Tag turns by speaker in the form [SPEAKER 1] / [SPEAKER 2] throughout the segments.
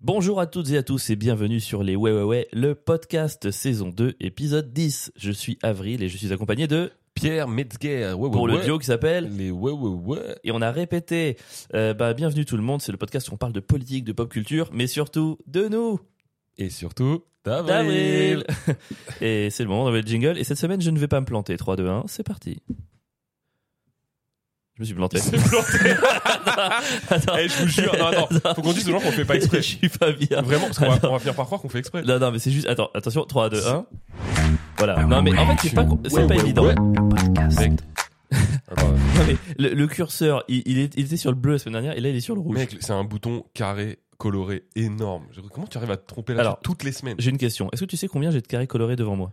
[SPEAKER 1] Bonjour à toutes et à tous et bienvenue sur les Ouais Ouais Ouais, le podcast saison 2, épisode 10. Je suis Avril et je suis accompagné de...
[SPEAKER 2] Pierre Metzger. Ouais, ouais,
[SPEAKER 1] Pour le
[SPEAKER 2] ouais.
[SPEAKER 1] duo qui s'appelle...
[SPEAKER 2] Les ouais, ouais, ouais.
[SPEAKER 1] Et on a répété, euh, bah, bienvenue tout le monde, c'est le podcast où on parle de politique, de pop culture, mais surtout de nous,
[SPEAKER 2] Et surtout,
[SPEAKER 1] d'avril
[SPEAKER 2] d'avril.
[SPEAKER 1] Et c'est le moment d'enlever le jingle, et cette semaine je ne vais pas me planter, 3, 2, 1, c'est parti. Je me suis planté.
[SPEAKER 2] C'est planté.
[SPEAKER 1] Attends,
[SPEAKER 2] Eh, je vous jure. Non, attends. Faut qu'on dise aux gens qu'on fait pas
[SPEAKER 1] je
[SPEAKER 2] exprès.
[SPEAKER 1] suis pas bien.
[SPEAKER 2] Vraiment, parce qu'on va, on va finir par croire qu'on fait exprès.
[SPEAKER 1] Non, non, mais c'est juste, attends, attention, 3, 2, 1. Voilà, non mais en fait c'est pas, c'est
[SPEAKER 2] Ah, Ouais,
[SPEAKER 1] pas
[SPEAKER 2] ouais,
[SPEAKER 1] évident.
[SPEAKER 2] ouais. Mec. Attends,
[SPEAKER 1] Non, mais le, le curseur, il, il est- il était sur le bleu la semaine dernière, et là il est sur le rouge.
[SPEAKER 2] Mec, c'est un bouton carré, coloré, énorme. Je- Comment tu arrives à te tromper là
[SPEAKER 1] Alors.
[SPEAKER 2] toutes les semaines
[SPEAKER 1] J'ai une question, est-ce que tu sais combien j'ai de carrés colorés devant moi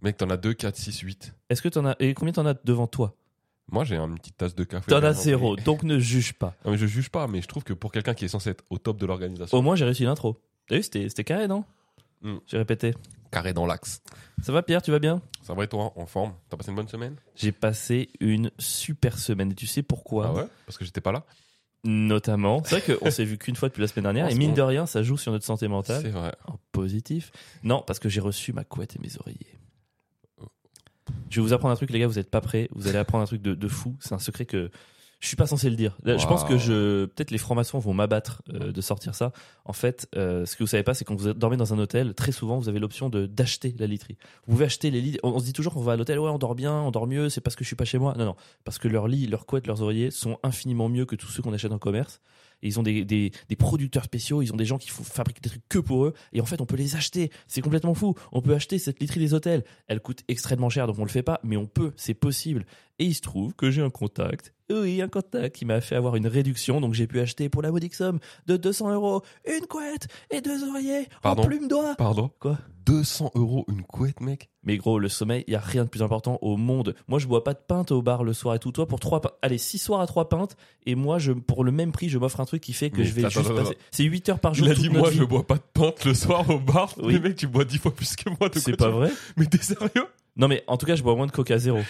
[SPEAKER 2] Mec, t'en as 2, 4, 6, 8.
[SPEAKER 1] Est-ce que t'en as, et combien t'en as devant toi
[SPEAKER 2] Moi, j'ai une petite tasse de café.
[SPEAKER 1] T'en as zéro, donc ne juge pas.
[SPEAKER 2] Non, mais je juge pas, mais je trouve que pour quelqu'un qui est censé être au top de l'organisation,
[SPEAKER 1] Au moins, j'ai réussi l'intro. T'as vu, c'était c'était carré, non
[SPEAKER 2] Hmm.
[SPEAKER 1] J'ai répété.
[SPEAKER 2] carré dans l'axe.
[SPEAKER 1] Ça va, Pierre Tu vas bien
[SPEAKER 2] Ça va et toi, en forme T'as passé une bonne semaine
[SPEAKER 1] J'ai passé une super semaine. Et tu sais pourquoi
[SPEAKER 2] Ah ouais Parce que j'étais pas là.
[SPEAKER 1] Notamment. C'est vrai qu'on s'est vu qu'une fois depuis la semaine dernière.
[SPEAKER 2] En
[SPEAKER 1] Et
[SPEAKER 2] ce
[SPEAKER 1] mine
[SPEAKER 2] moment.
[SPEAKER 1] de rien, ça joue sur notre santé mentale.
[SPEAKER 2] C'est vrai.
[SPEAKER 1] En positif. Non, parce que j'ai reçu ma couette et mes oreillers. Je vais vous apprendre un truc, les gars. Vous n'êtes pas prêts. Vous allez apprendre un truc de, de fou. C'est un secret que. Je suis pas censé le dire. Là, Je pense que
[SPEAKER 2] Waouh.
[SPEAKER 1] je, peut-être les francs-maçons vont m'abattre euh, de sortir ça. En fait, euh, ce que vous savez pas, c'est quand vous dormez dans un hôtel, très souvent vous avez l'option de d'acheter la literie. Vous pouvez acheter les lits. On, on se dit toujours qu'on va à l'hôtel, ouais, on dort bien, on dort mieux. C'est parce que je suis pas chez moi. Non, non, parce que leurs lits, leurs couettes, leurs oreillers sont infiniment mieux que tous ceux qu'on achète en commerce. Et ils ont des, des, des producteurs spéciaux, ils ont des gens qui font- fabriquent des trucs que pour eux. Et en fait, on peut les acheter. C'est complètement fou. On peut acheter cette literie des hôtels. Elle coûte extrêmement cher, donc on le fait pas, mais on peut. C'est possible. Et il se trouve que j'ai un contact. Oui, un contact qui m'a fait avoir une réduction, donc j'ai pu acheter pour la modique somme de 200 euros une couette et deux oreillers
[SPEAKER 2] Pardon
[SPEAKER 1] en plume d'oie.
[SPEAKER 2] Pardon
[SPEAKER 1] Quoi
[SPEAKER 2] 200 euros une couette, mec
[SPEAKER 1] Mais gros, le sommeil, il y a rien de plus important au monde. Moi, je bois pas de pinte au bar le soir et tout. Toi, pour trois, pin- allez, six soirs à trois pintes, et moi, je, pour le même prix, je m'offre un truc qui fait que
[SPEAKER 2] Mais
[SPEAKER 1] je vais
[SPEAKER 2] attends,
[SPEAKER 1] juste
[SPEAKER 2] attends,
[SPEAKER 1] passer.
[SPEAKER 2] attends.
[SPEAKER 1] C'est 8 heures par jour.
[SPEAKER 2] Il a
[SPEAKER 1] toute
[SPEAKER 2] dit,
[SPEAKER 1] notre
[SPEAKER 2] moi,
[SPEAKER 1] vie.
[SPEAKER 2] je bois pas de pinte le soir au bar.
[SPEAKER 1] Oui.
[SPEAKER 2] Mais mec, tu bois 10 fois plus que moi. de
[SPEAKER 1] C'est
[SPEAKER 2] quoi
[SPEAKER 1] pas
[SPEAKER 2] tu-
[SPEAKER 1] vrai.
[SPEAKER 2] Mais t'es sérieux
[SPEAKER 1] Non, mais en tout cas, je bois moins de Coca Zéro.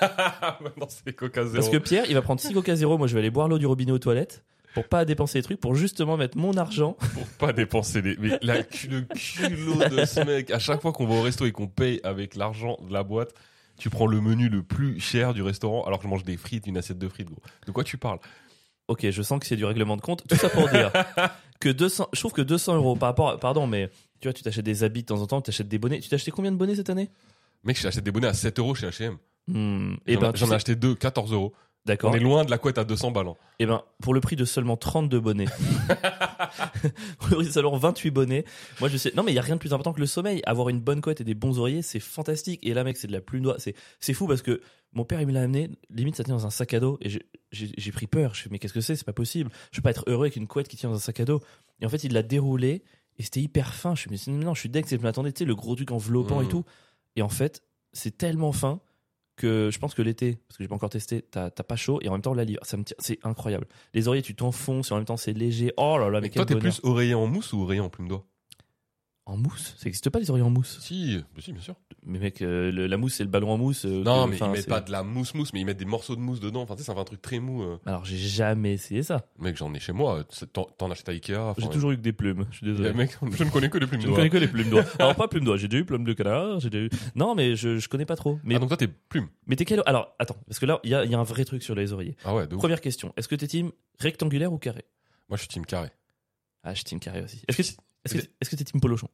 [SPEAKER 1] Ah,
[SPEAKER 2] Non, c'est coca zéro.
[SPEAKER 1] Parce que Pierre, il va prendre 6 Coca Zéro. Moi, je vais aller boire l'eau du robinet aux toilettes pour pas dépenser les trucs, pour justement mettre mon argent.
[SPEAKER 2] Pour pas dépenser les... Mais la cu- le culot de ce mec. À chaque fois qu'on va au resto et qu'on paye avec l'argent de la boîte, tu prends le menu le plus cher du restaurant alors que je mange des frites, une assiette de frites, gros. De quoi tu parles
[SPEAKER 1] Ok, je sens que c'est du règlement de compte. Tout ça pour dire que 200, je trouve que 200 euros par rapport à- pardon, mais tu vois, tu t'achètes des habits de temps en temps, tu t'achètes des bonnets. Tu t'as acheté combien de bonnets cette année?
[SPEAKER 2] Mec, j'ai acheté des bonnets à 7 euros chez H&M.
[SPEAKER 1] Hmm, eh
[SPEAKER 2] J'en
[SPEAKER 1] ben,
[SPEAKER 2] ai-
[SPEAKER 1] tu
[SPEAKER 2] j'en ai
[SPEAKER 1] sais-
[SPEAKER 2] acheté deux, 14 euros.
[SPEAKER 1] D'accord.
[SPEAKER 2] On est loin de la couette à 200 balles. hein.
[SPEAKER 1] Eh ben, pour le prix de seulement 32 bonnets. pour le prix de seulement 28 bonnets. Moi, je sais. Non, mais il n'y a rien de plus important que le sommeil. Avoir une bonne couette et des bons oreillers, c'est fantastique. Et là, mec, c'est de la plume d'oie. C'est, c'est fou parce que mon père, il me l'a amené. Limite, ça tient dans un sac à dos. Et j'ai- j'ai j'ai pris peur. Je fais, mais qu'est-ce que c'est? C'est pas possible. Je peux pas être heureux avec une couette qui tient dans un sac à dos. Et en fait, il l'a déroulé. Et c'était hyper fin. Je me suis dit, non, je suis deg. c'est- Je m'attendais, tu sais, le gros truc enveloppant
[SPEAKER 2] Mhm.
[SPEAKER 1] et tout. Et en fait, c'est tellement fin que je pense que l'été, parce que j'ai pas encore testé, t'as t'as pas chaud et en même temps la livre, ça me tient, c'est incroyable. Les oreillers, tu t'enfonces et en même temps c'est léger. Oh là là, mais
[SPEAKER 2] Mais
[SPEAKER 1] quel
[SPEAKER 2] toi, t'es
[SPEAKER 1] bonheur.
[SPEAKER 2] plus oreiller en mousse ou oreiller en plume d'oie
[SPEAKER 1] En mousse, ça existe pas les oreillers en mousse.
[SPEAKER 2] Si, mais si, bien sûr.
[SPEAKER 1] Mais mec, euh, le- la mousse c'est le ballon en mousse. euh,
[SPEAKER 2] Non,
[SPEAKER 1] que-
[SPEAKER 2] mais ils
[SPEAKER 1] enfin,
[SPEAKER 2] mettent
[SPEAKER 1] c'est-
[SPEAKER 2] pas de la mousse mousse, mais ils mettent des morceaux de mousse dedans. Enfin, tu sais, ça fait un truc très mou. euh.
[SPEAKER 1] Alors j'ai jamais essayé ça.
[SPEAKER 2] Mec, j'en ai chez moi. Tu sais, T'en t'en achètes à Ikea. enfin,
[SPEAKER 1] J'ai toujours eu que des plumes. Je suis
[SPEAKER 2] euh,
[SPEAKER 1] désolé.
[SPEAKER 2] Mec, je ne connais que les plumes
[SPEAKER 1] Je ne
[SPEAKER 2] d'oie.
[SPEAKER 1] connais que les plumes d'oie. Alors pas plumes d'oie, j'ai déjà eu plumes de canard, j'ai déjà eu. Non mais je, je connais pas trop. Mais
[SPEAKER 2] Ah, donc toi, t'es plume.
[SPEAKER 1] mais t'es quel Alors attends, parce que là il y a, il y a un vrai truc sur les oreillers.
[SPEAKER 2] Ah ouais, de ouf.
[SPEAKER 1] Première question, est-ce que t'es team rectangulaire ou carré
[SPEAKER 2] Moi, je suis team carré.
[SPEAKER 1] Ah je suis team carré aussi. Est-ce que est-ce que est-ce que t'es team polochon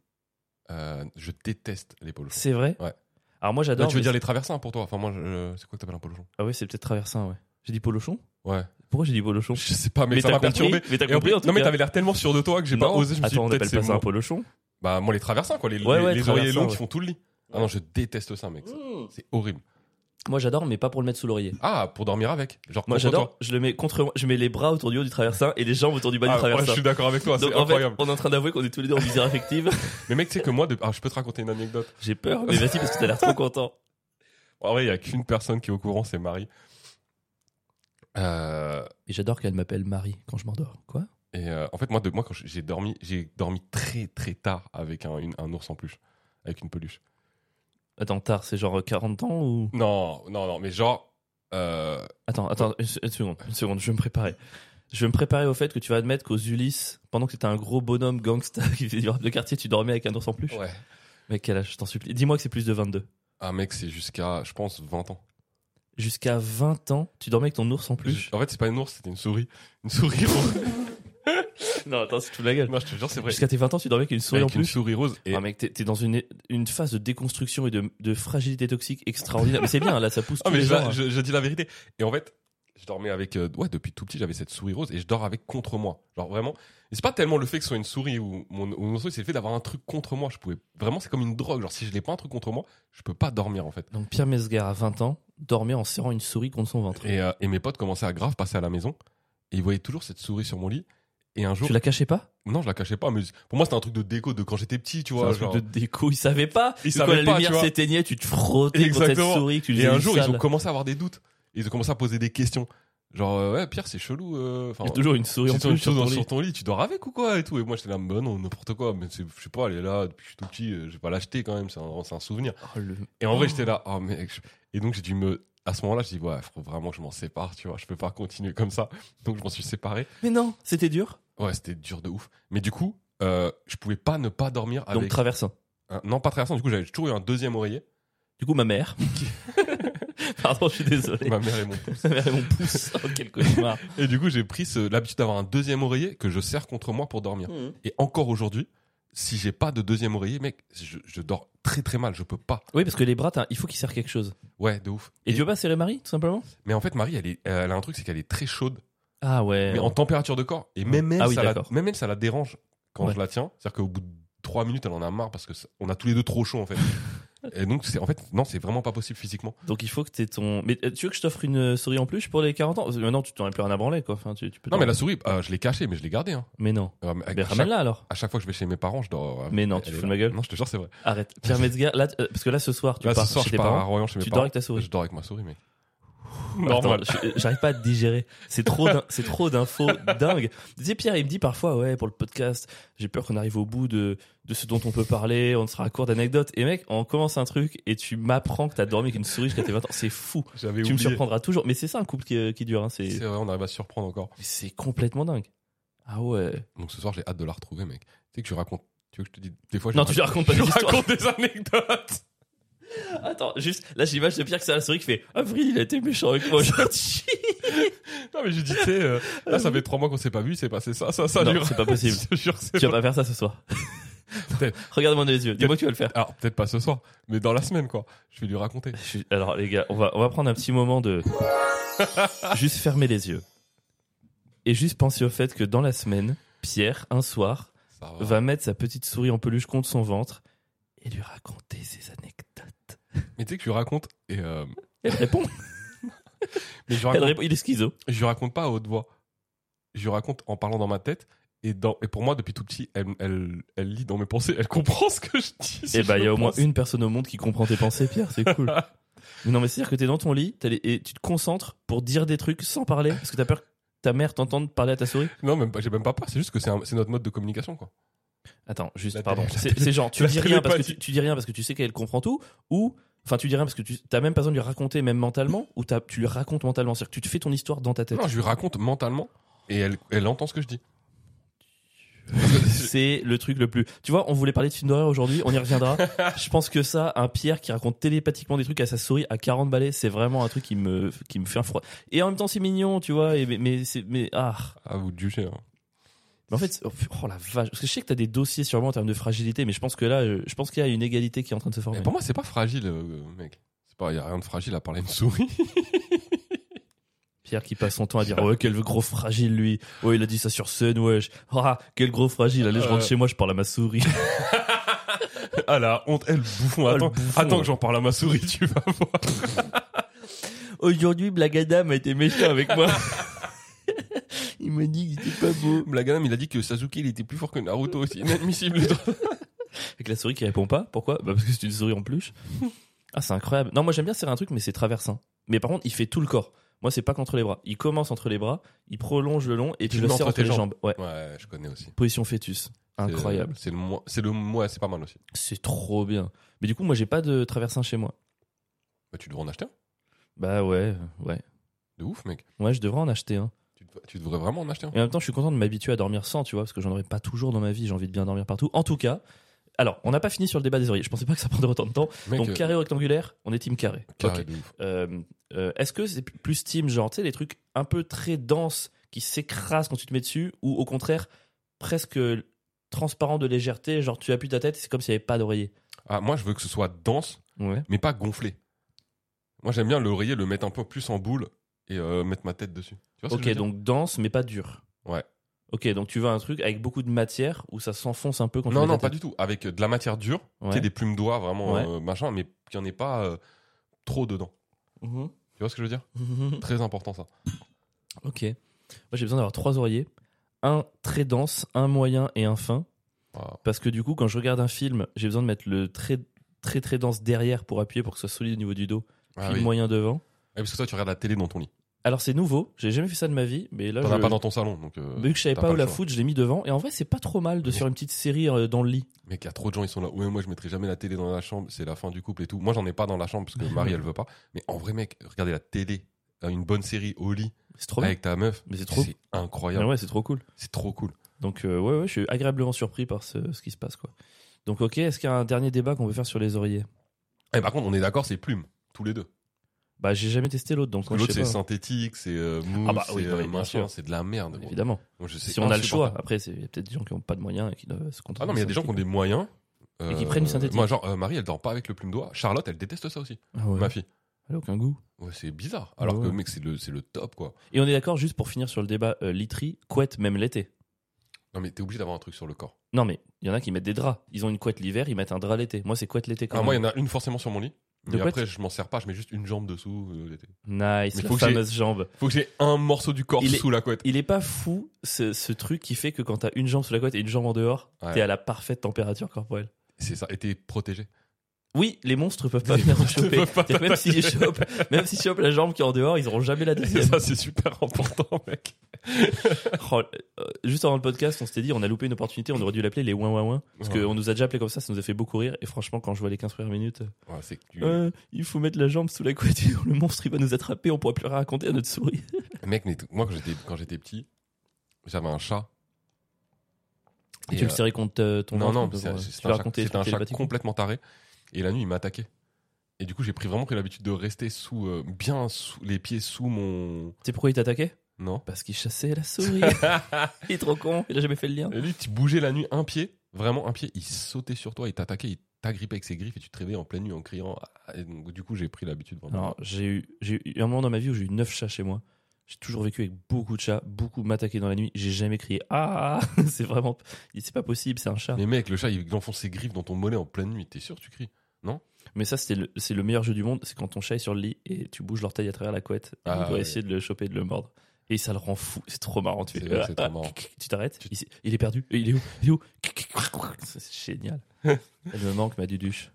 [SPEAKER 2] Euh, je déteste les polochons.
[SPEAKER 1] C'est vrai
[SPEAKER 2] Ouais.
[SPEAKER 1] Alors moi
[SPEAKER 2] Là,
[SPEAKER 1] j'adore.
[SPEAKER 2] tu veux
[SPEAKER 1] mais
[SPEAKER 2] dire les traversins pour toi. Enfin, moi, je- je- c'est quoi que t'appelles un polochon
[SPEAKER 1] Ah oui, c'est peut-être traversin, ouais. J'ai dit polochon
[SPEAKER 2] Ouais.
[SPEAKER 1] Pourquoi j'ai dit polochon
[SPEAKER 2] Je sais pas, mais
[SPEAKER 1] t'as
[SPEAKER 2] ça m'a
[SPEAKER 1] compris,
[SPEAKER 2] perturbé.
[SPEAKER 1] Mais t'as
[SPEAKER 2] Et en
[SPEAKER 1] compris
[SPEAKER 2] plus-
[SPEAKER 1] en tout
[SPEAKER 2] non, mais
[SPEAKER 1] cas.
[SPEAKER 2] t'avais l'air tellement sûr de toi que j'ai pas
[SPEAKER 1] Non.
[SPEAKER 2] osé. Je me
[SPEAKER 1] Attends,
[SPEAKER 2] suis dit,
[SPEAKER 1] on
[SPEAKER 2] peut-être
[SPEAKER 1] appelle
[SPEAKER 2] c'est
[SPEAKER 1] pas ça un
[SPEAKER 2] moi.
[SPEAKER 1] polochon
[SPEAKER 2] Bah, moi, les traversins, quoi. Les,
[SPEAKER 1] Ouais,
[SPEAKER 2] les-
[SPEAKER 1] ouais,
[SPEAKER 2] les
[SPEAKER 1] traversins,
[SPEAKER 2] oreillers longs
[SPEAKER 1] ouais. Mm.
[SPEAKER 2] qui font tout le lit. Ah non, je déteste ça, mec. C'est horrible.
[SPEAKER 1] Moi j'adore, mais pas pour le mettre sous l'oreiller.
[SPEAKER 2] Ah, pour dormir avec. Genre,
[SPEAKER 1] Moi
[SPEAKER 2] contre
[SPEAKER 1] j'adore,
[SPEAKER 2] toi.
[SPEAKER 1] je le mets contre moi, je mets les bras autour du haut du traversin et les jambes autour du bas
[SPEAKER 2] Ah,
[SPEAKER 1] du
[SPEAKER 2] ouais,
[SPEAKER 1] traversin.
[SPEAKER 2] je suis d'accord avec toi, c'est
[SPEAKER 1] Donc en fait,
[SPEAKER 2] incroyable.
[SPEAKER 1] on est en train d'avouer qu'on est tous les deux en misère affective.
[SPEAKER 2] Mais mec, tu sais que moi, de- ah, je peux te raconter une anecdote.
[SPEAKER 1] J'ai peur, mais vas-y parce que t'as l'air trop content.
[SPEAKER 2] En vrai, il y a qu'une personne qui est au courant, c'est Marie. Euh,
[SPEAKER 1] Et j'adore qu'elle m'appelle Marie quand je m'endors. Quoi
[SPEAKER 2] Et euh, en fait, moi, de, moi quand j'ai dormi, j'ai dormi très très tard avec un, une- un ours en peluche, avec une peluche.
[SPEAKER 1] Attends, tard, c'est genre 40 ans ou
[SPEAKER 2] Non, non, non, mais genre, euh,
[SPEAKER 1] Attends, attends, une se- une seconde, une seconde, je vais me préparer. Je vais me préparer au fait que tu vas admettre qu'aux Ulysses, pendant que t'étais un gros bonhomme gangsta qui faisait du rap de quartier, tu dormais avec un ours en peluche.
[SPEAKER 2] Ouais.
[SPEAKER 1] Mec, quel âge, je t'en supplie. Dis-moi que c'est plus de 22.
[SPEAKER 2] Ah mec, c'est jusqu'à, je pense, 20 ans.
[SPEAKER 1] Jusqu'à 20 ans, tu dormais avec ton ours en peluche.
[SPEAKER 2] En fait, c'est pas une ours, c'était une souris. Une souris rose.
[SPEAKER 1] non, attends, c'est tout la gueule.
[SPEAKER 2] non, je te jure, c'est vrai.
[SPEAKER 1] Jusqu'à tes 20 ans, tu dormais avec une souris en
[SPEAKER 2] Avec une
[SPEAKER 1] peluche.
[SPEAKER 2] souris rose. Et
[SPEAKER 1] Ah mec, t'es t'es dans une, une phase de déconstruction et de, de fragilité toxique extraordinaire. mais c'est bien, là, ça pousse
[SPEAKER 2] Ah
[SPEAKER 1] tous
[SPEAKER 2] mais
[SPEAKER 1] les hein.
[SPEAKER 2] je,
[SPEAKER 1] gens.
[SPEAKER 2] je- je dis la vérité. Et en fait, je dormais avec euh, ouais depuis tout petit, j'avais cette souris rose et je dors avec contre moi. Genre vraiment. Et c'est pas tellement le fait que ce soit une souris ou mon, ou mon souris, c'est le fait d'avoir un truc contre moi. Je pouvais vraiment, c'est comme une drogue. Genre si je n'ai pas un truc contre moi, je peux pas dormir en fait.
[SPEAKER 1] Donc Pierre Mesgar, à 20 ans, dormait en serrant une souris contre son ventre.
[SPEAKER 2] Et, euh, et mes potes commençaient à grave passer à la maison et ils voyaient toujours cette souris sur mon lit. Et un jour,
[SPEAKER 1] Tu la cachais pas
[SPEAKER 2] non, je la cachais pas, mais pour moi c'était un truc de déco de quand j'étais petit, tu
[SPEAKER 1] C'est
[SPEAKER 2] vois.
[SPEAKER 1] un truc
[SPEAKER 2] genre.
[SPEAKER 1] de déco, ils savaient pas.
[SPEAKER 2] Ils
[SPEAKER 1] Que quand
[SPEAKER 2] savaient
[SPEAKER 1] la
[SPEAKER 2] pas, tu
[SPEAKER 1] lumière
[SPEAKER 2] vois.
[SPEAKER 1] s'éteignait, tu te frottais contre
[SPEAKER 2] Exactement.
[SPEAKER 1] cette souris. que Tu
[SPEAKER 2] Et
[SPEAKER 1] faisais
[SPEAKER 2] un
[SPEAKER 1] une
[SPEAKER 2] jour, ils
[SPEAKER 1] sale.
[SPEAKER 2] ont commencé à avoir des doutes. Ils ont commencé à poser des questions. Genre, euh, ouais, Pierre, c'est chelou. euh, enfin,
[SPEAKER 1] Il y a toujours une souris en
[SPEAKER 2] Tu
[SPEAKER 1] plus
[SPEAKER 2] sur,
[SPEAKER 1] sur ton
[SPEAKER 2] sur,
[SPEAKER 1] lit.
[SPEAKER 2] ton lit, tu dors avec ou quoi et tout. Et moi j'étais là, bah non, n'importe quoi, mais c'est- je sais pas, elle est là depuis que je suis tout petit, euh, je vais pas l'acheter quand même, c'est un, c'est un souvenir.
[SPEAKER 1] Oh, le-
[SPEAKER 2] Et en
[SPEAKER 1] Oh.
[SPEAKER 2] vrai j'étais là, oh mec, je- et donc j'ai dû me. À ce moment-là, je dis, ouais, faut vraiment que je m'en sépare, tu vois, je peux pas continuer comme ça. Donc je m'en suis séparé.
[SPEAKER 1] Mais non, c'était dur.
[SPEAKER 2] Ouais, c'était dur de ouf. Mais du coup, euh, je pouvais pas ne pas dormir avec.
[SPEAKER 1] Donc traversant.
[SPEAKER 2] un- non, pas traversant, du coup j'avais toujours eu un deuxième oreiller.
[SPEAKER 1] Du coup, ma mère. Pardon, je suis désolé.
[SPEAKER 2] Ma mère et mon pouce.
[SPEAKER 1] Ma mère et mon pouce. Oh, quel cauchemar.
[SPEAKER 2] Et du coup, j'ai pris ce- l'habitude d'avoir un deuxième oreiller que je serre contre moi pour dormir.
[SPEAKER 1] Mhm.
[SPEAKER 2] Et encore aujourd'hui, si j'ai pas de deuxième oreiller, mec, je, je dors très très mal, je peux pas.
[SPEAKER 1] Oui, parce que les bras, t'as- il faut qu'ils servent quelque chose.
[SPEAKER 2] Ouais, de ouf.
[SPEAKER 1] Et tu veux pas serrer Marie, tout simplement
[SPEAKER 2] Mais en fait, Marie, elle, est, elle a un truc, c'est qu'elle est très chaude,
[SPEAKER 1] Ah ouais.
[SPEAKER 2] mais en température de corps. Et même elle,
[SPEAKER 1] Ah oui,
[SPEAKER 2] ça, la,
[SPEAKER 1] d'accord.
[SPEAKER 2] même elle, ça la dérange quand
[SPEAKER 1] Ouais.
[SPEAKER 2] je la tiens. C'est-à-dire qu'au bout de trois minutes, elle en a marre parce que ça- on a tous les deux trop chaud en fait. et donc, c'est en fait, non, c'est vraiment pas possible physiquement.
[SPEAKER 1] Donc il faut que t'aies ton. Mais euh, tu veux que je t'offre une euh, souris en peluche pour les 40 ans Parce que Maintenant, tu t'en as plus rien à branler, quoi. Enfin, tu, tu peux
[SPEAKER 2] Non, mais
[SPEAKER 1] t'en-
[SPEAKER 2] la souris, euh, je l'ai cachée, mais je l'ai gardée. Hein.
[SPEAKER 1] Mais non.
[SPEAKER 2] Euh, mais à,
[SPEAKER 1] Mais
[SPEAKER 2] chaque-
[SPEAKER 1] ramène-la alors.
[SPEAKER 2] à chaque fois que je vais chez mes parents, je dors. euh,
[SPEAKER 1] Mais non,
[SPEAKER 2] elle
[SPEAKER 1] tu
[SPEAKER 2] est
[SPEAKER 1] fous
[SPEAKER 2] là.
[SPEAKER 1] de ma gueule.
[SPEAKER 2] Non, je te jure, c'est vrai.
[SPEAKER 1] Arrête. Pierre Metzger, là, euh, parce que là, ce soir, tu
[SPEAKER 2] Là,
[SPEAKER 1] pars
[SPEAKER 2] ce soir,
[SPEAKER 1] chez
[SPEAKER 2] je
[SPEAKER 1] tes
[SPEAKER 2] pars hein. à
[SPEAKER 1] parents.
[SPEAKER 2] Royan chez mes
[SPEAKER 1] Tu dors
[SPEAKER 2] parents.
[SPEAKER 1] avec ta souris.
[SPEAKER 2] Je dors avec ma souris, mec.
[SPEAKER 1] Attends, je- J'arrive pas à te digérer. C'est trop, d'in- c'est trop d'infos dingues. Tu sais, Pierre, il me dit parfois, ouais, pour le podcast, j'ai peur qu'on arrive au bout de, de ce dont on peut parler, on sera à court d'anecdotes. Et mec, on commence un truc et tu m'apprends que t'as dormi avec une souris jusqu'à tes 20 ans. C'est fou.
[SPEAKER 2] J'avais
[SPEAKER 1] Tu me
[SPEAKER 2] oublié.
[SPEAKER 1] surprendras toujours. Mais c'est ça un couple qui, euh, qui dure. hein.
[SPEAKER 2] C'est
[SPEAKER 1] C'est,
[SPEAKER 2] vrai, on arrive à se surprendre encore.
[SPEAKER 1] c'est complètement dingue. Ah ouais.
[SPEAKER 2] Donc ce soir, j'ai hâte de la retrouver, mec. Tu sais que je raconte. Tu veux que je te dise des fois je
[SPEAKER 1] Non, tu lui racontes pas
[SPEAKER 2] je
[SPEAKER 1] des histoires.
[SPEAKER 2] raconte des anecdotes.
[SPEAKER 1] Attends, juste, là, j'ai l'image de Pierre que c'est la souris qui fait Avril, il a été méchant avec moi aujourd'hui.
[SPEAKER 2] Non, mais j'ai dit, tu sais, euh, là, ça fait trois mois qu'on s'est pas vu, c'est passé ça, ça, ça.
[SPEAKER 1] Non,
[SPEAKER 2] lui-
[SPEAKER 1] c'est pas possible.
[SPEAKER 2] je te jure, que c'est
[SPEAKER 1] tu vas pas faire ça ce soir.
[SPEAKER 2] Peut-être.
[SPEAKER 1] Regarde-moi dans les yeux. Dis-moi que tu vas le faire.
[SPEAKER 2] Alors, peut-être pas ce soir, mais dans la semaine, quoi. Je vais lui raconter.
[SPEAKER 1] Je suis- Alors les gars, on va, on va prendre un petit moment de juste fermer les yeux et juste penser au fait que dans la semaine, Pierre, un soir,
[SPEAKER 2] Ça va.
[SPEAKER 1] va mettre sa petite souris en peluche contre son ventre et lui raconter ses anecdotes.
[SPEAKER 2] Mais tu sais que je lui raconte, et euh,
[SPEAKER 1] Elle répond.
[SPEAKER 2] mais je lui
[SPEAKER 1] Elle
[SPEAKER 2] raconte,
[SPEAKER 1] répond. Il est schizo.
[SPEAKER 2] je lui raconte pas à haute voix. Je lui raconte en parlant dans ma tête. Et, dans, et pour moi, depuis tout petit, elle, elle, elle lit dans mes pensées, elle comprend ce que je dis. si
[SPEAKER 1] et bah il y
[SPEAKER 2] je
[SPEAKER 1] a
[SPEAKER 2] le
[SPEAKER 1] au moins
[SPEAKER 2] pense.
[SPEAKER 1] une personne au monde qui comprend tes pensées, Pierre. C'est cool. Mais non mais c'est à dire que t'es dans ton lit t'as les- et tu te concentres pour dire des trucs sans parler parce que t'as peur que ta mère t'entende parler à ta souris.
[SPEAKER 2] Non, même pas, j'ai même pas peur, c'est juste que c'est un- c'est notre mode de communication, quoi.
[SPEAKER 1] Attends, juste,
[SPEAKER 2] La
[SPEAKER 1] pardon.
[SPEAKER 2] télé- la
[SPEAKER 1] C'est
[SPEAKER 2] télé-
[SPEAKER 1] c'est genre, tu
[SPEAKER 2] la
[SPEAKER 1] dis rien parce que tu,
[SPEAKER 2] télépathie.
[SPEAKER 1] tu dis rien parce que tu sais qu'elle comprend tout, ou enfin tu dis rien parce que tu t'as même pas besoin de lui raconter même mentalement, ou t'as- tu lui racontes mentalement, c'est-à-dire que tu te fais ton histoire dans ta tête.
[SPEAKER 2] Non, je lui raconte mentalement et elle, elle entend ce que je dis.
[SPEAKER 1] C'est le truc le plus. Tu vois, on voulait parler de films d'horreur aujourd'hui, on y reviendra. Je pense que ça, un Pierre qui raconte télépathiquement des trucs à sa souris à 40 balais, c'est vraiment un truc qui me qui me fait un froid. Et en même temps, c'est mignon, tu vois. Et mais mais, c'est- mais ah.
[SPEAKER 2] À vous de juger. hein.
[SPEAKER 1] Mais en fait, oh la vache. Parce que je sais que t'as des dossiers sûrement en termes de fragilité, mais je pense que là, euh, je pense qu'il y a une égalité qui est en train de se
[SPEAKER 2] Mais
[SPEAKER 1] former.
[SPEAKER 2] pour moi, c'est pas fragile, euh, mec. C'est pas, y a rien de fragile à parler de souris.
[SPEAKER 1] Pierre qui passe son temps à dire ouais quel gros fragile lui ouais il a dit ça sur scène wesh ah quel gros fragile allez je rentre
[SPEAKER 2] Euh.
[SPEAKER 1] chez moi je parle à ma souris
[SPEAKER 2] ah la honte, elle, bouffon.
[SPEAKER 1] Ah, le
[SPEAKER 2] attends,
[SPEAKER 1] bouffon,
[SPEAKER 2] attends
[SPEAKER 1] ouais.
[SPEAKER 2] que j'en parle à ma souris, tu vas voir.
[SPEAKER 1] aujourd'hui Blagadam a été méchant avec moi il m'a dit que c'était pas beau
[SPEAKER 2] Blaganam, il a dit que Sasuke, il était plus fort que Naruto. C'est inadmissible.
[SPEAKER 1] avec la souris qui répond pas pourquoi bah parce que c'est une souris en peluche ah c'est incroyable non moi j'aime bien serrer un truc mais c'est traversin mais par contre il fait tout le corps moi c'est pas contre les bras il commence entre les bras il prolonge le long et tu
[SPEAKER 2] le
[SPEAKER 1] le
[SPEAKER 2] mets
[SPEAKER 1] serres entre les jambes ouais
[SPEAKER 2] ouais, je connais aussi.
[SPEAKER 1] position fœtus
[SPEAKER 2] C'est-
[SPEAKER 1] incroyable
[SPEAKER 2] C'est le moins, c'est le moins, c'est pas mal aussi.
[SPEAKER 1] c'est trop bien mais du coup moi j'ai pas de traversin chez moi
[SPEAKER 2] Bah, tu devrais en acheter un.
[SPEAKER 1] bah ouais ouais
[SPEAKER 2] De ouf, mec.
[SPEAKER 1] Ouais, je devrais en acheter un.
[SPEAKER 2] Tu- Tu devrais vraiment en acheter un.
[SPEAKER 1] Et en même temps, je suis content de m'habituer à dormir sans, tu vois, parce que j'en aurais pas toujours dans ma vie. J'ai envie de bien dormir partout. En tout cas, alors, on n'a pas fini sur le débat des oreillers. Je pensais pas que ça prendrait autant de temps.
[SPEAKER 2] Mec,
[SPEAKER 1] Donc,
[SPEAKER 2] euh,
[SPEAKER 1] carré ou rectangulaire, on est team carré.
[SPEAKER 2] carré
[SPEAKER 1] Ok.
[SPEAKER 2] de ouf.
[SPEAKER 1] Euh, euh, Est-ce que c'est plus team, genre, tu sais, les trucs un peu très denses qui s'écrasent quand tu te mets dessus, ou au contraire, presque transparent de légèreté, genre tu appuies ta tête et c'est comme s'il n'y avait pas d'oreiller
[SPEAKER 2] Ah, moi, je veux que ce soit dense,
[SPEAKER 1] Ouais.
[SPEAKER 2] mais pas gonflé. Moi, j'aime bien l'oreiller, le mettre un peu plus en boule et euh, mettre ma tête dessus. Tu vois ce que
[SPEAKER 1] Ok,
[SPEAKER 2] je veux dire
[SPEAKER 1] donc dense, mais pas dur.
[SPEAKER 2] Ouais.
[SPEAKER 1] Ok, donc tu veux un truc avec beaucoup de matière où ça s'enfonce un peu quand tu
[SPEAKER 2] Non,
[SPEAKER 1] mets
[SPEAKER 2] non,
[SPEAKER 1] ta
[SPEAKER 2] pas
[SPEAKER 1] tête.
[SPEAKER 2] du tout. Avec euh, de la matière dure, tu sais,
[SPEAKER 1] Ouais.
[SPEAKER 2] des plumes d'oie, vraiment
[SPEAKER 1] Ouais.
[SPEAKER 2] euh, machin, mais qu'il n'y en ait pas euh, trop dedans.
[SPEAKER 1] Mhm.
[SPEAKER 2] Tu vois ce que je veux dire
[SPEAKER 1] Mhm.
[SPEAKER 2] Très important, ça.
[SPEAKER 1] ok. Moi j'ai besoin d'avoir trois oreillers un très dense, un moyen et un fin.
[SPEAKER 2] Waouh.
[SPEAKER 1] Parce que du coup, quand je regarde un film, j'ai besoin de mettre le très très très dense derrière pour appuyer pour que ce soit solide au niveau du dos,
[SPEAKER 2] Ah
[SPEAKER 1] puis
[SPEAKER 2] oui.
[SPEAKER 1] le moyen devant.
[SPEAKER 2] Ah, parce que toi, tu regardes la télé dans ton lit.
[SPEAKER 1] Alors c'est nouveau, j'ai jamais fait ça de ma vie, mais là
[SPEAKER 2] T'en
[SPEAKER 1] Ah, je...
[SPEAKER 2] as pas dans ton salon, donc. euh,
[SPEAKER 1] vu que je savais
[SPEAKER 2] t'as
[SPEAKER 1] pas où
[SPEAKER 2] le
[SPEAKER 1] la
[SPEAKER 2] choix.
[SPEAKER 1] foutre, je l'ai mis devant et en vrai c'est pas trop mal de
[SPEAKER 2] Bon.
[SPEAKER 1] sur une petite série euh, dans le lit.
[SPEAKER 2] Mec, il y a trop de gens, ils sont là. Ouais, moi, je mettrai jamais la télé dans la chambre, c'est la fin du couple et tout. Moi, j'en ai pas dans la chambre parce que Marie, elle veut pas. Mais en vrai, mec, regarder la télé, euh, une bonne série au lit
[SPEAKER 1] C'est trop bien.
[SPEAKER 2] avec ta meuf,
[SPEAKER 1] Mais c'est trop-
[SPEAKER 2] Ah, incroyable.
[SPEAKER 1] Ouais, c'est trop cool.
[SPEAKER 2] C'est trop cool.
[SPEAKER 1] Donc euh, ouais, ouais, je suis agréablement surpris par ce, ce qui se passe quoi. Donc ok, est-ce qu'il y a un dernier débat qu'on veut faire sur les oreillers
[SPEAKER 2] Et Eh, par contre, on est d'accord, c'est plumes, tous les deux.
[SPEAKER 1] Bah j'ai jamais testé l'autre donc
[SPEAKER 2] Parce que
[SPEAKER 1] moi, je
[SPEAKER 2] l'autre,
[SPEAKER 1] sais
[SPEAKER 2] c'est
[SPEAKER 1] pas.
[SPEAKER 2] synthétique, c'est euh, mousse,
[SPEAKER 1] Ah bah oui,
[SPEAKER 2] c'est
[SPEAKER 1] non, mais
[SPEAKER 2] euh,
[SPEAKER 1] bien
[SPEAKER 2] machin,
[SPEAKER 1] sûr.
[SPEAKER 2] c'est de la merde. gros.
[SPEAKER 1] Évidemment.
[SPEAKER 2] Moi, je sais-
[SPEAKER 1] Si on a le choix,
[SPEAKER 2] insupportable.
[SPEAKER 1] après c'est il y a peut-être des gens qui n'ont pas de moyens et qui doivent se contenter.
[SPEAKER 2] Ah non, mais il y a des gens qui ont des moyens.
[SPEAKER 1] Et qui prennent du synthétique.
[SPEAKER 2] Moi, genre, euh, Marie, elle dort pas avec le plume d'oie. Charlotte, elle déteste ça aussi,
[SPEAKER 1] Ah ouais.
[SPEAKER 2] ma fille.
[SPEAKER 1] Elle a aucun goût.
[SPEAKER 2] Ouais, c'est bizarre. Alors
[SPEAKER 1] Ouais.
[SPEAKER 2] que, mec, c'est le, c'est le top, quoi.
[SPEAKER 1] Et on est d'accord juste pour finir sur le débat euh, literie, couette même l'été.
[SPEAKER 2] Non, mais t'es obligé d'avoir un truc sur le corps.
[SPEAKER 1] Non mais il y en a qui mettent des draps. Ils ont une couette l'hiver, ils mettent un drap l'été. Moi c'est couette l'été quand
[SPEAKER 2] Ah,
[SPEAKER 1] même.
[SPEAKER 2] moi, il y en a une forcément sur mon lit.
[SPEAKER 1] De
[SPEAKER 2] Mais
[SPEAKER 1] quoi
[SPEAKER 2] après, je m'en sers pas, je mets juste une jambe dessous. euh, l'été.
[SPEAKER 1] Nice,
[SPEAKER 2] Mais
[SPEAKER 1] la
[SPEAKER 2] faut que j'ai-
[SPEAKER 1] fameuse jambe.
[SPEAKER 2] Faut que j'ai un morceau du corps
[SPEAKER 1] Il est-
[SPEAKER 2] sous la couette.
[SPEAKER 1] Il est pas fou ce, ce truc qui fait que quand t'as une jambe sous la couette et une jambe en dehors,
[SPEAKER 2] Ouais.
[SPEAKER 1] t'es à la parfaite température corporelle.
[SPEAKER 2] C'est ça, et t'es protégé.
[SPEAKER 1] Oui, les monstres peuvent pas venir te choper.
[SPEAKER 2] peuvent pas
[SPEAKER 1] C'est-à-dire Même s'ils chopent, même s'ils chopent la jambe qui est en dehors, ils auront jamais la
[SPEAKER 2] Et
[SPEAKER 1] deuxième.
[SPEAKER 2] ça, c'est super important, mec.
[SPEAKER 1] Oh, euh, juste avant le podcast, on s'était dit, on a loupé une opportunité, on aurait dû l'appeler les ouin ouin ouin. Parce
[SPEAKER 2] Ouais.
[SPEAKER 1] qu'on nous a déjà appelé comme ça, ça nous a fait beaucoup rire. Et franchement, quand je vois les 15 premières minutes,
[SPEAKER 2] Ouais, c'est que tu-
[SPEAKER 1] euh, il faut mettre la jambe sous la couette, sinon le monstre il va nous attraper, on pourra plus rien raconter à notre souris.
[SPEAKER 2] Mec, mais t- moi, quand j'étais, quand j'étais petit, j'avais un chat. Et,
[SPEAKER 1] tu le
[SPEAKER 2] euh,
[SPEAKER 1] serrais contre euh, ton
[SPEAKER 2] Non,
[SPEAKER 1] ventre,
[SPEAKER 2] non,
[SPEAKER 1] pour,
[SPEAKER 2] c'est-
[SPEAKER 1] euh, tu
[SPEAKER 2] c'est
[SPEAKER 1] vas
[SPEAKER 2] un, chat-
[SPEAKER 1] raconter
[SPEAKER 2] c'est un chat
[SPEAKER 1] télépathiquement.
[SPEAKER 2] complètement taré. Et la nuit, il m'a attaqué. Et du coup, j'ai pris vraiment pris l'habitude de rester sous, euh, bien sous, les pieds sous mon.
[SPEAKER 1] Tu sais pourquoi il t'attaquait
[SPEAKER 2] Non.
[SPEAKER 1] Parce qu'il chassait la souris. il est trop con, il a jamais fait le lien.
[SPEAKER 2] Et lui, tu bougeais la nuit un pied, vraiment un pied, il sautait sur toi, il t'attaquait, il t'agrippait avec ses griffes et tu te réveillais en pleine nuit en criant. Ah, et donc, du coup, j'ai pris l'habitude vraiment.
[SPEAKER 1] Alors, j'ai eu, j'ai eu un moment dans ma vie où j'ai eu 9 chats chez moi. J'ai toujours vécu avec beaucoup de chats, beaucoup m'attaquer dans la nuit. J'ai jamais crié Ah C'est vraiment. C'est pas possible, c'est un chat. Mais,
[SPEAKER 2] Mais mec, le chat, il enfonce ses griffes dans ton mollet en pleine nuit, t'es sûr, que tu cries.
[SPEAKER 1] ça, c'est le, c'est le meilleur jeu du monde. C'est quand ton chat est sur le lit et tu bouges l'orteil à travers la couette. Et
[SPEAKER 2] Ah,
[SPEAKER 1] tu dois
[SPEAKER 2] ouais.
[SPEAKER 1] essayer de le choper et de le mordre. Et ça le rend fou. C'est trop marrant. Tu,
[SPEAKER 2] C'est
[SPEAKER 1] fais,
[SPEAKER 2] vrai que
[SPEAKER 1] Ah,
[SPEAKER 2] c'est trop
[SPEAKER 1] ah,
[SPEAKER 2] marrant.
[SPEAKER 1] tu t'arrêtes. Il, s'est- il est perdu. Et Il est où Il est où C'est génial. Elle me manque, ma duduche.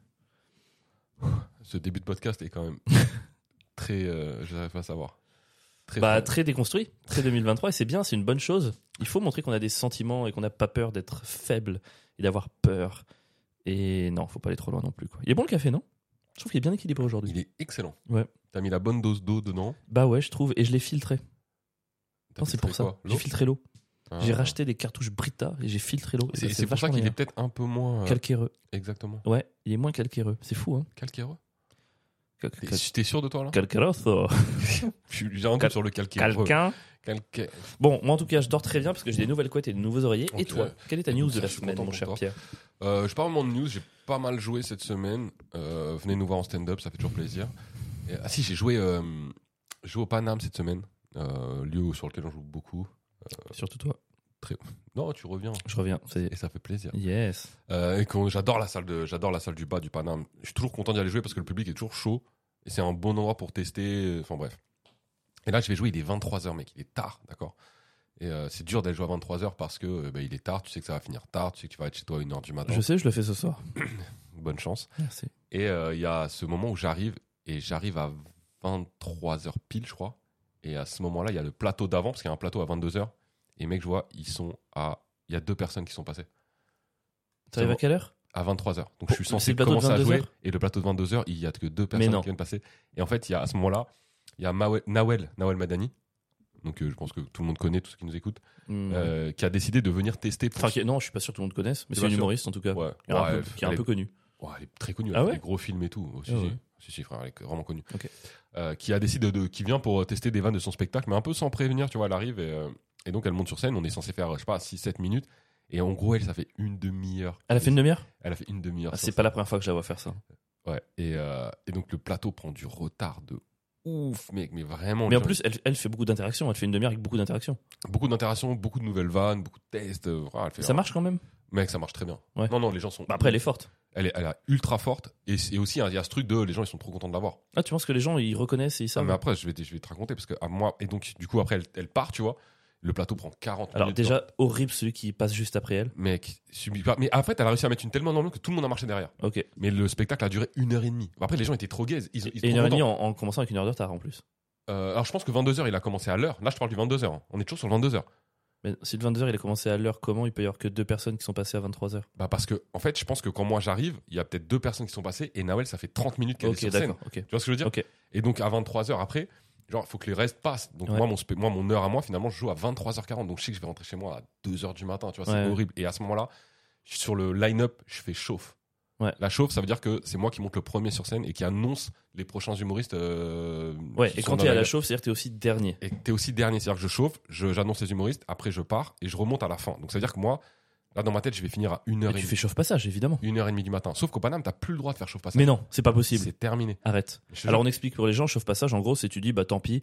[SPEAKER 2] Ce début de podcast est quand même très. euh, je n'arrive pas à savoir. Très.
[SPEAKER 1] Bah,
[SPEAKER 2] fort.
[SPEAKER 1] très déconstruit, très 2023, et c'est bien, c'est une bonne chose. Il faut montrer qu'on a des sentiments et qu'on n'a pas peur d'être faible et d'avoir peur. Et non, faut pas aller trop loin non plus. Quoi. Il est bon le café, non Je trouve qu'il est bien équilibré aujourd'hui.
[SPEAKER 2] Il est excellent.
[SPEAKER 1] Ouais.
[SPEAKER 2] T'as mis la bonne dose d'eau dedans.
[SPEAKER 1] Bah ouais, je trouve, et je l'ai filtré.
[SPEAKER 2] T'as
[SPEAKER 1] Non, c'est
[SPEAKER 2] filtré
[SPEAKER 1] pour ça.
[SPEAKER 2] quoi L'eau
[SPEAKER 1] J'ai filtré l'eau.
[SPEAKER 2] Ah.
[SPEAKER 1] J'ai racheté des cartouches Brita et j'ai filtré l'eau. Et
[SPEAKER 2] C'est
[SPEAKER 1] bah,
[SPEAKER 2] c'est pour ça
[SPEAKER 1] vachement
[SPEAKER 2] qu'il est
[SPEAKER 1] bien.
[SPEAKER 2] peut-être un peu moins. euh,
[SPEAKER 1] calcaireux.
[SPEAKER 2] Exactement.
[SPEAKER 1] Ouais, il est moins calcaireux. C'est fou, hein
[SPEAKER 2] Calcaireux.
[SPEAKER 1] Cal-
[SPEAKER 2] T'es
[SPEAKER 1] cal-
[SPEAKER 2] t'es sûr de toi là
[SPEAKER 1] Calcaroso.
[SPEAKER 2] Je suis- J'ai un doute
[SPEAKER 1] Cal-
[SPEAKER 2] sur le calcaireux.
[SPEAKER 1] Calquin.
[SPEAKER 2] Calca-
[SPEAKER 1] Bon, moi en tout cas, je dors très bien parce que j'ai des nouvelles couettes et des nouveaux oreillers. Et
[SPEAKER 2] Ok.
[SPEAKER 1] toi, quelle est ta
[SPEAKER 2] Donc
[SPEAKER 1] news
[SPEAKER 2] ça,
[SPEAKER 1] de la
[SPEAKER 2] je suis
[SPEAKER 1] semaine,
[SPEAKER 2] content
[SPEAKER 1] mon
[SPEAKER 2] pour
[SPEAKER 1] cher
[SPEAKER 2] toi.
[SPEAKER 1] Pierre
[SPEAKER 2] Euh, je parle vraiment de news, j'ai pas mal joué cette semaine. Euh, venez nous voir en stand-up, ça fait toujours plaisir. Et- ah si, j'ai joué, euh, j'ai joué au Paname cette semaine, euh, lieu sur lequel on joue beaucoup.
[SPEAKER 1] Surtout toi.
[SPEAKER 2] Non, tu reviens
[SPEAKER 1] Je reviens. c'est-
[SPEAKER 2] et ça fait plaisir.
[SPEAKER 1] Yes.
[SPEAKER 2] Euh, et qu'on- j'adore la salle de, j'adore la salle du bas du Paname. Je suis toujours content d'y aller jouer parce que le public est toujours chaud et c'est un bon endroit pour tester. euh, Enfin bref. Et là, je vais jouer. Il est 23 h mec. Il est tard, d'accord. Et euh, c'est dur d'aller jouer à 23 h parce que euh, bah, il est tard. Tu sais que ça va finir tard. Tu sais que tu vas être chez toi à 1 h du matin.
[SPEAKER 1] Je sais, je le fais ce soir.
[SPEAKER 2] Bonne chance.
[SPEAKER 1] Merci.
[SPEAKER 2] Et euh, il y a ce moment où j'arrive, et j'arrive à 23h pile, je crois. Et à ce moment-là, il y a le plateau d'avant, parce qu'il y a un plateau à 22h. Et mec, je vois, ils sont à. Il y a deux personnes qui sont passées
[SPEAKER 1] T'arrives à
[SPEAKER 2] bon.
[SPEAKER 1] quelle heure
[SPEAKER 2] à 23h. Donc je suis
[SPEAKER 1] c'est
[SPEAKER 2] censé
[SPEAKER 1] le plateau de
[SPEAKER 2] commencer à
[SPEAKER 1] 22
[SPEAKER 2] jouer.
[SPEAKER 1] heures
[SPEAKER 2] Et le plateau de 22h, il y a que deux
[SPEAKER 1] non.
[SPEAKER 2] personnes qui viennent passer. Et en fait, il y a, à ce moment-là, il y a Mawe- Nawel, Nawel Madani, donc euh, je pense que tout le monde connaît, tous ceux qui nous écoutent,
[SPEAKER 1] Hmm.
[SPEAKER 2] euh, qui a décidé de venir tester. Pour...
[SPEAKER 1] Enfin, qui- non, je suis pas sûr que tout le monde connaisse, mais
[SPEAKER 2] T'es
[SPEAKER 1] c'est
[SPEAKER 2] pas
[SPEAKER 1] un
[SPEAKER 2] sûr
[SPEAKER 1] humoriste en tout cas.
[SPEAKER 2] Ouais.
[SPEAKER 1] qui est un
[SPEAKER 2] Ouais,
[SPEAKER 1] peu-
[SPEAKER 2] pff,
[SPEAKER 1] qui est un
[SPEAKER 2] elle
[SPEAKER 1] peu connu.
[SPEAKER 2] Ouais, elle est très connue. Elle
[SPEAKER 1] Ah
[SPEAKER 2] fait
[SPEAKER 1] ouais
[SPEAKER 2] des gros films et tout. Oh, si,
[SPEAKER 1] Ah
[SPEAKER 2] si.
[SPEAKER 1] ouais.
[SPEAKER 2] Si, si, frère, elle est vraiment connue.
[SPEAKER 1] Ok.
[SPEAKER 2] Euh, qui a décidé de, qui vient pour tester des vannes de son spectacle, mais un peu sans prévenir, tu vois, elle arrive et, euh, et donc elle monte sur scène. On est censé faire, je sais pas, 6-7 minutes. Et en gros, elle, ça fait une demi-heure.
[SPEAKER 1] Elle a fait une demi-heure
[SPEAKER 2] Elle a fait une demi-heure.
[SPEAKER 1] Ah,
[SPEAKER 2] sur
[SPEAKER 1] C'est pas la première fois que je la vois faire ça.
[SPEAKER 2] Ouais, et, euh, et donc le plateau prend du retard de ouf, mec, mais vraiment.
[SPEAKER 1] Mais en
[SPEAKER 2] genre,
[SPEAKER 1] plus, elle, elle fait beaucoup d'interactions. Elle fait une demi-heure avec beaucoup d'interactions.
[SPEAKER 2] Beaucoup d'interactions, beaucoup de nouvelles vannes, beaucoup de tests. euh, voilà, elle fait
[SPEAKER 1] Ça
[SPEAKER 2] un-
[SPEAKER 1] marche quand même
[SPEAKER 2] Mec, ça marche très bien.
[SPEAKER 1] Ouais.
[SPEAKER 2] Non, non, les gens sont.
[SPEAKER 1] Bah, Après, elle est forte.
[SPEAKER 2] Elle est, elle est ultra forte. Et, c'est- et aussi, hein, il y a ce truc de. Les gens, ils sont trop contents de l'avoir.
[SPEAKER 1] Ah, tu penses que les gens, ils reconnaissent et ils
[SPEAKER 2] Non,
[SPEAKER 1] savent
[SPEAKER 2] mais après, je vais, te- je vais te raconter parce que à moi. Et donc, du coup, après, elle, elle part, tu vois. Le plateau prend 40
[SPEAKER 1] Alors
[SPEAKER 2] minutes.
[SPEAKER 1] déjà, horrible celui qui passe juste après elle.
[SPEAKER 2] Mec, subit pas. Mais après, elle a réussi à mettre une tellement d'ambiance que tout le monde a marché derrière.
[SPEAKER 1] Ok. Et
[SPEAKER 2] Mais le spectacle a duré une heure et demie. Après, les gens étaient trop gays. Ils, ils étaient
[SPEAKER 1] une
[SPEAKER 2] trop
[SPEAKER 1] heure et
[SPEAKER 2] contents.
[SPEAKER 1] demie hein. en, en commençant avec une heure de retard en plus.
[SPEAKER 2] Euh, alors, je pense que 22h, il a commencé à l'heure. Là, je parle du 22h. hein. On est toujours sur le 22h.
[SPEAKER 1] Mais si le 22h il a commencé à l'heure, comment il peut y avoir que deux personnes qui sont passées à 23h
[SPEAKER 2] Bah parce que en fait, je pense que quand moi j'arrive, il y a peut-être deux personnes qui sont passées et Nawel ça fait 30 minutes qu'elle
[SPEAKER 1] Ok,
[SPEAKER 2] est sur scène.
[SPEAKER 1] d'accord. Ok.
[SPEAKER 2] Tu vois ce que je veux dire
[SPEAKER 1] Ok.
[SPEAKER 2] Et donc à 23h après, genre faut que les restes passent. Donc
[SPEAKER 1] Ouais.
[SPEAKER 2] moi mon spé- moi mon heure à moi finalement je joue à 23h40 donc je sais que je vais rentrer chez moi à 2h du matin, tu vois, c'est
[SPEAKER 1] Ouais.
[SPEAKER 2] horrible et à ce moment-là, je- sur le line-up, je fais chauffe.
[SPEAKER 1] Ouais.
[SPEAKER 2] La chauffe, ça veut dire que c'est moi qui monte le premier sur scène et qui annonce les prochains humoristes. euh,
[SPEAKER 1] Ouais,
[SPEAKER 2] qui
[SPEAKER 1] et
[SPEAKER 2] sont
[SPEAKER 1] quand
[SPEAKER 2] dans
[SPEAKER 1] t'es à la
[SPEAKER 2] line-up.
[SPEAKER 1] chauffe, c'est-à-dire que t'es aussi dernier.
[SPEAKER 2] Et t'es aussi dernier, c'est-à-dire que je chauffe, je- j'annonce les humoristes, après je pars et je remonte à la fin. Donc ça veut dire que moi, là dans ma tête, je vais finir à 1h
[SPEAKER 1] Mais tu fais chauffe passage, évidemment.
[SPEAKER 2] une heure et demie du matin. Sauf qu'au Paname, t'as plus le droit de faire chauffe passage.
[SPEAKER 1] Mais non, c'est pas possible.
[SPEAKER 2] c'est terminé.
[SPEAKER 1] Arrête.
[SPEAKER 2] Je te
[SPEAKER 1] Alors
[SPEAKER 2] jure.
[SPEAKER 1] on explique pour les gens, chauffe passage, en gros, c'est tu dis, bah tant pis,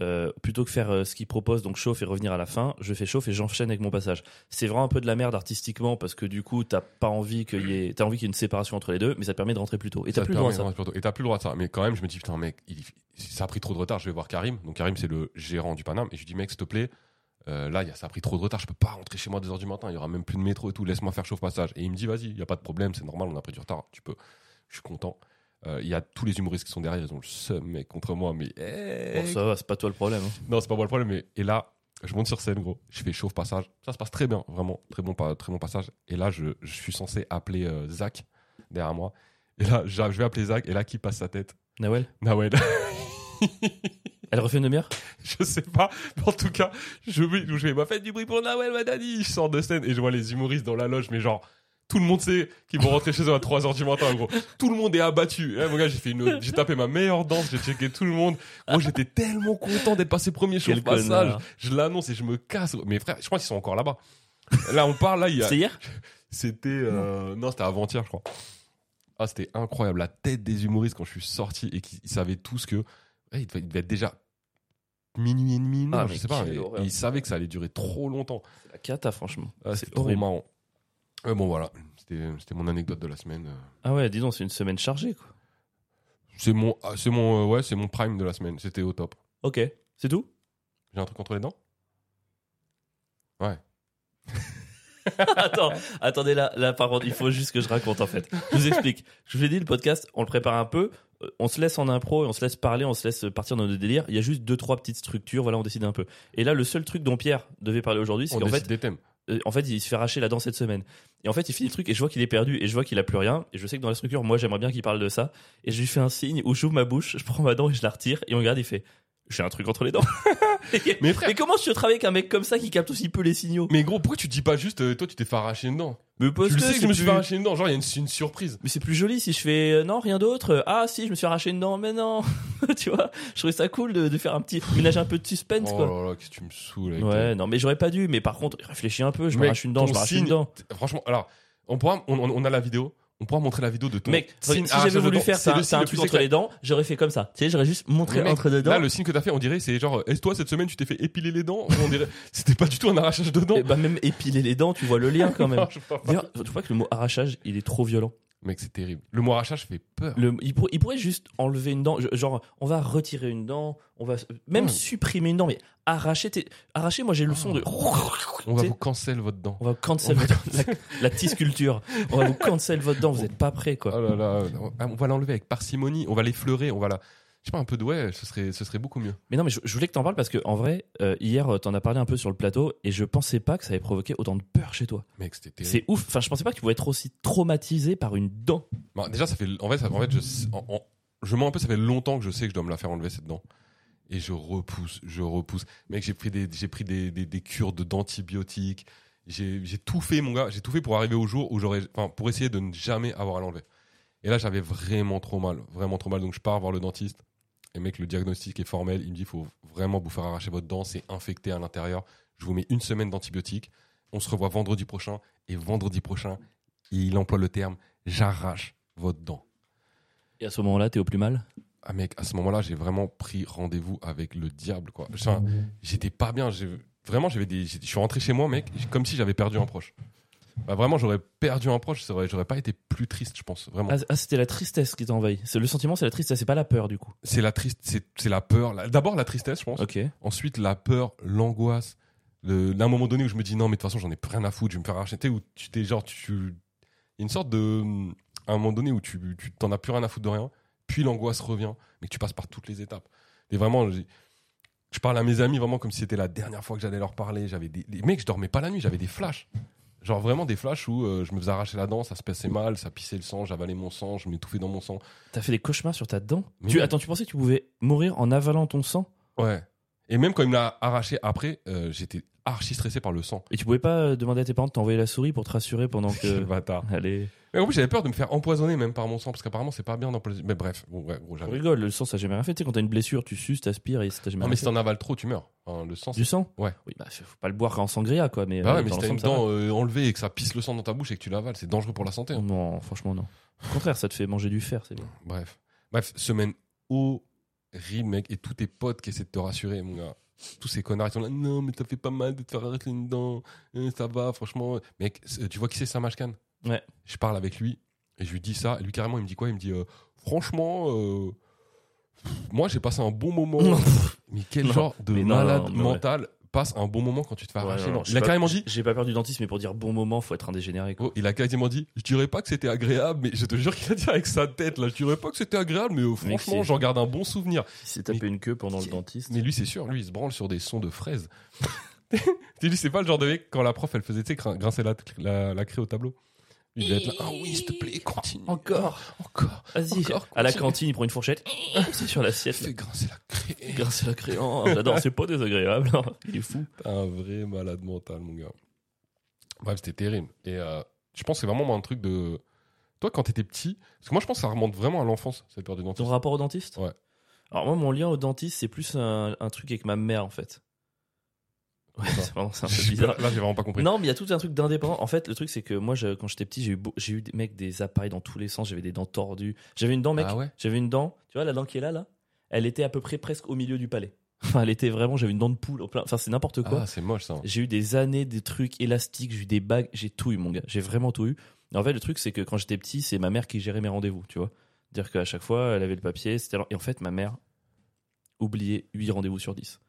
[SPEAKER 1] euh, plutôt que faire euh, ce qu'ils proposent, donc chauffe et revenir à la fin, je fais chauffe et j'enchaîne avec mon passage. C'est vraiment un peu de la merde artistiquement parce que du coup, t'as pas envie qu'il y ait, t'as envie qu'il y ait une séparation entre les deux, mais ça te permet de rentrer plus tôt. Et
[SPEAKER 2] Ça
[SPEAKER 1] t'as
[SPEAKER 2] te
[SPEAKER 1] plus loin
[SPEAKER 2] permet de
[SPEAKER 1] ça.
[SPEAKER 2] rentrer plus tôt. Et t'as plus le droit de ça. Mais quand même, je me dis, putain, mec, il- ça a pris trop de retard. Je vais voir Karim. Donc, Karim, c'est le gérant du Paname. Et je lui dis, mec, s'il te plaît, euh, là, il y a- ça a pris trop de retard. Je peux pas rentrer chez moi à 2h du matin. Il y aura même plus de métro et tout. Laisse-moi faire chauffe passage. Et il me dit, vas-y, il y a pas de problème. C'est normal. On a pris du retard. Tu peux. Je suis content. Euh, Il y a tous les humoristes qui sont derrière. Ils ont le seum, mec, contre moi. Mais. eh,
[SPEAKER 1] Bon, ça va, c'est pas toi le problème. hein.
[SPEAKER 2] Non, c'est pas moi le problème, mais et là, je monte sur scène, gros. Je fais chauffe passage. Ça se passe très bien, vraiment. Très bon, pa- très bon passage. Et là, je, je suis censé appeler euh, Zach derrière moi. Et là, j'a- je vais appeler Zach. Et là, qui passe sa tête
[SPEAKER 1] Nawel
[SPEAKER 2] Nawel.
[SPEAKER 1] Elle refait une demi-heure
[SPEAKER 2] je sais pas. Mais en tout cas, je, oui, je fais ma fête du bruit pour Nawel, ma daddy. Je sors de scène et je vois les humoristes dans la loge, mais genre. Tout le monde sait qu'ils vont rentrer chez eux à 3h du matin, gros. Tout le monde est abattu. Eh, mon gars, j'ai fait une, j'ai tapé ma meilleure danse, j'ai checké tout le monde. Moi, j'étais tellement content d'être passé premier chauffe
[SPEAKER 1] Quel
[SPEAKER 2] passage.
[SPEAKER 1] connard.
[SPEAKER 2] Je l'annonce et je me casse. Mes frères, je crois qu'ils sont encore là-bas. Là, on parle, là, il y a-
[SPEAKER 1] C'est hier
[SPEAKER 2] c'était. euh, Non, c'était avant-hier, je crois. Ah, c'était incroyable. La tête des humoristes quand je suis sorti et qu'ils ils savaient tous que. eh, il, devait, il devait être déjà minuit et demi, une
[SPEAKER 1] Ah,
[SPEAKER 2] heure,
[SPEAKER 1] mais
[SPEAKER 2] je sais pas.
[SPEAKER 1] quelle
[SPEAKER 2] mais
[SPEAKER 1] horreur.
[SPEAKER 2] ils savaient que ça allait durer trop longtemps.
[SPEAKER 1] La cata, franchement.
[SPEAKER 2] Ah,
[SPEAKER 1] c'est
[SPEAKER 2] c'était trop
[SPEAKER 1] horrible.
[SPEAKER 2] marrant. Euh, bon, voilà. C'était c'était mon anecdote de la semaine. euh.
[SPEAKER 1] Ah ouais, dis donc, c'est une semaine chargée, quoi.
[SPEAKER 2] C'est mon, ah, c'est mon, euh, ouais, c'est mon prime de la semaine. C'était au top.
[SPEAKER 1] Ok, c'est tout
[SPEAKER 2] J'ai un truc entre les dents
[SPEAKER 1] Attends, attendez là, là par contre, il faut juste que je raconte en fait. Je vous explique. Je vous ai dit le podcast, on le prépare un peu, euh, on se laisse en impro, et on se laisse parler, on se laisse partir dans nos délires. Il y a juste deux trois petites structures, voilà, on décide un peu. Et là, le seul truc dont Pierre devait parler aujourd'hui, c'est
[SPEAKER 2] On
[SPEAKER 1] qu'en
[SPEAKER 2] décide
[SPEAKER 1] fait,
[SPEAKER 2] des thèmes.
[SPEAKER 1] euh, en fait, il se fait arracher la dent cette semaine. Et en fait, il finit le truc et je vois qu'il est perdu et je vois qu'il a plus rien. Et je sais que dans la structure, moi, j'aimerais bien qu'il parle de ça. Et je lui fais un signe où j'ouvre ma bouche, je prends ma dent et je la retire. Et on regarde, il fait, j'ai un truc entre les dents.
[SPEAKER 2] Mais frère,
[SPEAKER 1] Mais comment je travaille avec un mec comme ça qui capte aussi peu les signaux
[SPEAKER 2] mais gros, pourquoi tu dis pas juste, euh, toi, tu t'es fait arracher une dent
[SPEAKER 1] Mais parce
[SPEAKER 2] Tu le
[SPEAKER 1] que
[SPEAKER 2] sais que
[SPEAKER 1] c'est
[SPEAKER 2] je me suis
[SPEAKER 1] plus-
[SPEAKER 2] fait arracher une dent, genre il y a une, une surprise.
[SPEAKER 1] Mais c'est plus joli si je fais euh, non, rien d'autre. Euh, Ah si, je me suis arraché une dent, mais non. tu vois, je trouvais ça cool de, de faire un petit ménage un peu de suspense
[SPEAKER 2] Oh
[SPEAKER 1] quoi.
[SPEAKER 2] là là, qu'est-ce que tu me saoules avec
[SPEAKER 1] Ouais, non, mais j'aurais pas dû. Mais par contre, réfléchis un peu. Je
[SPEAKER 2] Mec,
[SPEAKER 1] m'arrache une dent,
[SPEAKER 2] ton
[SPEAKER 1] je m'arrache
[SPEAKER 2] signe-
[SPEAKER 1] une dent.
[SPEAKER 2] tes- Franchement, alors, on, pourra, on, on- on a la vidéo, on pourra montrer la vidéo de ton.
[SPEAKER 1] Mec,
[SPEAKER 2] signe
[SPEAKER 1] si
[SPEAKER 2] arrachage
[SPEAKER 1] j'avais
[SPEAKER 2] de
[SPEAKER 1] voulu
[SPEAKER 2] dent.
[SPEAKER 1] faire
[SPEAKER 2] C'est
[SPEAKER 1] ça,
[SPEAKER 2] le
[SPEAKER 1] c'est un
[SPEAKER 2] signe
[SPEAKER 1] truc
[SPEAKER 2] le
[SPEAKER 1] entre
[SPEAKER 2] plus
[SPEAKER 1] les dents, j'aurais fait comme ça. Tu sais, j'aurais juste montré
[SPEAKER 2] Mais mec,
[SPEAKER 1] entre les dents.
[SPEAKER 2] Là, le signe que t'as fait, on dirait, c'est genre, euh, est-ce toi cette semaine tu t'es fait épiler les dents On dirait, c'était pas du tout un arrachage de dents.
[SPEAKER 1] Et bah même épiler les dents, tu vois le lien quand même.
[SPEAKER 2] Non, je vois pas.
[SPEAKER 1] D'ailleurs, tu vois que le mot arrachage, il est trop violent.
[SPEAKER 2] Mec, c'est terrible. Le mot arrachage fait peur.
[SPEAKER 1] Le, il, pour- il pourrait juste enlever une dent, je- genre on va retirer une dent, on va s- même
[SPEAKER 2] Ouais.
[SPEAKER 1] supprimer une dent, mais arracher, t'es- arracher, moi j'ai le son de.
[SPEAKER 2] On va
[SPEAKER 1] Tu sais,
[SPEAKER 2] vous cancel votre dent.
[SPEAKER 1] On va cancel
[SPEAKER 2] On va
[SPEAKER 1] votre- la, la petite sculpture. On va vous cancel votre dent, vous n'êtes pas prêts
[SPEAKER 2] Oh
[SPEAKER 1] quoi.
[SPEAKER 2] là là, on- on va l'enlever avec parcimonie, on va l'effleurer, on va la. Je sais pas, un peu de ouais, ce serait, ce serait beaucoup mieux.
[SPEAKER 1] Mais non, mais je, je voulais que t'en parles parce que en vrai, euh, hier euh, t'en as parlé un peu sur le plateau et je pensais pas que ça avait provoqué autant de peur chez toi.
[SPEAKER 2] Mec, c'était terrible.
[SPEAKER 1] C'est ouf. Enfin, je pensais pas que tu pouvais être aussi traumatisé par une dent.
[SPEAKER 2] Bah, déjà, ça fait. En fait, ça- en fait je, en- en- je mens un peu, ça fait longtemps que je sais que je dois me la faire enlever cette dent. Et je repousse, je repousse. Mec, j'ai pris des, j'ai pris des, des, des cures de- d'antibiotiques. J'ai, j'ai tout fait, mon gars. J'ai tout fait pour arriver au jour où j'aurais, enfin, pour essayer de ne jamais avoir à l'enlever. Et là, j'avais vraiment trop mal, vraiment trop mal. Donc, je pars voir le dentiste. Et mec, le diagnostic est formel. Il me dit, faut vraiment vous faire arracher votre dent. C'est infecté à l'intérieur. Je vous mets une semaine d'antibiotiques. On se revoit vendredi prochain. Et vendredi prochain, il emploie le terme, j'arrache votre dent.
[SPEAKER 1] Et à ce moment-là, t'es au plus mal
[SPEAKER 2] Ah mec, à ce moment-là, j'ai vraiment pris rendez-vous avec le diable, quoi. Enfin, j'étais pas bien. j'ai- Vraiment, j'avais des. j'ai- Je suis rentré chez moi, mec, comme si j'avais perdu un proche. Bah, vraiment, j'aurais perdu un proche, ça aurait- j'aurais pas été plus triste, je pense. Vraiment.
[SPEAKER 1] Ah, ah, c'était la tristesse qui t'envahit. C'est- Le sentiment, c'est la tristesse, c'est pas la peur du coup.
[SPEAKER 2] C'est la triste, c'est c'est la peur. la- D'abord la tristesse, je pense.
[SPEAKER 1] Ok.
[SPEAKER 2] Ensuite, la peur, l'angoisse. Le... Là, un moment donné où je me dis non, mais de toute façon, j'en ai plus rien à foutre, je vais me faire racheter. Ou tu t'es genre, tu. il y a Une sorte de. À un moment donné où tu tu- t'en as plus rien à foutre de rien, puis l'angoisse revient, mais que tu passes par toutes les étapes. Et vraiment, j'ai- je parle à mes amis vraiment comme si c'était la dernière fois que j'allais leur parler. J'avais des. les Mecs, je dormais pas la nuit, j'avais des flashs. Genre vraiment des flashs où euh, je me faisais arracher la dent, ça se passait mal, ça pissait le sang, j'avalais mon sang, je m'étouffais dans mon sang.
[SPEAKER 1] T'as fait des cauchemars sur ta dent
[SPEAKER 2] Mais
[SPEAKER 1] tu,
[SPEAKER 2] oui.
[SPEAKER 1] Attends, tu pensais que tu pouvais mourir en avalant ton sang
[SPEAKER 2] Ouais. Et même quand il me l'a arraché après, euh, j'étais archi stressé par le sang.
[SPEAKER 1] Et tu pouvais pas euh, demander à tes parents de t'envoyer la souris pour te rassurer pendant
[SPEAKER 2] Quel
[SPEAKER 1] que.
[SPEAKER 2] bâtard.
[SPEAKER 1] Allez.
[SPEAKER 2] Mais en plus, j'avais peur de me faire empoisonner même par mon sang, parce qu'apparemment, c'est pas bien d'empoisonner. Mais bref, bon, ouais, gros,
[SPEAKER 1] On
[SPEAKER 2] j'avais-
[SPEAKER 1] rigole, le sang, ça a jamais rien fait. Tu sais, quand t'as une blessure, tu suces, t'aspires et ça t'a jamais
[SPEAKER 2] Non,
[SPEAKER 1] rien
[SPEAKER 2] mais si
[SPEAKER 1] fait.
[SPEAKER 2] t'en avales trop, tu meurs. Enfin, le sang, c'est-
[SPEAKER 1] Du sang
[SPEAKER 2] Ouais.
[SPEAKER 1] Oui, bah, faut pas le boire en sangria, quoi. Mais,
[SPEAKER 2] Bah
[SPEAKER 1] euh,
[SPEAKER 2] ouais, mais
[SPEAKER 1] dans
[SPEAKER 2] si t'as une
[SPEAKER 1] l'ensemble, ça va.
[SPEAKER 2] dent euh, enlevée et que ça pisse le sang dans ta bouche et que tu l'avales, c'est dangereux pour la santé. hein.
[SPEAKER 1] Non, franchement, non. Au contraire, ça te fait manger du fer, c'est bien.
[SPEAKER 2] Bref. Bref, semaine horrible, mec. Et tous tes potes qui essaient de te rassurer, mon gars. Tous ces connards, ils sont là. Non, mais t'as fait pas mal de te faire arrêter une dent. Euh, ça va, franchement. Mec, c'est- tu vois qui c'est Samaj Khan
[SPEAKER 1] Ouais.
[SPEAKER 2] Je parle avec lui et je lui dis ça. Et lui, carrément, il me dit quoi Il me dit euh, Franchement, euh, pff, moi, j'ai passé un bon moment. mais quel
[SPEAKER 1] Non.
[SPEAKER 2] genre de
[SPEAKER 1] Mais non,
[SPEAKER 2] malade
[SPEAKER 1] non, mais ouais.
[SPEAKER 2] mental passe un bon moment quand tu te fais
[SPEAKER 1] Ouais,
[SPEAKER 2] arracher
[SPEAKER 1] non,
[SPEAKER 2] une dent
[SPEAKER 1] je
[SPEAKER 2] Il
[SPEAKER 1] sais
[SPEAKER 2] a
[SPEAKER 1] pas-
[SPEAKER 2] carrément dit
[SPEAKER 1] J'ai pas peur du dentiste, mais pour dire bon moment, faut être un dégénéré. quoi.
[SPEAKER 2] Oh, il a quasiment dit Je dirais pas que c'était agréable, mais je te jure qu'il a dit avec sa tête là, je dirais pas que c'était agréable, mais euh, franchement,
[SPEAKER 1] c'est-
[SPEAKER 2] j'en garde un bon souvenir.
[SPEAKER 1] Il s'est tapé
[SPEAKER 2] Mais-
[SPEAKER 1] une queue pendant le dentiste.
[SPEAKER 2] Mais lui, c'est sûr, lui, il se branle sur des sons de fraises. tu lui, c'est pas le genre de mec quand la prof elle faisait tu sais, crin- grincer la, la, la craie au tableau. Il devait être là Ah oui, s'il te plaît, continue. encore.
[SPEAKER 1] Vas-y.
[SPEAKER 2] Encore,
[SPEAKER 1] À la
[SPEAKER 2] continue.
[SPEAKER 1] cantine, il prend une fourchette. C'est sur l'assiette. là.
[SPEAKER 2] Fais grincer la craie.
[SPEAKER 1] Grâce à la créance. J'adore, c'est pas désagréable. hein. Il est fou.
[SPEAKER 2] un vrai malade mental, mon gars. Bref, c'était terrible. Et euh, je pense que c'est vraiment un truc de. Toi, quand t'étais petit, parce que moi, je pense que ça remonte vraiment à l'enfance, cette peur du
[SPEAKER 1] Ton
[SPEAKER 2] dentiste.
[SPEAKER 1] rapport au dentiste
[SPEAKER 2] Ouais.
[SPEAKER 1] Alors, moi, mon lien au dentiste, c'est plus un, un truc avec ma mère, en fait. Ouais,
[SPEAKER 2] D'accord.
[SPEAKER 1] c'est vraiment c'est un peu bizarre.
[SPEAKER 2] Là, j'ai vraiment pas compris.
[SPEAKER 1] Non, mais il y a tout un truc d'indépendant. En fait, le truc, c'est que moi, je- quand j'étais petit, j'ai eu, beau- j'ai eu des, mecs, des appareils dans tous les sens. J'avais des dents tordues. J'avais une dent, mec.
[SPEAKER 2] Ah ouais
[SPEAKER 1] J'avais une dent. Tu vois, la dent qui est là, là Elle était à peu près presque au milieu du palais. Enfin, elle était vraiment. J'avais une dent de poule. Au plein. Enfin, c'est n'importe quoi.
[SPEAKER 2] Ah, c'est moche ça.
[SPEAKER 1] J'ai eu des années, des trucs élastiques, j'ai eu des bagues, j'ai tout eu, mon gars. J'ai vraiment tout eu. Et en fait, le truc, c'est que quand j'étais petit, c'est ma mère qui gérait mes rendez-vous, tu vois. Dire qu'à chaque fois, elle avait le papier, c'était alors. Et en fait, ma mère oubliait 8 rendez-vous sur 10.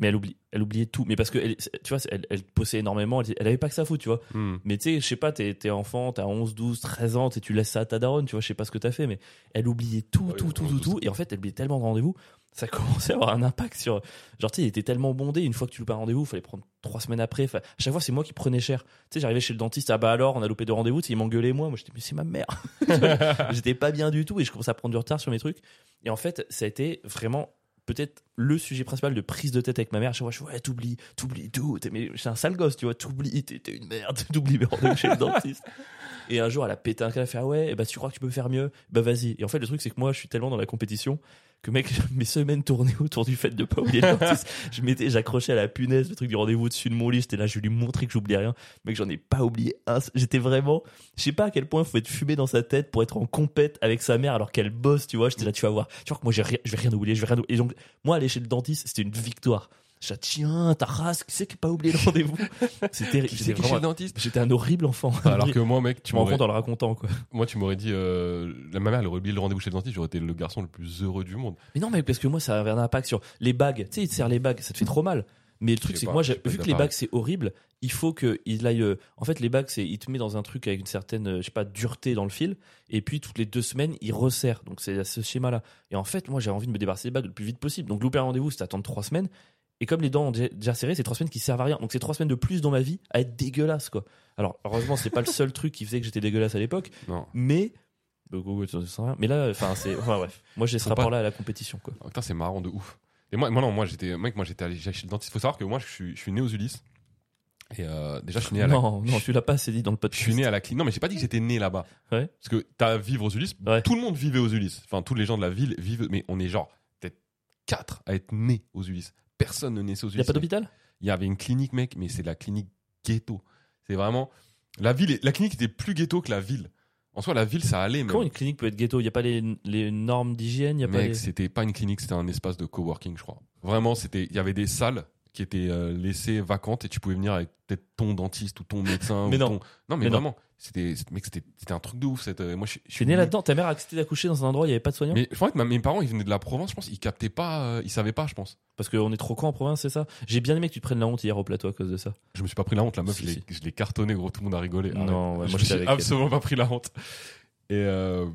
[SPEAKER 1] Mais elle, oublie, elle oubliait tout. Mais parce que, elle- tu vois, elle, elle bossait énormément, elle, elle avait pas que ça à foutre, tu vois.
[SPEAKER 2] Hmm.
[SPEAKER 1] Mais tu sais, je sais pas, t'es t'es enfant, t'as 11, 12, 13 ans, t'sais, tu laisses ça à ta daronne, tu vois, je sais pas ce que t'as fait, mais elle oubliait tout,
[SPEAKER 2] Ouais,
[SPEAKER 1] tout, tout,
[SPEAKER 2] on
[SPEAKER 1] tout,
[SPEAKER 2] doute.
[SPEAKER 1] tout. Et en fait, elle oubliait tellement de rendez-vous, ça commençait à avoir un impact sur. Genre, tu sais, il était tellement bondé, une fois que tu loupes un rendez-vous, fallait prendre trois semaines après. Enfin, à chaque fois, c'est moi qui prenais cher. Tu sais, j'arrivais chez le dentiste, ah bah alors, on a loupé deux rendez-vous, tu sais, il m'engueulait, moi. Moi, j'étais, mais c'est ma mère. j'étais pas bien du tout et je commençais à prendre du retard sur mes trucs. Et en fait, ça a été vraiment peut-être le sujet principal de prise de tête avec ma mère. À chaque fois, je vois, ouais, t'oublies, t'oublies tout. T'es, mais j'étais un sale gosse, tu vois, t'oublies, t'es, t'es une merde, t'oublies mes rendez-vous chez le dentiste. Et un jour, elle a pété un câble, elle a fait, ah ouais, eh bah, tu crois que tu peux faire mieux? Bah, vas-y. Et en fait, le truc, c'est que moi, je suis tellement dans la compétition que, mec, mes semaines tournaient autour du fait de pas oublier le dentiste. Je m'étais, j'accrochais à la punaise, le truc du rendez-vous au-dessus de mon lit. J'étais là, je lui montrais que j'oubliais rien. Mec, j'en ai pas oublié un. seul. J'étais vraiment, je sais pas à quel point faut être fumé dans sa tête pour être en compète avec sa mère alors qu'elle bosse, tu vois. J'étais là, tu vas voir. Tu vois que moi, j'ai rien, je vais rien oublier, je vais rien oublier. Et donc, moi, aller chez le dentiste, c'était une victoire. J'ai dit, tiens, ta race, qui c'est qui a pas oublié le rendez-vous? C'était terrible. J'étais
[SPEAKER 2] Qui c'est qui est chez le
[SPEAKER 1] vraiment-
[SPEAKER 2] dentiste Bah,
[SPEAKER 1] J'étais un horrible enfant.
[SPEAKER 2] Alors que moi, mec, tu
[SPEAKER 1] je m'en rends
[SPEAKER 2] m'aurais-
[SPEAKER 1] compte hein. en le racontant, quoi.
[SPEAKER 2] moi, tu m'aurais dit, euh, la- ma mère, elle aurait oublié le rendez-vous chez le dentiste, j'aurais été le garçon le plus heureux du monde.
[SPEAKER 1] Mais non, mec, parce que moi, ça avait un impact sur les bagues. Tu sais, il te serre les bagues, ça te fait trop mal. Mais le truc,
[SPEAKER 2] sais
[SPEAKER 1] c'est que
[SPEAKER 2] pas,
[SPEAKER 1] moi,
[SPEAKER 2] je
[SPEAKER 1] j'ai-
[SPEAKER 2] sais pas,
[SPEAKER 1] vu
[SPEAKER 2] ça
[SPEAKER 1] que les
[SPEAKER 2] paraît.
[SPEAKER 1] bagues, c'est horrible, il faut qu'il aille. euh, En fait, les bagues, c'est. Il te met dans un truc avec une certaine, euh, je sais pas, dureté dans le fil. Et puis, toutes les deux semaines, il resserre. Donc, c'est ce schéma-là. Et en fait, moi, j'ai envie de me débarrasser des bagues le plus vite possible. Donc, louper un rendez-vous, c'est attendre trois semaines. Et comme les dents ont déjà- déjà serré, c'est trois semaines qui servent à rien. Donc, c'est trois semaines de plus dans ma vie à être dégueulasse, quoi. Alors, heureusement, c'est pas le seul truc qui faisait que j'étais dégueulasse à l'époque.
[SPEAKER 2] Non.
[SPEAKER 1] Mais. Bah, Beaucoup, ça sert à rien. Mais là, enfin, c'est. Enfin, bref. Moi, j'ai ce
[SPEAKER 2] Faut pas-
[SPEAKER 1] rapport-là à la compétition, quoi.
[SPEAKER 2] Oh, putain, c'est marrant de ouf. Et moi, moi non, moi j'étais, mec, moi j'étais allé chez le dentiste. Faut savoir que moi je suis, je suis né aux Ulysses. Et euh, déjà, je suis né à la,
[SPEAKER 1] Non, non, tu l'as pas assez dit dans le
[SPEAKER 2] je
[SPEAKER 1] podcast.
[SPEAKER 2] suis né à la clinique. Non, mais j'ai pas dit que j'étais né là-bas.
[SPEAKER 1] Ouais.
[SPEAKER 2] Parce que t'as à vivre aux Ulysses.
[SPEAKER 1] Ouais.
[SPEAKER 2] Tout le monde vivait aux Ulysses. Enfin, tous les gens de la ville vivent. Mais on est genre peut-être quatre à être nés aux Ulysses. Personne ne naissait aux
[SPEAKER 1] Il y a
[SPEAKER 2] Ulysses.
[SPEAKER 1] pas d'hôpital
[SPEAKER 2] Il y avait une clinique, mec, mais c'est de la clinique ghetto. C'est vraiment la ville. est- La clinique était plus ghetto que la ville. En soi, la ville, ça allait. Mais
[SPEAKER 1] Comment une clinique peut être ghetto Il y a pas les, les normes d'hygiène, il y a pas
[SPEAKER 2] Mec,
[SPEAKER 1] les-
[SPEAKER 2] c'était pas une clinique, c'était un espace de coworking, je crois. Vraiment, c'était, il y avait des salles qui étaient euh, laissées vacantes et tu pouvais venir avec peut-être ton dentiste ou ton médecin.
[SPEAKER 1] Mais
[SPEAKER 2] ou
[SPEAKER 1] non.
[SPEAKER 2] ton- non, mais,
[SPEAKER 1] Mais non.
[SPEAKER 2] vraiment, c'était, c'est- mec, c'était, c'était un truc de ouf. Cette, euh, moi, je, suis- je
[SPEAKER 1] Tu
[SPEAKER 2] suis
[SPEAKER 1] es né
[SPEAKER 2] venu-
[SPEAKER 1] là-dedans, ta mère a accepté d'accoucher dans un endroit où il y avait pas de soignants
[SPEAKER 2] Mais je crois que ma- mes parents, ils venaient de la province, je pense, ils captaient pas, euh, ils savaient pas, je pense.
[SPEAKER 1] Parce qu'on est trop con en province, c'est ça J'ai bien aimé que tu te prennes la honte hier au plateau à cause de ça.
[SPEAKER 2] Je me suis pas pris la honte, la meuf,
[SPEAKER 1] Si,
[SPEAKER 2] je l'ai-
[SPEAKER 1] si.
[SPEAKER 2] je l'ai cartonné, gros, tout le monde a rigolé.
[SPEAKER 1] Non,
[SPEAKER 2] Arrête.
[SPEAKER 1] ouais, moi,
[SPEAKER 2] je me
[SPEAKER 1] j'étais
[SPEAKER 2] suis
[SPEAKER 1] avec
[SPEAKER 2] absolument pas pris la honte. Et, euh,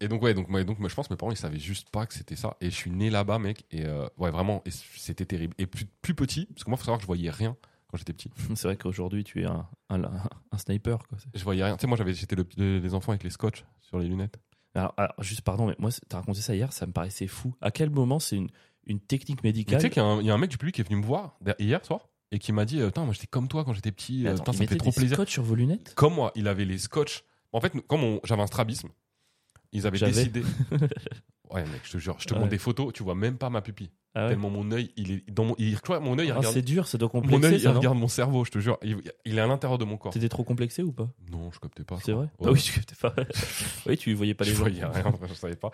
[SPEAKER 2] et donc, ouais, donc, moi, donc, moi, je pense que mes parents, ils savaient juste pas que c'était ça. Et je suis né là-bas, mec, et euh, ouais, vraiment, et c'était terrible. Et plus, plus petit, parce que moi, faut savoir que je voyais rien quand j'étais petit.
[SPEAKER 1] C'est vrai qu'aujourd'hui, tu es un, un- un- un sniper. Quoi. C'est-
[SPEAKER 2] Je voyais rien. Tu sais, moi, j'avais, j'étais le- le- les enfants avec les scotch sur les lunettes.
[SPEAKER 1] Alors, alors, juste pardon, mais moi, c'est- t'as raconté ça hier, ça me paraissait fou. À quel moment c'est une, une technique
[SPEAKER 2] Mais
[SPEAKER 1] médicale
[SPEAKER 2] tu sais qu'il y a, un, il y a un mec du public qui est venu me voir der- hier soir et qui m'a dit, euh, putain, moi, j'étais comme toi quand j'étais petit,
[SPEAKER 1] Mais
[SPEAKER 2] euh,
[SPEAKER 1] attends,
[SPEAKER 2] putain,
[SPEAKER 1] ils
[SPEAKER 2] ça me
[SPEAKER 1] mettaient
[SPEAKER 2] fait trop
[SPEAKER 1] des
[SPEAKER 2] plaisir.
[SPEAKER 1] scotch sur vos lunettes
[SPEAKER 2] comme moi, il avait les scotch. En fait, nous- comme on- j'avais un strabisme, ils avaient
[SPEAKER 1] J'avais.
[SPEAKER 2] décidé. ouais, mec, je te jure, je te
[SPEAKER 1] Ouais.
[SPEAKER 2] montre des photos, tu vois même pas ma pupille.
[SPEAKER 1] Ah ouais.
[SPEAKER 2] Tellement mon œil, il est dans mon, il, je crois, mon œil, il
[SPEAKER 1] Ah,
[SPEAKER 2] regarde.
[SPEAKER 1] C'est dur, ça doit
[SPEAKER 2] Mon œil,
[SPEAKER 1] complexer.
[SPEAKER 2] il
[SPEAKER 1] ça, non
[SPEAKER 2] regarde mon cerveau, je te jure. Il, il est à l'intérieur de mon corps.
[SPEAKER 1] T'étais trop complexé ou pas
[SPEAKER 2] Non, je captais pas. je
[SPEAKER 1] C'est
[SPEAKER 2] crois.
[SPEAKER 1] vrai
[SPEAKER 2] Ouais.
[SPEAKER 1] Ah oui, tu, t'es pas... oui, tu voyais pas les
[SPEAKER 2] je
[SPEAKER 1] gens.
[SPEAKER 2] voyais rien, je savais pas.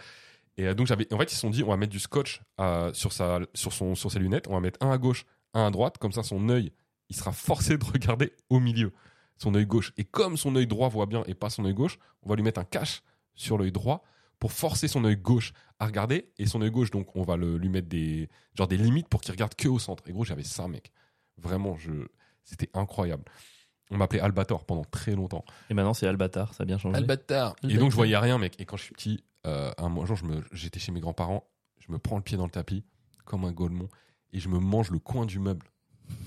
[SPEAKER 2] Et euh, donc j'avais, en fait, ils se sont dit, on va mettre du scotch euh, sur sa, sur son, sur ses lunettes. On va mettre un à gauche, un à droite, comme ça, son œil, il sera forcé de regarder au milieu, son œil gauche. Et comme son œil droit voit bien et pas son œil gauche, on va lui mettre un cache sur l'œil droit pour forcer son œil gauche à regarder. Et son œil gauche, donc, on va le, lui mettre des, genre des limites pour qu'il regarde que au centre. Et gros, j'avais ça, mec. Vraiment, je, c'était incroyable. On m'appelait Albator pendant très longtemps.
[SPEAKER 1] Et maintenant, c'est Albatar, ça a bien changé.
[SPEAKER 2] Albatar. Et
[SPEAKER 1] Albatar.
[SPEAKER 2] donc je voyais rien, mec. Et quand je suis petit, euh, un mo- jour, je me- j'étais chez mes grands-parents, je me prends le pied dans le tapis, comme un golemon, et je me mange le coin du meuble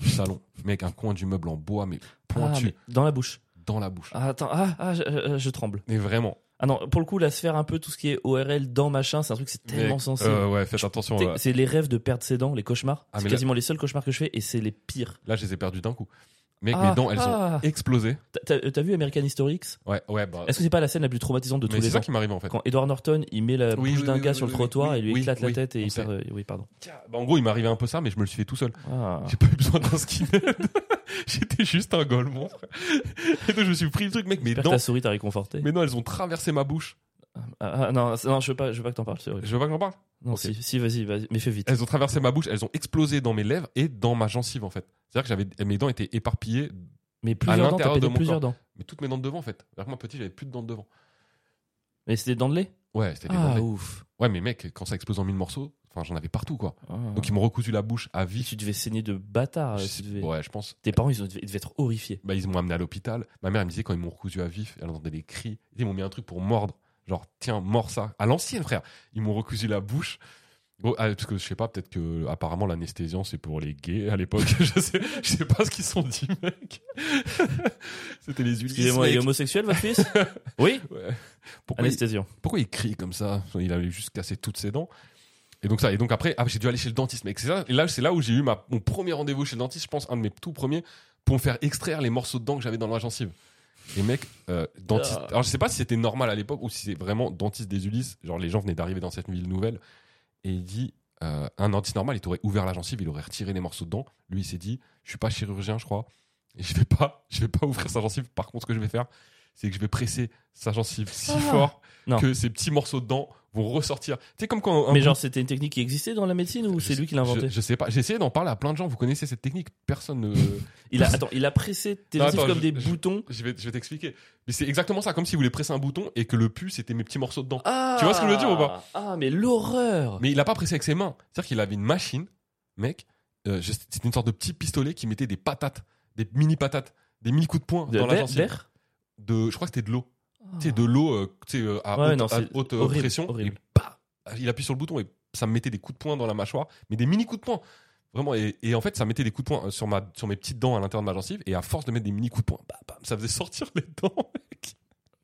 [SPEAKER 2] du salon. Mec, un coin du meuble en bois, mais
[SPEAKER 1] Ah,
[SPEAKER 2] pointu
[SPEAKER 1] mais dans la bouche.
[SPEAKER 2] dans la bouche.
[SPEAKER 1] Ah, attends, ah, ah, je, euh, je tremble.
[SPEAKER 2] Mais vraiment.
[SPEAKER 1] Ah non, pour le coup, la sphère un peu, tout ce qui est ORL, dents, machin, c'est un truc, c'est tellement
[SPEAKER 2] Mec,
[SPEAKER 1] sensible.
[SPEAKER 2] euh, ouais, faites attention.
[SPEAKER 1] T'es-
[SPEAKER 2] Là,
[SPEAKER 1] C'est les rêves de perdre ses dents, les cauchemars.
[SPEAKER 2] Ah, mais
[SPEAKER 1] c'est
[SPEAKER 2] là-
[SPEAKER 1] quasiment les seuls cauchemars que je fais et c'est les pires.
[SPEAKER 2] Là, je les ai perdus d'un coup. Mec,
[SPEAKER 1] Ah,
[SPEAKER 2] mes dents, elles ont
[SPEAKER 1] ah.
[SPEAKER 2] explosé.
[SPEAKER 1] T'as t'as vu American History X
[SPEAKER 2] Ouais, ouais, bah.
[SPEAKER 1] Est-ce que c'est pas la scène la plus traumatisante de
[SPEAKER 2] Mais
[SPEAKER 1] tous
[SPEAKER 2] c'est
[SPEAKER 1] les
[SPEAKER 2] ça
[SPEAKER 1] temps
[SPEAKER 2] qui m'arrive en fait.
[SPEAKER 1] Quand Edward Norton, il met la
[SPEAKER 2] Oui,
[SPEAKER 1] bouche
[SPEAKER 2] oui,
[SPEAKER 1] d'un
[SPEAKER 2] oui,
[SPEAKER 1] gars
[SPEAKER 2] oui,
[SPEAKER 1] sur le
[SPEAKER 2] oui,
[SPEAKER 1] trottoir
[SPEAKER 2] oui,
[SPEAKER 1] et lui
[SPEAKER 2] oui,
[SPEAKER 1] éclate la
[SPEAKER 2] oui,
[SPEAKER 1] tête et
[SPEAKER 2] on
[SPEAKER 1] il
[SPEAKER 2] sait.
[SPEAKER 1] perd. euh, Oui, pardon.
[SPEAKER 2] Bah, en gros, il m'arrivait un peu ça, mais je me le suis fait tout seul.
[SPEAKER 1] Ah.
[SPEAKER 2] J'ai pas eu besoin d'un skinhead. J'étais juste un golemon. frère. Et donc, je me suis pris le truc, mec, mes
[SPEAKER 1] J'espère que
[SPEAKER 2] dents.
[SPEAKER 1] ta souris t'a réconforté.
[SPEAKER 2] Mais non, elles ont traversé ma bouche.
[SPEAKER 1] Ah, ah, non, c'est- non, je veux pas, je veux pas que t'en parles, c'est horrible.
[SPEAKER 2] Je veux pas que j'en parle.
[SPEAKER 1] Non,
[SPEAKER 2] Ok.
[SPEAKER 1] si, si, vas-y, vas-y, mais fais vite.
[SPEAKER 2] Elles ont traversé ma bouche, elles ont explosé dans mes lèvres et dans ma gencive en fait. C'est-à-dire que j'avais mes dents étaient éparpillées,
[SPEAKER 1] Mais plusieurs dents, t'as
[SPEAKER 2] l'intérieur de
[SPEAKER 1] pété
[SPEAKER 2] mon
[SPEAKER 1] plusieurs dents.
[SPEAKER 2] mais toutes mes dents de devant en fait. C'est-à-dire que moi petit, j'avais plus de dents de devant.
[SPEAKER 1] Mais c'était des dents de lait
[SPEAKER 2] Ouais, c'était des dents.
[SPEAKER 1] Ah,
[SPEAKER 2] de-
[SPEAKER 1] ouf.
[SPEAKER 2] Ouais, mais mec, quand ça explose en mille morceaux, enfin j'en avais partout quoi.
[SPEAKER 1] Ah.
[SPEAKER 2] Donc ils m'ont recousu la bouche à
[SPEAKER 1] Puis
[SPEAKER 2] vie.
[SPEAKER 1] tu devais saigner de bâtard.
[SPEAKER 2] Je
[SPEAKER 1] tu
[SPEAKER 2] sais-
[SPEAKER 1] devais-
[SPEAKER 2] Ouais, je pense.
[SPEAKER 1] Tes parents, ils, ont- ils devaient être horrifiés.
[SPEAKER 2] Bah, ils m'ont amené à l'hôpital. Ma mère elle me disait quand ils m'ont recousu à vif, elle entendait des cris. Ils m'ont mis un truc pour mordre. Genre, tiens, mords ça. À l'ancienne, frère. Ils m'ont recousu la bouche. Bon, ah, parce que je sais pas, peut-être que apparemment l'anesthésiant c'est pour les gays à l'époque. je, sais, je sais pas ce qu'ils se sont dit, mec. C'était les Ulysses.
[SPEAKER 1] Excusez-moi, il est
[SPEAKER 2] mec.
[SPEAKER 1] homosexuel, votre fils Oui
[SPEAKER 2] Ouais. Pourquoi, il,
[SPEAKER 1] Anesthésiant.
[SPEAKER 2] pourquoi il crie comme ça Il avait juste cassé toutes ses dents. Et donc ça, et donc après, ah, j'ai dû aller chez le dentiste, mec. C'est ça. Et là, c'est là où j'ai eu ma, mon premier rendez-vous chez le dentiste, je pense, un de mes tout premiers, pour me faire extraire les morceaux de dents que j'avais dans la gencive. Et mec, euh, dentiste.
[SPEAKER 1] Ah.
[SPEAKER 2] Alors je sais pas si c'était normal à l'époque ou si c'est vraiment dentiste des Ulysses. Genre les gens venaient d'arriver dans cette ville nouvelle. Et il dit, euh, un dentiste normal, il t'aurait ouvert la gencive, il aurait retiré les morceaux de dents. Lui, il s'est dit, je suis pas chirurgien, je crois. Et je vais pas, je vais pas ouvrir sa gencive. Par contre, ce que je vais faire, c'est que je vais presser sa gencive si
[SPEAKER 1] Ah.
[SPEAKER 2] fort
[SPEAKER 1] Non.
[SPEAKER 2] que ces petits morceaux de dents vont ressortir. Tu sais comme quand un
[SPEAKER 1] Mais
[SPEAKER 2] bout-
[SPEAKER 1] genre, c'était une technique qui existait dans la médecine ou
[SPEAKER 2] je
[SPEAKER 1] c'est
[SPEAKER 2] sais-
[SPEAKER 1] lui qui l'a inventée
[SPEAKER 2] Je, je sais pas. J'ai essayé d'en parler à plein de gens. Vous connaissez cette technique Personne ne.
[SPEAKER 1] il a, Attends, il a pressé tes
[SPEAKER 2] Non,
[SPEAKER 1] gencives
[SPEAKER 2] attends,
[SPEAKER 1] comme
[SPEAKER 2] je-
[SPEAKER 1] des
[SPEAKER 2] je-
[SPEAKER 1] boutons.
[SPEAKER 2] je vais, je vais t'expliquer. Mais c'est exactement ça. Comme si vous voulez presser un bouton et que le pu c'était mes petits morceaux de dents.
[SPEAKER 1] Ah
[SPEAKER 2] Tu vois ce que je veux dire ou pas
[SPEAKER 1] Ah, mais l'horreur
[SPEAKER 2] Mais il a pas pressé avec ses mains. C'est-à-dire qu'il avait une machine, mec. euh, je- c'était une sorte de petit pistolet qui mettait des patates, des mini patates, des mini coups de poing
[SPEAKER 1] De-
[SPEAKER 2] dans la
[SPEAKER 1] d'air-
[SPEAKER 2] gencive.
[SPEAKER 1] d'air
[SPEAKER 2] De, je crois que c'était de l'eau.
[SPEAKER 1] Ah.
[SPEAKER 2] Tu sais, de l'eau euh, tu sais, euh, à
[SPEAKER 1] Ouais,
[SPEAKER 2] haute,
[SPEAKER 1] non,
[SPEAKER 2] à
[SPEAKER 1] c'est
[SPEAKER 2] haute, euh,
[SPEAKER 1] horrible,
[SPEAKER 2] pression.
[SPEAKER 1] horrible.
[SPEAKER 2] Et bah, il appuie sur le bouton et ça me mettait des coups de poing dans la mâchoire, mais des mini coups de poing. Vraiment, et, et en fait, ça mettait des coups de poing euh, sur, ma, sur mes petites dents à l'intérieur de ma gencive, et à force de mettre des mini coups de poing, bah, bah, ça faisait sortir les dents, mec.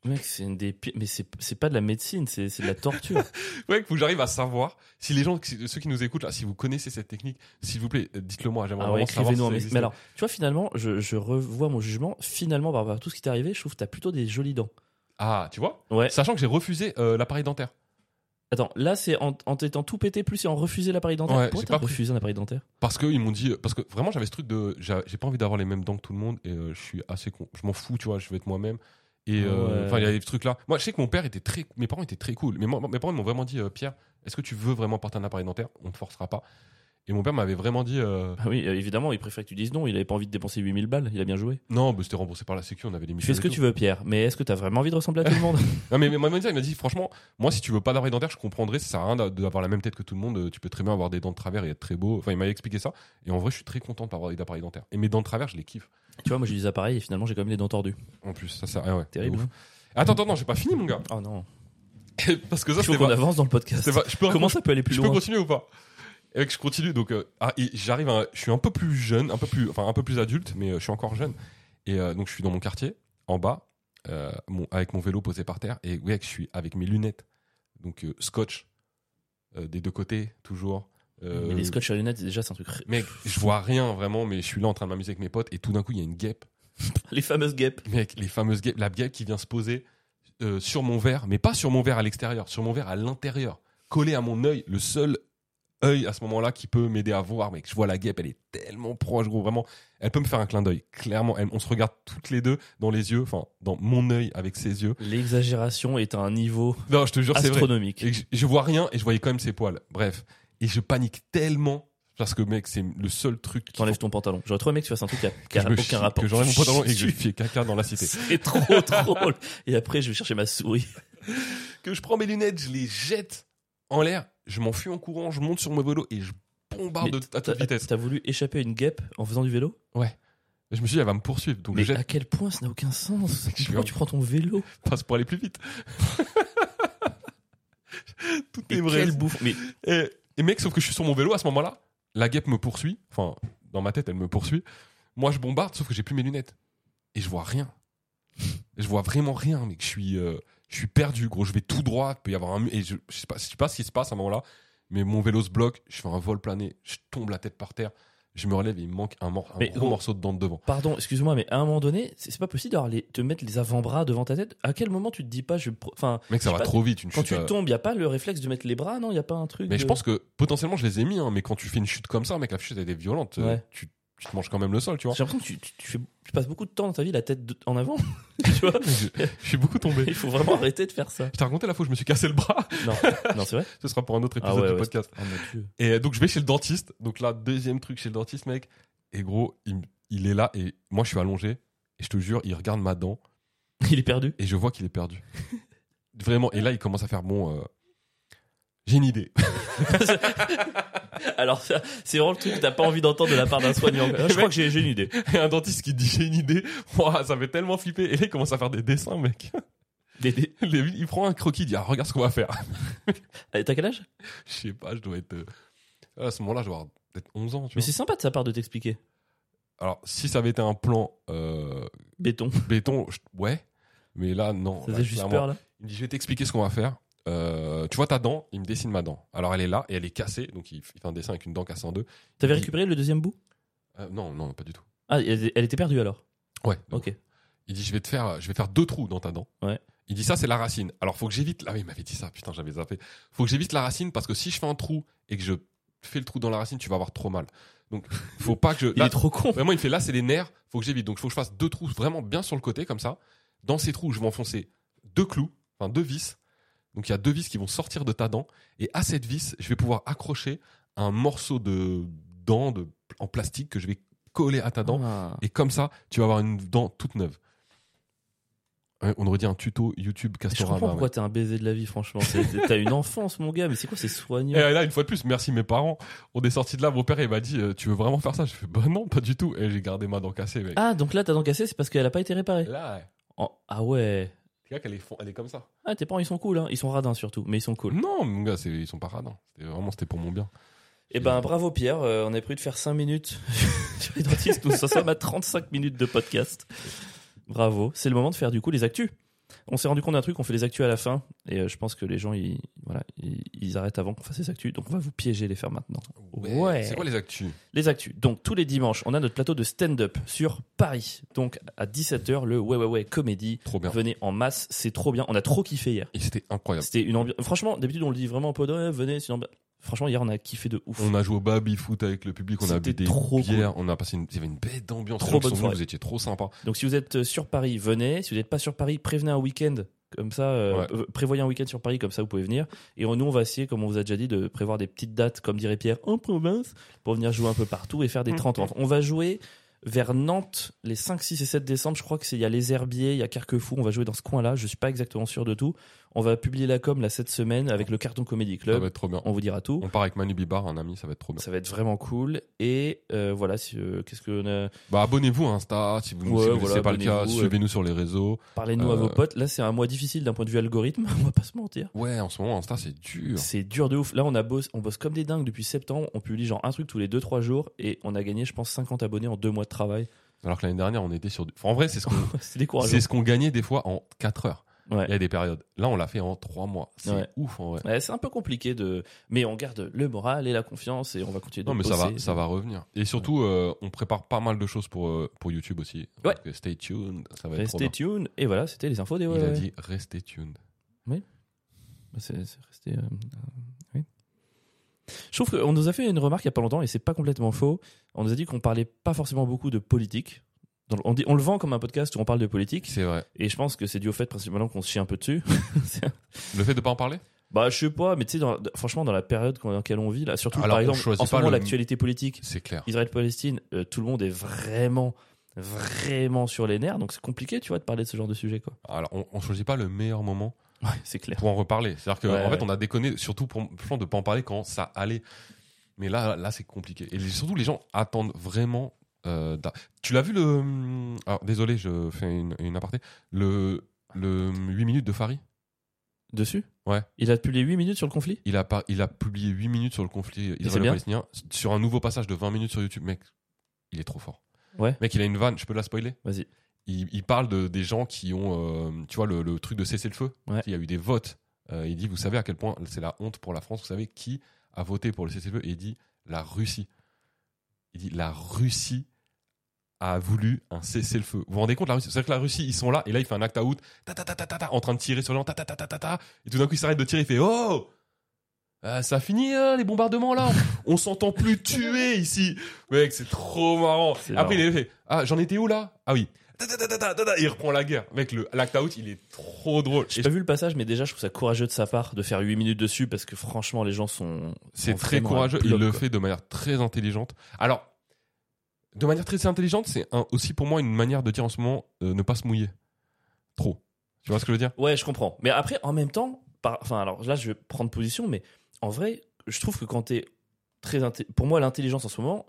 [SPEAKER 1] Mec, c'est une des pires- Mais c'est c'est pas de la médecine, c'est c'est de la torture.
[SPEAKER 2] Ouais, faut que j'arrive à savoir si les gens, si- ceux qui nous écoutent là, si vous connaissez cette technique, s'il vous plaît, euh, dites-le moi. J'aimerais
[SPEAKER 1] Ah ouais,
[SPEAKER 2] vraiment savoir.
[SPEAKER 1] écrivez-nous
[SPEAKER 2] si
[SPEAKER 1] en
[SPEAKER 2] ça
[SPEAKER 1] message.
[SPEAKER 2] existe.
[SPEAKER 1] Mais alors, tu vois, finalement, je, je revois mon jugement. Finalement, par rapport à tout ce qui t'est arrivé, je trouve que t'as plutôt des jolies dents.
[SPEAKER 2] Ah, tu vois
[SPEAKER 1] Ouais.
[SPEAKER 2] Sachant que j'ai refusé euh, l'appareil dentaire.
[SPEAKER 1] Attends, là, c'est en, en t'étant tout pété, plus c'est en refusé l'appareil dentaire.
[SPEAKER 2] Ouais,
[SPEAKER 1] Pourquoi
[SPEAKER 2] j'ai
[SPEAKER 1] t'as
[SPEAKER 2] pas pris.
[SPEAKER 1] refusé un appareil dentaire
[SPEAKER 2] Parce qu'ils m'ont dit. Parce que vraiment, j'avais ce truc de. J'ai j'ai pas envie d'avoir les mêmes dents que tout le monde et euh, je suis assez con. Je m'en fous, tu vois, je vais être moi-même. Et euh,
[SPEAKER 1] Ouais.
[SPEAKER 2] enfin, il y avait ce truc-là. Moi, je sais que mon père était très. Mes parents étaient très cool. Mais moi- mes parents ils m'ont vraiment dit euh, Pierre, est-ce que tu veux vraiment porter un appareil dentaire On te forcera pas. Et mon père m'avait vraiment dit euh,
[SPEAKER 1] Ah oui, euh, évidemment, il préfère que tu dises non. Il avait pas envie de dépenser 8000 balles. Il a bien joué.
[SPEAKER 2] Non, bah, c'était remboursé par la Sécu, on avait des
[SPEAKER 1] Tu fais ce que tu veux, Pierre, mais est-ce que t'as vraiment envie de ressembler à tout le monde
[SPEAKER 2] Non, mais, mais moi, il m'a dit- il m'a dit Franchement, moi, si tu veux pas d'appareil dentaire, je comprendrais. Ça sert à rien d'a- d'avoir la même tête que tout le monde. euh, Tu peux très bien avoir des dents de travers et être très beau. Enfin, il m'a expliqué ça. Et en vrai, je suis très content de pas avoir d'appareil dentaire. Et mes dents de travers, je les kiffe.
[SPEAKER 1] Tu vois, moi j'ai des appareils et finalement j'ai quand même les dents tordues.
[SPEAKER 2] En plus, ça sert. Ah ouais,
[SPEAKER 1] Terrible. hein
[SPEAKER 2] de ouf. Attends, attends, non, j'ai pas fini, mon gars.
[SPEAKER 1] Oh non.
[SPEAKER 2] Parce que ça,
[SPEAKER 1] Il faut
[SPEAKER 2] c'était
[SPEAKER 1] qu'on
[SPEAKER 2] pas-
[SPEAKER 1] avance dans le podcast.
[SPEAKER 2] c'était pas- Je peux,
[SPEAKER 1] Comment ça peut aller plus
[SPEAKER 2] je peux
[SPEAKER 1] loin
[SPEAKER 2] continuer ou pas Et mec, je continue. Donc, euh, ah, et j'arrive. à- Je suis un peu plus jeune, un peu plus, enfin, un peu plus adulte, mais euh, je suis encore jeune. Et euh, donc, je suis dans mon quartier, en bas, euh, mon- avec mon vélo posé par terre. Et ouais, je suis avec mes lunettes, donc euh, scotch euh, des deux côtés, toujours. Euh,
[SPEAKER 1] Mais les scotch à lunettes, déjà, c'est un truc. ré-
[SPEAKER 2] Mec, je vois rien vraiment, mais je suis là en train de m'amuser avec mes potes. Et tout d'un coup, il y a une guêpe
[SPEAKER 1] Les fameuses guêpes.
[SPEAKER 2] Mec, les fameuses guêpes, la guêpe qui vient se poser euh, sur mon verre, mais pas sur mon verre à l'extérieur, sur mon verre à l'intérieur, collé à mon œil, le seul œil à ce moment-là qui peut m'aider à voir, mec. Je vois la guêpe, elle est tellement proche, gros, vraiment. Elle peut me faire un clin d'œil, clairement. Elle- on se regarde toutes les deux dans les yeux, enfin, dans mon œil avec ses yeux.
[SPEAKER 1] L'exagération est à un niveau
[SPEAKER 2] Non, je te jure, c'est vrai.
[SPEAKER 1] astronomique.
[SPEAKER 2] Et que je, je vois rien et je voyais quand même ses poils. Bref. Et je panique tellement parce que, mec, c'est le seul truc qui
[SPEAKER 1] T'enlèves ton pantalon. J'aurais trouvé un mec qui fasse un truc qui a, qui
[SPEAKER 2] que
[SPEAKER 1] a
[SPEAKER 2] je me
[SPEAKER 1] aucun
[SPEAKER 2] chie,
[SPEAKER 1] rapport.
[SPEAKER 2] que j'enlève mon pantalon et que je fais caca dans la cité.
[SPEAKER 1] C'est trop drôle. Et après, je vais chercher ma souris.
[SPEAKER 2] que je prends mes lunettes, je les jette en l'air, je m'enfuis en courant, je monte sur mon vélo et je bombarde
[SPEAKER 1] Mais
[SPEAKER 2] de- à toute
[SPEAKER 1] t'as-
[SPEAKER 2] vitesse.
[SPEAKER 1] T'as voulu échapper à une guêpe en faisant du vélo
[SPEAKER 2] Je me suis dit, elle va me poursuivre, donc
[SPEAKER 1] Mais
[SPEAKER 2] je jette
[SPEAKER 1] à quel point ça n'a aucun sens
[SPEAKER 2] que je
[SPEAKER 1] Pourquoi
[SPEAKER 2] veux-
[SPEAKER 1] tu prends ton vélo
[SPEAKER 2] passe pour aller plus vite. Tout
[SPEAKER 1] Et
[SPEAKER 2] est vrai.
[SPEAKER 1] quel bouffe Mais
[SPEAKER 2] Et, et mec, sauf que je suis sur mon vélo à ce moment-là, la guêpe me poursuit, enfin, dans ma tête, elle me poursuit. Moi, je bombarde, sauf que j'ai plus mes lunettes. Et je vois rien. Je vois vraiment rien, mec. Je suis, euh, je suis perdu, gros. Je vais tout droit. Il peut y avoir un. mu- Et je, je sais pas, je sais pas ce qui se passe à un moment-là, mais mon vélo se bloque. Je fais un vol plané. Je tombe la tête par terre. Je me relève et il me manque un, mor- un
[SPEAKER 1] Mais
[SPEAKER 2] gros
[SPEAKER 1] gros-
[SPEAKER 2] morceau de dent de devant.
[SPEAKER 1] Pardon, excuse-moi, mais à un moment donné, c'est c'est pas possible d'avoir les, te mettre les avant-bras devant ta tête. À quel moment tu te dis pas, je, vais pro- enfin,
[SPEAKER 2] Mec, ça
[SPEAKER 1] Je sais
[SPEAKER 2] va
[SPEAKER 1] pas,
[SPEAKER 2] trop vite. Une
[SPEAKER 1] quand
[SPEAKER 2] chute.
[SPEAKER 1] tu
[SPEAKER 2] euh,
[SPEAKER 1] tombes, y a pas le réflexe de mettre les bras, non Y a pas un truc
[SPEAKER 2] Mais je
[SPEAKER 1] de-
[SPEAKER 2] pense que potentiellement, je les ai mis, hein, mais quand tu fais une chute comme ça, mec, la chute, elle est violente. euh,
[SPEAKER 1] Ouais.
[SPEAKER 2] Tu, tu te manges quand même le sol, tu vois.
[SPEAKER 1] J'ai l'impression que tu, tu- tu fais- tu passes beaucoup de temps dans ta vie la tête de- en avant. tu vois
[SPEAKER 2] je, je suis beaucoup tombé.
[SPEAKER 1] Il faut vraiment arrêter de faire ça.
[SPEAKER 2] Je t'ai raconté la fois où je me suis cassé le bras.
[SPEAKER 1] Non, non c'est vrai
[SPEAKER 2] Ce sera pour un autre
[SPEAKER 1] Ah
[SPEAKER 2] épisode
[SPEAKER 1] ouais,
[SPEAKER 2] du
[SPEAKER 1] ouais,
[SPEAKER 2] podcast.
[SPEAKER 1] Oh mon dieu.
[SPEAKER 2] Et euh, donc, je vais chez le dentiste. Donc là, deuxième truc chez le dentiste, mec. Et gros, il, m- il est là et moi, je suis allongé. Et je te jure, il regarde ma dent
[SPEAKER 1] Il est perdu.
[SPEAKER 2] et je vois qu'il est perdu. Vraiment. Et là, il commence à faire bon. euh, J'ai une idée.
[SPEAKER 1] Alors, ça, c'est vraiment le truc que t'as pas envie d'entendre de la part d'un soignant. Je crois que j'ai j'ai une idée.
[SPEAKER 2] Et un dentiste qui dit j'ai une idée, Ouah, ça fait tellement flipper. Et là, il commence à faire des dessins, mec.
[SPEAKER 1] Des- des-
[SPEAKER 2] Les- Il prend un croquis, il dit ah, regarde ce qu'on va faire.
[SPEAKER 1] Euh, T'as quel âge
[SPEAKER 2] Je sais pas, je dois être. euh, À ce moment-là, je dois avoir peut-être 11 ans, tu
[SPEAKER 1] Mais
[SPEAKER 2] vois.
[SPEAKER 1] c'est sympa de sa part de t'expliquer.
[SPEAKER 2] Alors, si ça avait été un plan euh,
[SPEAKER 1] Béton.
[SPEAKER 2] béton, je- ouais. Mais là, non.
[SPEAKER 1] Ça
[SPEAKER 2] Là,
[SPEAKER 1] faisait juste
[SPEAKER 2] clairement.
[SPEAKER 1] peur là.
[SPEAKER 2] Il me dit, je vais t'expliquer ce qu'on va faire. Euh, tu vois ta dent Il me dessine ma dent. Alors, elle est là et elle est cassée. Donc, il f- il fait un dessin avec une dent cassée en deux.
[SPEAKER 1] T'avais récupéré le deuxième bout
[SPEAKER 2] Euh, non, non, pas du tout.
[SPEAKER 1] Ah, elle elle était perdue alors.
[SPEAKER 2] Ouais. donc,
[SPEAKER 1] Ok.
[SPEAKER 2] Il dit, je vais te faire, je vais faire deux trous dans ta dent.
[SPEAKER 1] Ouais.
[SPEAKER 2] Il dit ça, c'est la racine. Alors, faut que j'évite. Ah oui, il m'avait dit ça. Putain, j'avais zappé. Faut que j'évite la racine parce que si je fais un trou et que je fais le trou dans la racine, tu vas avoir trop mal. Donc, faut pas que je.
[SPEAKER 1] Il
[SPEAKER 2] là,
[SPEAKER 1] est trop con.
[SPEAKER 2] Vraiment, il fait là, c'est les nerfs, faut que j'évite. Donc, faut que je fasse deux trous vraiment bien sur le côté, comme ça. Dans ces trous, je vais enfoncer deux clous, enfin deux vis. Donc, il y a deux vis qui vont sortir de ta dent. Et à cette vis, je vais pouvoir accrocher un morceau de dent de, en plastique que je vais coller à ta dent.
[SPEAKER 1] Ah.
[SPEAKER 2] Et comme ça, tu vas avoir une dent toute neuve. Ouais, on aurait dit un tuto YouTube
[SPEAKER 1] Je
[SPEAKER 2] Castorama.
[SPEAKER 1] comprends
[SPEAKER 2] ouais.
[SPEAKER 1] pourquoi t'es un baiser de la vie, franchement. C'est- T'as une enfance, mon gars, mais c'est quoi ces soignants
[SPEAKER 2] Et là, une fois de plus, merci mes parents. On est sortis de là, mon père, il m'a dit euh, Tu veux vraiment faire ça Je fais Bah non, pas du tout. Et j'ai gardé ma dent cassée, mec.
[SPEAKER 1] Ah, donc là, t'as dent cassée, c'est parce qu'elle a pas été réparée.
[SPEAKER 2] Là, ouais.
[SPEAKER 1] Oh, ah ouais.
[SPEAKER 2] Tu vois qu'elle est, fond- elle est comme ça.
[SPEAKER 1] Ah, tes parents, ils sont cool, hein. Ils sont radins surtout, mais ils sont cool.
[SPEAKER 2] Non, mon gars, c'est- ils sont pas radins. C'était vraiment, c'était pour mon bien.
[SPEAKER 1] Eh ben, bravo Pierre, euh, on a prévu de faire 5 minutes sur les dentistes, nous en sommes à 35 minutes de podcast. Bravo, c'est le moment de faire du coup les actus. On s'est rendu compte d'un truc, on fait les actus à la fin, et euh, je pense que les gens, ils, voilà, ils, ils arrêtent avant qu'on fasse les actus, donc on va vous piéger les faire maintenant. Ouais.
[SPEAKER 2] C'est quoi les actus
[SPEAKER 1] Les actus. Donc tous les dimanches, on a notre plateau de stand-up sur Paris. Donc à 17h, le Ouais Ouais Ouais Comédie.
[SPEAKER 2] Trop bien.
[SPEAKER 1] Venez en masse, c'est trop bien. On a trop kiffé hier.
[SPEAKER 2] Et c'était incroyable.
[SPEAKER 1] C'était une ambiance. Franchement, d'habitude, on le dit vraiment en peu venez, c'est une ambiance. Franchement, hier, on a kiffé de ouf.
[SPEAKER 2] On a joué au baby foot avec le public, on a bu
[SPEAKER 1] C'était
[SPEAKER 2] des
[SPEAKER 1] trop
[SPEAKER 2] bières, on a passé une, il y avait une bête d'ambiance.
[SPEAKER 1] Trop
[SPEAKER 2] Les gens qui
[SPEAKER 1] bonne
[SPEAKER 2] sont venus,
[SPEAKER 1] soirée.
[SPEAKER 2] Vous étiez trop sympa.
[SPEAKER 1] Donc si vous êtes euh, sur Paris, venez. Si vous n'êtes pas sur Paris, prévenez un week-end. Comme ça, euh,
[SPEAKER 2] Ouais.
[SPEAKER 1] euh, prévoyez un week-end sur Paris, comme ça vous pouvez venir. Et on- nous, on va essayer, comme on vous a déjà dit, de prévoir des petites dates, comme dirait Pierre, en province, pour venir jouer un peu partout et faire des 30 Enfin, On va jouer vers Nantes les 5, 6 et 7 décembre. Je crois que c'est il y a les Herbiers, il y a Carquefou. On va jouer dans ce coin-là. Je suis pas exactement sûr de tout. On va publier la com là cette semaine avec le Carton Comedy
[SPEAKER 2] Ça
[SPEAKER 1] Club.
[SPEAKER 2] va être trop bien.
[SPEAKER 1] On vous dira tout.
[SPEAKER 2] On part avec Manu Bibar, un ami, ça va être trop bien.
[SPEAKER 1] Ça va être vraiment cool. Et euh, voilà, si, euh, qu'est-ce qu'on a
[SPEAKER 2] Bah abonnez-vous à Insta si vous ne
[SPEAKER 1] Ouais,
[SPEAKER 2] si vous ne
[SPEAKER 1] voilà,
[SPEAKER 2] connaissez pas le cas,
[SPEAKER 1] abonnez-vous, euh.
[SPEAKER 2] suivez-nous sur les réseaux.
[SPEAKER 1] Parlez-nous à
[SPEAKER 2] Euh,
[SPEAKER 1] vos potes. Là, c'est un mois difficile d'un point de vue algorithme. On va pas se mentir.
[SPEAKER 2] Ouais, en ce moment Insta c'est dur.
[SPEAKER 1] C'est dur de ouf. Là, on, a bosse, on bosse comme des dingues depuis septembre. On publie genre un truc tous les 2-3 jours et on a gagné, je pense, 50 abonnés en 2 mois de travail.
[SPEAKER 2] Alors que l'année dernière on était sur. du- Enfin, en vrai c'est ce qu'on
[SPEAKER 1] c'est
[SPEAKER 2] c'est
[SPEAKER 1] décourageant.
[SPEAKER 2] ce qu'on gagnait des fois en 4 heures.
[SPEAKER 1] Ouais.
[SPEAKER 2] Il y a des périodes. Là on l'a fait en 3 mois. C'est
[SPEAKER 1] Ouais.
[SPEAKER 2] ouf en vrai.
[SPEAKER 1] Ouais, c'est un peu compliqué de. Mais on garde le moral et la confiance et on va continuer de
[SPEAKER 2] Non mais ça
[SPEAKER 1] bosser.
[SPEAKER 2] va, ça va revenir. Et surtout, euh, on prépare pas mal de choses pour euh, pour YouTube aussi.
[SPEAKER 1] Ouais.
[SPEAKER 2] Donc, euh, stay tuned, ça va être
[SPEAKER 1] Restez
[SPEAKER 2] trop bien.
[SPEAKER 1] tuned. Et voilà, c'était les infos des. ouais,
[SPEAKER 2] Il a
[SPEAKER 1] ouais.
[SPEAKER 2] dit restez tuned.
[SPEAKER 1] Bah, C'est c'est resté. euh, euh, oui. Je trouve qu'on nous a fait une remarque il n'y a pas longtemps, et c'est pas complètement faux. On nous a dit qu'on parlait pas forcément beaucoup de politique. Dans le- on, dit, on le vend comme un podcast où on parle de politique,
[SPEAKER 2] C'est vrai.
[SPEAKER 1] et je pense que c'est dû au fait principalement qu'on se chie un peu dessus. C'est-
[SPEAKER 2] Le fait de pas en parler.
[SPEAKER 1] bah, je sais pas, mais tu sais, dans- franchement, dans la période qu'on- dans laquelle on vit, là, surtout
[SPEAKER 2] Alors,
[SPEAKER 1] par
[SPEAKER 2] on
[SPEAKER 1] exemple,
[SPEAKER 2] choisit
[SPEAKER 1] en ce
[SPEAKER 2] pas
[SPEAKER 1] moment,
[SPEAKER 2] le-
[SPEAKER 1] l'actualité politique,
[SPEAKER 2] C'est clair.
[SPEAKER 1] Israël-Palestine, euh, tout le monde est vraiment, vraiment sur les nerfs, donc c'est compliqué, tu vois, de parler de ce genre de sujet, quoi.
[SPEAKER 2] Alors, on, on choisit pas le meilleur moment
[SPEAKER 1] Ouais, c'est clair.
[SPEAKER 2] pour en reparler. C'est-à-dire qu'en
[SPEAKER 1] Ouais,
[SPEAKER 2] en
[SPEAKER 1] ouais.
[SPEAKER 2] fait, on a déconné, surtout pour, je pense, de pas en parler quand ça allait. Mais là, là, c'est compliqué. Et les- surtout, les gens attendent vraiment. euh, d'a- tu l'as vu le. hum, Alors, désolé, je fais une, une aparté. Le, le hum, 8 minutes de Farid,
[SPEAKER 1] Dessus
[SPEAKER 2] Ouais.
[SPEAKER 1] Il a publié 8 minutes sur le conflit
[SPEAKER 2] il a, par- il a publié 8 minutes sur le conflit
[SPEAKER 1] c'est bien
[SPEAKER 2] israélo-palestinien, sur un nouveau passage de 20 minutes sur YouTube. Mec, il est trop fort.
[SPEAKER 1] Ouais.
[SPEAKER 2] Mec, il a une vanne, je peux la spoiler
[SPEAKER 1] Vas-y.
[SPEAKER 2] il, il parle de, des gens qui ont, euh, tu vois, le, le truc de cesser le feu.
[SPEAKER 1] Ouais.
[SPEAKER 2] Il y a eu des votes. Euh, il dit, vous savez à quel point c'est la honte pour la France. Vous savez qui a voté pour le cesser le feu Et il dit, la Russie. Il dit, la Russie a voulu un cesser le feu. Vous vous rendez compte, la Russie C'est-à-dire que la Russie, ils sont là, et là, il fait un act out, ta ta ta ta ta, ta, en train de tirer sur les gens, ta ta ta ta ta, ta. et tout d'un coup, il s'arrête de tirer, il fait, oh Euh, ça finit hein, les bombardements là, on s'entend plus tuer ici. Mec, c'est trop marrant.
[SPEAKER 1] C'est
[SPEAKER 2] Après,
[SPEAKER 1] marrant.
[SPEAKER 2] il est fait, ah, j'en étais où là Ah oui, Ta, ta, ta, ta, ta, ta, ta. il reprend la guerre. Mec, le l'act out, il est trop drôle.
[SPEAKER 1] J'ai
[SPEAKER 2] Et
[SPEAKER 1] pas vu le passage, mais déjà, je trouve ça courageux de sa part de faire 8 minutes dessus parce que franchement, les gens sont.
[SPEAKER 2] C'est
[SPEAKER 1] sont
[SPEAKER 2] très
[SPEAKER 1] vraiment à
[SPEAKER 2] courageux.
[SPEAKER 1] bloc,
[SPEAKER 2] il le
[SPEAKER 1] quoi.
[SPEAKER 2] fait de manière très intelligente. Alors, de manière très intelligente, c'est un- aussi pour moi une manière de dire en ce moment euh, ne pas se mouiller. Trop. Tu vois ce que je veux dire
[SPEAKER 1] Ouais, je comprends. Mais après, en même temps, par... enfin, alors là, je vais prendre position, mais en vrai, je trouve que quand t'es très. inté- Pour moi, l'intelligence en ce moment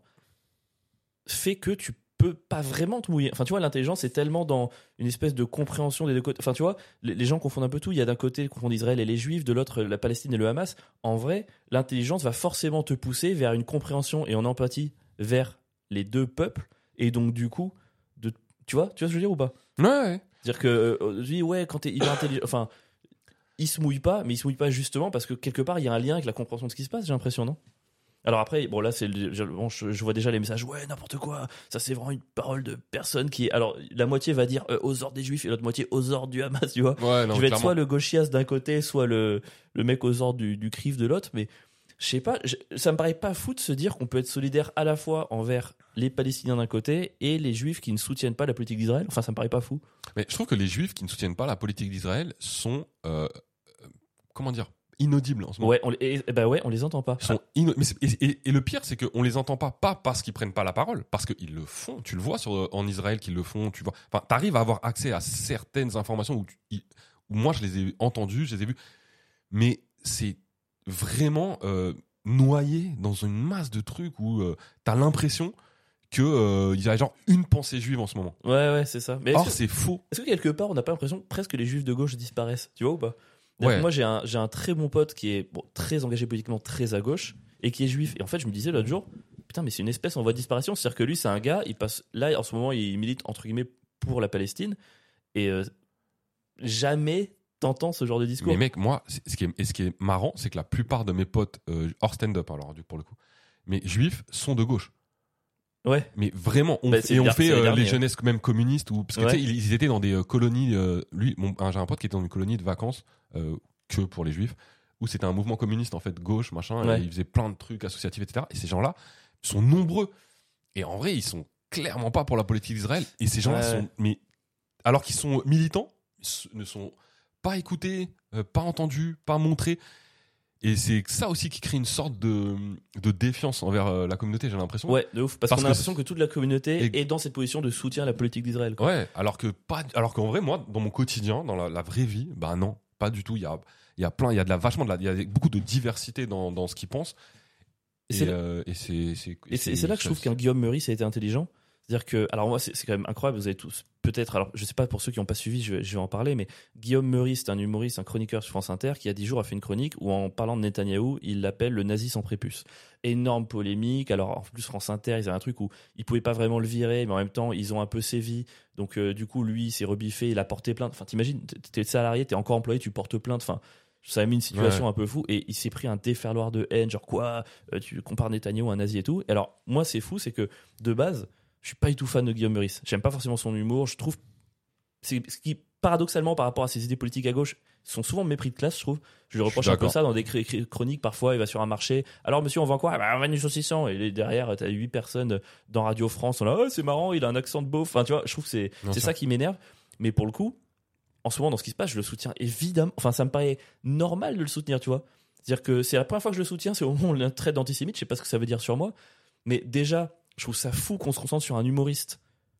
[SPEAKER 1] fait que tu peux pas vraiment te mouiller. Enfin, tu vois, l'intelligence est tellement dans une espèce de compréhension des deux côtés. Enfin, tu vois, les, les gens confondent un peu tout. Il y a d'un côté, ils confondent Israël et les Juifs, de l'autre, la Palestine et le Hamas. En vrai, l'intelligence va forcément te pousser vers une compréhension et en empathie vers les deux peuples. Et donc, du coup, de... tu vois, tu vois ce que je veux dire ou pas
[SPEAKER 2] Ouais, ouais.
[SPEAKER 1] c'est-à-dire que euh, lui, ouais, quand t'es hyper intelligent, enfin, il se mouille pas, mais il se mouille pas justement parce que quelque part, il y a un lien avec la compréhension de ce qui se passe, j'ai l'impression, non alors après, bon là, c'est le- je, bon, je, je vois déjà les messages, ouais, n'importe quoi, ça c'est vraiment une parole de personne qui est... Alors la moitié va dire euh, aux ordres des juifs et l'autre moitié aux ordres du Hamas, tu vois.
[SPEAKER 2] Ouais, non,
[SPEAKER 1] tu vas être
[SPEAKER 2] clairement.
[SPEAKER 1] soit le gauchias d'un côté, soit le, le mec aux ordres du, du CRIF de l'autre, mais je sais pas, je- ça me paraît pas fou de se dire qu'on peut être solidaire à la fois envers les Palestiniens d'un côté et les juifs qui ne soutiennent pas la politique d'Israël. Enfin, ça me paraît pas fou.
[SPEAKER 2] Mais je trouve que les juifs qui ne soutiennent pas la politique d'Israël sont, euh, euh, comment dire, inaudibles en ce moment.
[SPEAKER 1] Ouais, on les, et- et bah ouais, on les entend pas.
[SPEAKER 2] Ils sont ino- mais c'est- et, et- et le pire, c'est qu'on les entend pas, pas parce qu'ils prennent pas la parole, parce qu'ils le font. Tu le vois sur, en Israël qu'ils le font. Tu vois. Enfin, t'arrives à avoir accès à certaines informations où, tu- i- où moi je les ai entendues, je les ai vues. Mais c'est vraiment euh, noyé dans une masse de trucs où euh, t'as l'impression que euh, il y a genre une pensée juive en ce moment.
[SPEAKER 1] Ah. Ouais, ouais, c'est ça. Mais est-ce
[SPEAKER 2] Or,
[SPEAKER 1] que,
[SPEAKER 2] c'est faux.
[SPEAKER 1] est-ce que quelque part, on n'a pas l'impression que presque les juifs de gauche disparaissent Tu vois ou pas C'est-à-dire
[SPEAKER 2] Ouais.
[SPEAKER 1] que Moi, j'ai un, j'ai un très bon pote qui est bon, très engagé politiquement, très à gauche, et qui est juif. Et en fait, je me disais l'autre jour, putain, mais c'est une espèce en voie de disparition. C'est-à-dire que lui, c'est un gars, il passe. Là, en ce moment, il milite, entre guillemets, pour la Palestine. Et euh, jamais t'entends ce genre de discours.
[SPEAKER 2] Mais mec, moi, c'est- ce qui est, et ce qui est marrant, c'est que la plupart de mes potes, euh, hors stand-up alors, du- pour le coup, mais juifs sont de gauche.
[SPEAKER 1] Ouais.
[SPEAKER 2] Mais vraiment, on,
[SPEAKER 1] Bah,
[SPEAKER 2] f-
[SPEAKER 1] c'est
[SPEAKER 2] et on
[SPEAKER 1] bizarre,
[SPEAKER 2] fait
[SPEAKER 1] c'est les
[SPEAKER 2] euh, les
[SPEAKER 1] derniers.
[SPEAKER 2] jeunesses même communistes, ou, parce que
[SPEAKER 1] Ouais.
[SPEAKER 2] tu sais, ils, ils étaient dans des euh, colonies, euh, lui, mon- un- j'ai un pote qui était dans une colonie de vacances, euh, que pour les juifs, où c'était un mouvement communiste en fait, gauche, machin,
[SPEAKER 1] Ouais.
[SPEAKER 2] et ils faisaient plein de trucs associatifs, etc. Et ces gens-là sont nombreux. Et en vrai, ils sont clairement pas pour la politique d'Israël. Et ces gens-là
[SPEAKER 1] Ouais, ouais.
[SPEAKER 2] sont, mais alors qu'ils sont militants, s- ne sont pas écoutés, euh, pas entendus, pas montrés. Et c'est ça aussi qui crée une sorte de, de défiance envers euh, la communauté, j'ai l'impression.
[SPEAKER 1] Ouais, de ouf. Parce,
[SPEAKER 2] Parce
[SPEAKER 1] qu'on
[SPEAKER 2] que
[SPEAKER 1] a l'impression que toute la communauté
[SPEAKER 2] Et-
[SPEAKER 1] est dans cette position de soutien à la politique d'Israël. quoi.
[SPEAKER 2] Ouais, alors que pas, alors qu'en vrai, moi, dans mon quotidien, dans la, la vraie vie, bah non, pas du tout. Il y a, il y a plein, il y a de la vachement de la, il y a beaucoup de diversité dans, dans ce qu'ils pensent.
[SPEAKER 1] Et
[SPEAKER 2] Et
[SPEAKER 1] c'est-
[SPEAKER 2] euh, et c'est, c'est,
[SPEAKER 1] Et c'est et c'est là que je trouve qu'un Guillaume Meurice a été intelligent. C'est-à-dire que, alors moi, c'est c'est quand même incroyable, vous avez tous, peut-être, alors je sais pas pour ceux qui n'ont pas suivi, je, vais- je vais en parler, mais Guillaume Meurice, c'est un humoriste, un chroniqueur sur France Inter, qui il y a 10 jours a fait une chronique où en parlant de Netanyahou, il l'appelle le nazi sans prépuce. Énorme polémique, alors en plus France Inter, ils avaient un truc où ils pouvaient pas vraiment le virer, mais en même temps, ils ont un peu sévi, donc euh, du coup, lui, il s'est rebiffé, il a porté plainte. Enfin, t'imagines, t- t'es salarié, t'es encore employé, tu portes plainte. Enfin, ça a mis une situation un peu fou. Et il s'est pris un déferloir de haine, genre quoi, euh, tu compares Netanyahu à un nazi et tout. Et alors, moi, c'est fou, c'est que de base, je suis pas du tout fan de Guillaume Meurice. J'aime pas forcément son humour. Je trouve, c'est ce qui paradoxalement par rapport à ses idées politiques à gauche sont souvent mépris de classe, je trouve. Je lui
[SPEAKER 2] Je suis
[SPEAKER 1] reproche un peu
[SPEAKER 2] d'accord.
[SPEAKER 1] ça dans des cré- cré- chroniques. Parfois, il va sur un marché. Alors, monsieur, on vend quoi Ah bah, On vend du saucisson. Et derrière, t'as huit personnes dans Radio France. On là, oh, c'est marrant, il a un accent de beauf. Enfin, tu vois, je trouve que c'est
[SPEAKER 2] Bien
[SPEAKER 1] c'est
[SPEAKER 2] sûr.
[SPEAKER 1] ça qui m'énerve. Mais pour le coup, en ce moment, dans ce qui se passe, je le soutiens évidemment. Enfin, ça me paraît normal de le soutenir, tu vois. C'est-à-dire que c'est la première fois que je le soutiens, c'est au moment où on le traite d'antisémite, je sais pas ce que ça veut dire sur moi. Mais déjà, je trouve ça fou qu'on se concentre sur un humoriste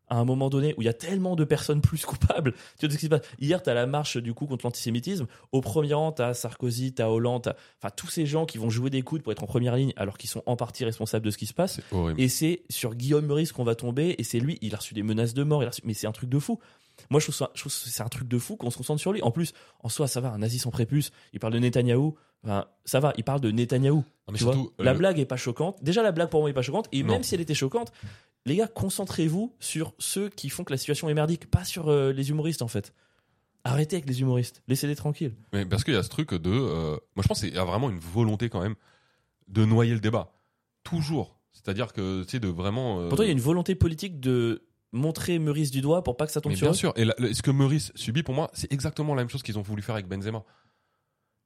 [SPEAKER 1] à un moment donné où il y a tellement de personnes plus coupables. Tu vois ce qui se passe Hier, t'as la marche du coup contre l'antisémitisme. Au premier rang, t'as Sarkozy, t'as Hollande, t'as- enfin tous ces gens qui vont jouer des coudes pour être en première ligne alors qu'ils sont en partie responsables de ce qui se passe.
[SPEAKER 2] c'est horrible.
[SPEAKER 1] Et c'est sur Guillaume Meurice qu'on va tomber. Et c'est lui, il a reçu des menaces de mort. il a reçu- Mais c'est un truc de fou. Moi, je trouve, ça- je trouve que c'est un truc de fou qu'on se concentre sur lui. En plus, en soi, ça va, un nazi sans prépuce. Il parle de Netanyahou. Enfin, ça va, il parle de Netanyahou.
[SPEAKER 2] Non, mais
[SPEAKER 1] tu vois.
[SPEAKER 2] surtout,
[SPEAKER 1] la
[SPEAKER 2] euh,
[SPEAKER 1] blague est pas choquante. Déjà, la blague pour moi est pas choquante. Et
[SPEAKER 2] Non.
[SPEAKER 1] même si elle était choquante, les gars, concentrez-vous sur ceux qui font que la situation est merdique, pas sur euh, les humoristes en fait. Arrêtez avec les humoristes, laissez-les tranquilles.
[SPEAKER 2] Mais parce qu'il y a ce truc de. euh, moi, je pense qu'il y a vraiment une volonté quand même de noyer le débat. Toujours. C'est-à-dire que, tu sais, de vraiment. euh,
[SPEAKER 1] Pourtant, il y a une volonté politique de montrer Meurice du doigt pour pas que ça tombe
[SPEAKER 2] mais
[SPEAKER 1] sur
[SPEAKER 2] bien
[SPEAKER 1] eux.
[SPEAKER 2] sûr. Et la- le- ce que Meurice subit, pour moi, c'est exactement la même chose qu'ils ont voulu faire avec Benzema.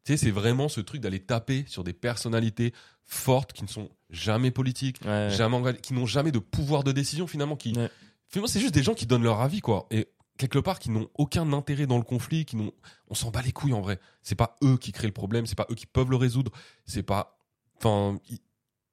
[SPEAKER 2] Tu sais, c'est vraiment ce truc d'aller taper sur des personnalités fortes qui ne sont jamais politiques,
[SPEAKER 1] Ouais.
[SPEAKER 2] jamais engagées, qui n'ont jamais de pouvoir de décision finalement. Qui...
[SPEAKER 1] Ouais.
[SPEAKER 2] Finalement, c'est juste des gens qui donnent leur avis, quoi. Et quelque part, qui n'ont aucun intérêt dans le conflit, qui n'ont. On s'en bat les couilles en vrai. C'est pas eux qui créent le problème, c'est pas eux qui peuvent le résoudre, c'est pas. Enfin, il-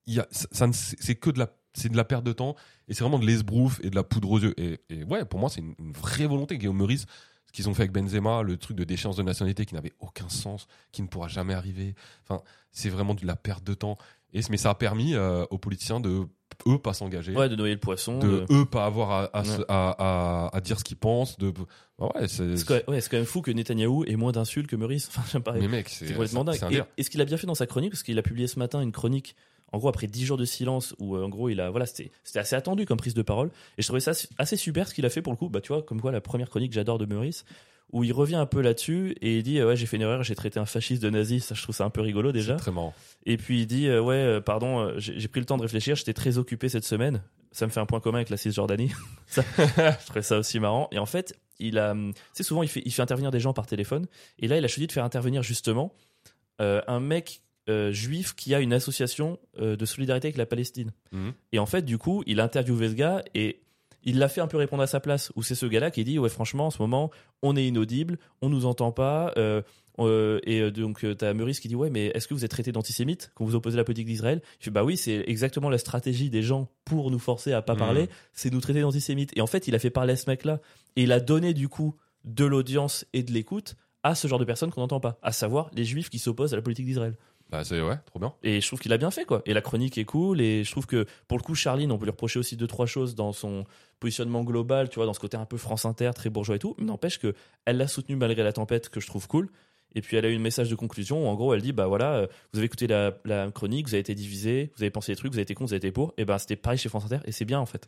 [SPEAKER 2] il y a... ça, ça ne- c'est que de la. C'est de la perte de temps et c'est vraiment de l'esbrouf et de la poudre aux yeux. Et, et ouais, pour moi, c'est une, une vraie volonté. Guillaume Meurice, ce qu'ils ont fait avec Benzema, le truc de déchéance de nationalité qui n'avait aucun sens, qui ne pourra jamais arriver. Enfin, c'est vraiment de la perte de temps. Et, mais ça a permis euh, aux politiciens de eux pas s'engager,
[SPEAKER 1] Ouais, de noyer le poisson.
[SPEAKER 2] de
[SPEAKER 1] de-
[SPEAKER 2] eux pas avoir à, à, se-
[SPEAKER 1] Ouais.
[SPEAKER 2] à- à- à dire ce qu'ils pensent. De... bah Ouais, c'est.
[SPEAKER 1] C'est quand, ouais, c'est quand même fou que Netanyahou ait moins d'insultes que Meurice. Enfin, ça me paraît-
[SPEAKER 2] Mais mec, c'est
[SPEAKER 1] c'est complètement
[SPEAKER 2] c'est-
[SPEAKER 1] dingue.
[SPEAKER 2] c'est un
[SPEAKER 1] Et,
[SPEAKER 2] délire.
[SPEAKER 1] et ce qu'il a bien fait dans sa chronique, parce qu'il a publié ce matin une chronique, en gros, après 10 jours de silence, où euh, en gros, il a. Voilà, c'était c'était assez attendu comme prise de parole. Et je trouvais ça su- assez super ce qu'il a fait pour le coup. Bah, tu vois, comme quoi, la première chronique que j'adore de Meurice, où il revient un peu là-dessus et il dit euh, Ouais, j'ai fait une erreur, j'ai traité un fasciste de nazi. Ça, je trouve ça un peu rigolo déjà.
[SPEAKER 2] C'est très marrant.
[SPEAKER 1] Et puis il dit euh, ouais euh, pardon euh, j'ai j'ai pris le temps de réfléchir j'étais très occupé cette semaine ça me fait un point commun avec la Cisjordanie ça, je trouvais ça aussi marrant et en fait il a hum, tu sais souvent il fait il fait intervenir des gens par téléphone et là il a choisi de faire intervenir justement euh, un mec euh, juif qui a une association euh, de solidarité avec la Palestine
[SPEAKER 2] Mhm.
[SPEAKER 1] et en fait du coup il a interviewé ce gars et il l'a fait un peu répondre à sa place où c'est ce gars-là qui dit ouais franchement en ce moment on est inaudible on nous entend pas euh, euh, et euh, donc, euh, t'as Meurice qui dit Ouais, mais est-ce que vous êtes traité d'antisémite quand vous opposez la politique d'Israël Je fais Bah oui, c'est exactement la stratégie des gens pour nous forcer à pas
[SPEAKER 2] Mhm.
[SPEAKER 1] parler, c'est nous traiter d'antisémite. Et en fait, il a fait parler à ce mec-là. Et il a donné du coup de l'audience et de l'écoute à ce genre de personnes qu'on n'entend pas, à savoir les juifs qui s'opposent à la politique d'Israël.
[SPEAKER 2] Bah, c'est ouais, trop bien.
[SPEAKER 1] Et je trouve qu'il a bien fait, quoi. Et la chronique est cool. Et je trouve que, pour le coup, Charline, on peut lui reprocher aussi deux, trois choses dans son positionnement global, tu vois, dans ce côté un peu France Inter, très bourgeois et tout. Mais n'empêche que elle l'a soutenu malgré la tempête, que je trouve cool. Et puis elle a eu un message de conclusion où, en gros, elle dit Bah voilà, euh, vous avez écouté la, la chronique, vous avez été divisé, vous avez pensé des trucs, vous avez été contre, vous avez été pour. Et ben c'était pareil chez France Inter. Et c'est bien, en fait. Tu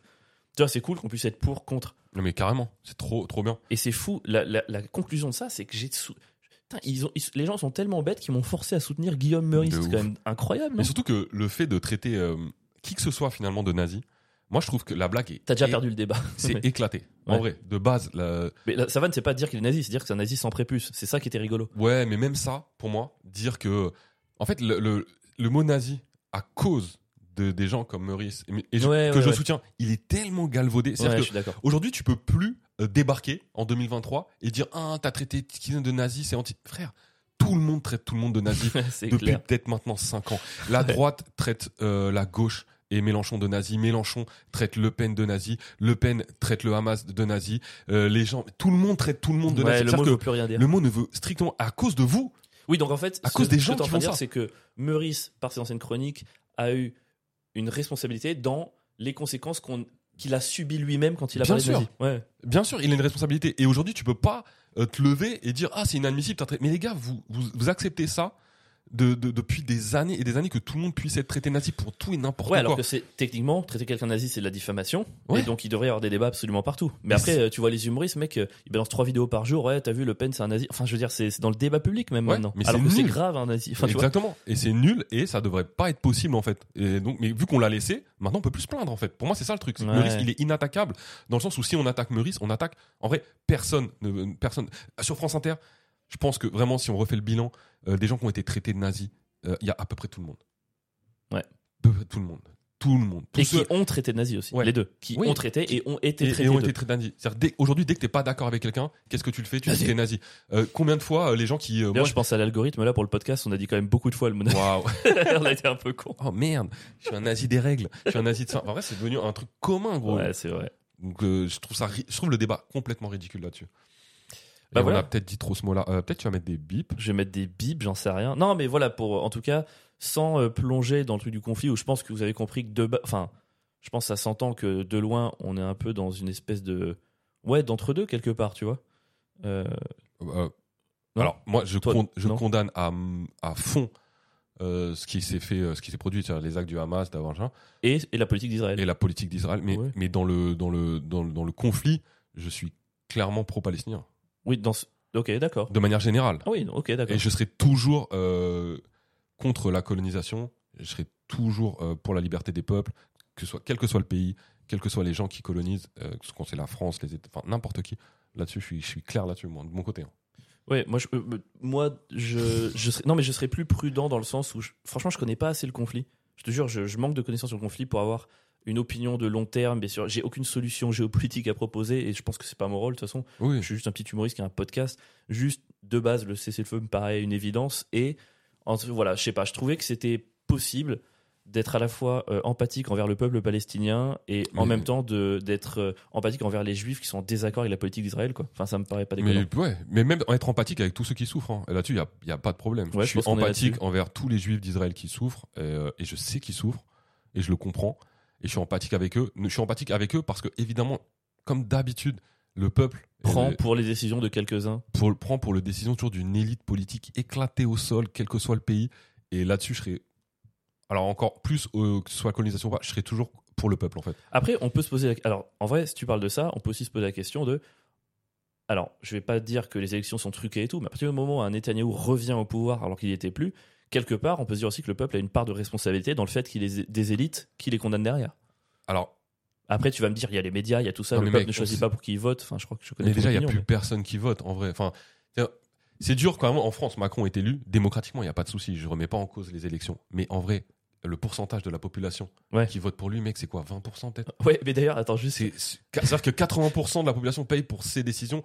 [SPEAKER 1] Tu vois, c'est cool qu'on puisse être pour, contre.
[SPEAKER 2] Non, mais carrément, c'est trop, trop bien.
[SPEAKER 1] Et c'est fou. La, la- la conclusion de ça, c'est que j'ai. sou- Putain, ils ont, ils- les gens sont tellement bêtes qu'ils m'ont forcé à soutenir Guillaume Meurice.
[SPEAKER 2] De
[SPEAKER 1] C'est
[SPEAKER 2] ouf.
[SPEAKER 1] quand même incroyable. non
[SPEAKER 2] Mais surtout que le fait de traiter euh, qui que ce soit finalement de nazi, moi je trouve que la blague est.
[SPEAKER 1] T'as déjà
[SPEAKER 2] est-
[SPEAKER 1] perdu le débat.
[SPEAKER 2] C'est
[SPEAKER 1] Ouais.
[SPEAKER 2] éclaté. En
[SPEAKER 1] Ouais.
[SPEAKER 2] vrai, de base, la-
[SPEAKER 1] Mais la savane, c'est pas dire qu'il est nazi, c'est dire que c'est un nazi sans prépuce. C'est ça qui était rigolo.
[SPEAKER 2] ouais, mais même ça, pour moi, dire que. En fait, le, le, le mot nazi, à cause de, des gens comme Meurice, et, et je-
[SPEAKER 1] Ouais,
[SPEAKER 2] que
[SPEAKER 1] ouais,
[SPEAKER 2] je
[SPEAKER 1] ouais.
[SPEAKER 2] soutiens, il est tellement galvaudé.
[SPEAKER 1] Ouais,
[SPEAKER 2] C'est-à-dire
[SPEAKER 1] je
[SPEAKER 2] que
[SPEAKER 1] suis d'accord.
[SPEAKER 2] Aujourd'hui, tu peux plus euh, débarquer en 2023 et dire Ah, t'as traité Tikin de nazi, c'est anti. Frère, tout le monde traite tout le monde de nazi
[SPEAKER 1] c'est
[SPEAKER 2] depuis
[SPEAKER 1] clair.
[SPEAKER 2] peut-être maintenant 5 ans. La droite traite euh, la gauche et Mélenchon de nazi. Mélenchon traite Le Pen de nazi. Le Pen traite le Hamas de nazi. Euh, les gens, tout le monde traite tout le monde de
[SPEAKER 1] Ouais,
[SPEAKER 2] nazi.
[SPEAKER 1] le
[SPEAKER 2] C'est-à-dire
[SPEAKER 1] mot ne
[SPEAKER 2] que
[SPEAKER 1] veut plus rien dire.
[SPEAKER 2] le mot ne veut strictement à cause de vous.
[SPEAKER 1] Oui, donc en fait,
[SPEAKER 2] À
[SPEAKER 1] ce-
[SPEAKER 2] cause des
[SPEAKER 1] ce
[SPEAKER 2] gens
[SPEAKER 1] que t'es en
[SPEAKER 2] qui
[SPEAKER 1] train de
[SPEAKER 2] font
[SPEAKER 1] dire,
[SPEAKER 2] ça.
[SPEAKER 1] c'est que Meurice, par ses anciennes chroniques, a eu une responsabilité dans les conséquences qu'on- qu'il a subies lui-même quand il a
[SPEAKER 2] Bien
[SPEAKER 1] parlé de
[SPEAKER 2] sûr.
[SPEAKER 1] nazi. Ouais.
[SPEAKER 2] Bien sûr, il a une responsabilité. Et aujourd'hui, tu peux pas euh, te lever et dire ah c'est inadmissible. t'as traité- Mais les gars, vous vous, vous acceptez ça de, de- depuis des années et des années que tout le monde puisse être traité nazi pour tout et n'importe
[SPEAKER 1] Ouais, alors
[SPEAKER 2] quoi.
[SPEAKER 1] que c'est techniquement traiter quelqu'un de nazi, c'est de la diffamation,
[SPEAKER 2] Ouais.
[SPEAKER 1] et donc il devrait y avoir des débats absolument partout. Mais
[SPEAKER 2] Mais
[SPEAKER 1] après,
[SPEAKER 2] c'est-
[SPEAKER 1] euh, tu vois les humoristes, mec, euh, ils balancent trois vidéos par jour. Ouais, t'as vu Le Pen, c'est un nazi. Enfin, je veux dire, c'est c'est dans le débat public même
[SPEAKER 2] Ouais,
[SPEAKER 1] maintenant.
[SPEAKER 2] mais
[SPEAKER 1] alors
[SPEAKER 2] c'est
[SPEAKER 1] que c'est
[SPEAKER 2] nul.
[SPEAKER 1] grave un nazi. Enfin, tu vois.
[SPEAKER 2] Exactement. Et c'est nul et ça devrait pas être possible en fait. Et donc, mais vu qu'on l'a laissé, maintenant on peut plus se plaindre en fait. Pour moi, c'est ça le truc. c'est que
[SPEAKER 1] Ouais.
[SPEAKER 2] Meurice, il est inattaquable dans le sens où si on attaque Meurice, on attaque en vrai personne. ne- personne. Sur France Inter, je pense que vraiment si on refait le bilan euh, des gens qui ont été traités de nazis, euh, il y a à peu près tout le monde.
[SPEAKER 1] Ouais.
[SPEAKER 2] À peu près tout le monde. Tout le monde. Tous
[SPEAKER 1] Et
[SPEAKER 2] ceux-
[SPEAKER 1] qui ont traité de nazi aussi.
[SPEAKER 2] Ouais.
[SPEAKER 1] Les deux. Qui
[SPEAKER 2] Oui.
[SPEAKER 1] ont traité et ont été
[SPEAKER 2] et,
[SPEAKER 1] traités.
[SPEAKER 2] et ont
[SPEAKER 1] de-
[SPEAKER 2] été traités nazis. C'est-à-dire, dès- Aujourd'hui, dès que t'es pas d'accord avec quelqu'un, qu'est-ce que tu le fais Tu dis
[SPEAKER 1] Nazi.
[SPEAKER 2] t'es nazi. Euh, combien de fois euh, les gens qui. euh, moi,
[SPEAKER 1] D'ailleurs, je pense à l'algorithme là pour le podcast. On a dit quand même beaucoup de fois le mot
[SPEAKER 2] je- Waouh.
[SPEAKER 1] On a été un peu con.
[SPEAKER 2] Oh merde, je suis un nazi des règles. Je suis un nazi de ça. En vrai, c'est devenu un truc commun, gros.
[SPEAKER 1] Ouais, c'est vrai.
[SPEAKER 2] Donc euh, je trouve ça, ri- je trouve le débat complètement ridicule là-dessus. Et
[SPEAKER 1] Bah
[SPEAKER 2] on
[SPEAKER 1] voilà.
[SPEAKER 2] a peut-être dit trop ce mot-là. Euh, peut-être tu vas mettre des bips.
[SPEAKER 1] Je vais mettre des bips, j'en sais rien. Non, mais voilà, pour en tout cas, sans euh, plonger dans le truc du conflit, où je pense que vous avez compris que de ba- enfin, je pense à 100 ans que de loin, on est un peu dans une espèce de ouais d'entre deux quelque part, tu vois. Euh,
[SPEAKER 2] Euh,
[SPEAKER 1] Non.
[SPEAKER 2] alors moi, je,
[SPEAKER 1] Toi,
[SPEAKER 2] con- je
[SPEAKER 1] non.
[SPEAKER 2] condamne à, à fond euh, ce qui s'est fait, euh, ce qui s'est produit, c'est-à-dire les actes du Hamas, d'Avangin,
[SPEAKER 1] et, et la politique d'Israël.
[SPEAKER 2] et la politique d'Israël. Mais,
[SPEAKER 1] Ouais.
[SPEAKER 2] mais dans le dans le dans le dans le conflit, je suis clairement pro-palestinien
[SPEAKER 1] Oui, dans ce... ok, d'accord.
[SPEAKER 2] de manière générale.
[SPEAKER 1] Ah oui, ok, d'accord.
[SPEAKER 2] Et je serai toujours euh, contre la colonisation. Je serai toujours euh, pour la liberté des peuples, que ce soit quel que soit le pays, quels que soient les gens qui colonisent, euh, ce qu'on sait la France, les États- enfin n'importe qui. Là-dessus, je suis, je suis clair là-dessus, moi, de mon côté. hein.
[SPEAKER 1] Ouais, moi, je, euh, euh, moi, je, je serais, non, mais je serais plus prudent dans le sens où, je- franchement, je connais pas assez le conflit. Je te jure, je, je manque de connaissances sur le conflit pour avoir une opinion de long terme. Bien sûr, j'ai aucune solution géopolitique à proposer et je pense que c'est pas mon rôle de toute façon. Je
[SPEAKER 2] Oui.
[SPEAKER 1] suis juste un petit humoriste qui a un podcast. Juste de base, le cessez-le-feu me paraît une évidence. Et en- voilà, je sais pas, je trouvais que c'était possible d'être à la fois euh, empathique envers le peuple palestinien et en
[SPEAKER 2] Mais-
[SPEAKER 1] même temps de- d'être euh, empathique envers les juifs qui sont en désaccord avec la politique d'Israël. quoi. Enfin, ça me paraît pas déconnant.
[SPEAKER 2] Mais, ouais, mais même être empathique avec tous ceux qui souffrent. hein. Et Là-dessus, il n'y a, pas de problème.
[SPEAKER 1] Ouais, je
[SPEAKER 2] je suis
[SPEAKER 1] pense qu'on est
[SPEAKER 2] empathique
[SPEAKER 1] là-dessus.
[SPEAKER 2] envers tous les juifs d'Israël qui souffrent. euh, et je sais qu'ils souffrent. Et je le comprends. Et je suis empathique avec eux. Je suis empathique avec eux parce que, évidemment, comme d'habitude, le peuple. euh, et
[SPEAKER 1] Prends
[SPEAKER 2] les-
[SPEAKER 1] pour les décisions de quelques-uns.
[SPEAKER 2] pour, prend pour le décision toujours d'une élite politique éclatée au sol, quel que soit le pays. Et là-dessus, je serais. Alors, encore plus, euh, que ce soit la colonisation ou pas, je serais toujours pour le peuple, en fait.
[SPEAKER 1] Après, on peut se poser la Alors, en vrai, si tu parles de ça, on peut aussi se poser la question de. Alors, je vais pas dire que les élections sont truquées et tout, mais à partir du moment où un Netanyahu revient au pouvoir alors qu'il n'y était plus, quelque part, on peut se dire aussi que le peuple a une part de responsabilité dans le fait qu'il ait des élites qui les condamnent derrière.
[SPEAKER 2] Alors,
[SPEAKER 1] Après, tu vas me dire, il y a les médias, il y a tout ça,
[SPEAKER 2] Non,
[SPEAKER 1] le
[SPEAKER 2] mais
[SPEAKER 1] peuple
[SPEAKER 2] mec,
[SPEAKER 1] ne choisit
[SPEAKER 2] on-
[SPEAKER 1] pas pour qui il vote. Enfin, je crois que je connais
[SPEAKER 2] mais
[SPEAKER 1] ton
[SPEAKER 2] déjà, il n'y a
[SPEAKER 1] opinion,
[SPEAKER 2] plus
[SPEAKER 1] mais-
[SPEAKER 2] personne qui vote, en vrai. Enfin, c'est-à-dire, c'est dur quand même. En France, Macron est élu. Démocratiquement, il n'y a pas de souci. Je remets pas en cause les élections. Mais en vrai, le pourcentage de la population
[SPEAKER 1] Ouais. Ah,
[SPEAKER 2] qui vote pour lui, mec, c'est quoi 20% peut-être
[SPEAKER 1] Ouais, mais d'ailleurs, attends, juste.
[SPEAKER 2] C'est- c'est- C'est-à-dire que 80% de la population paye pour ses décisions.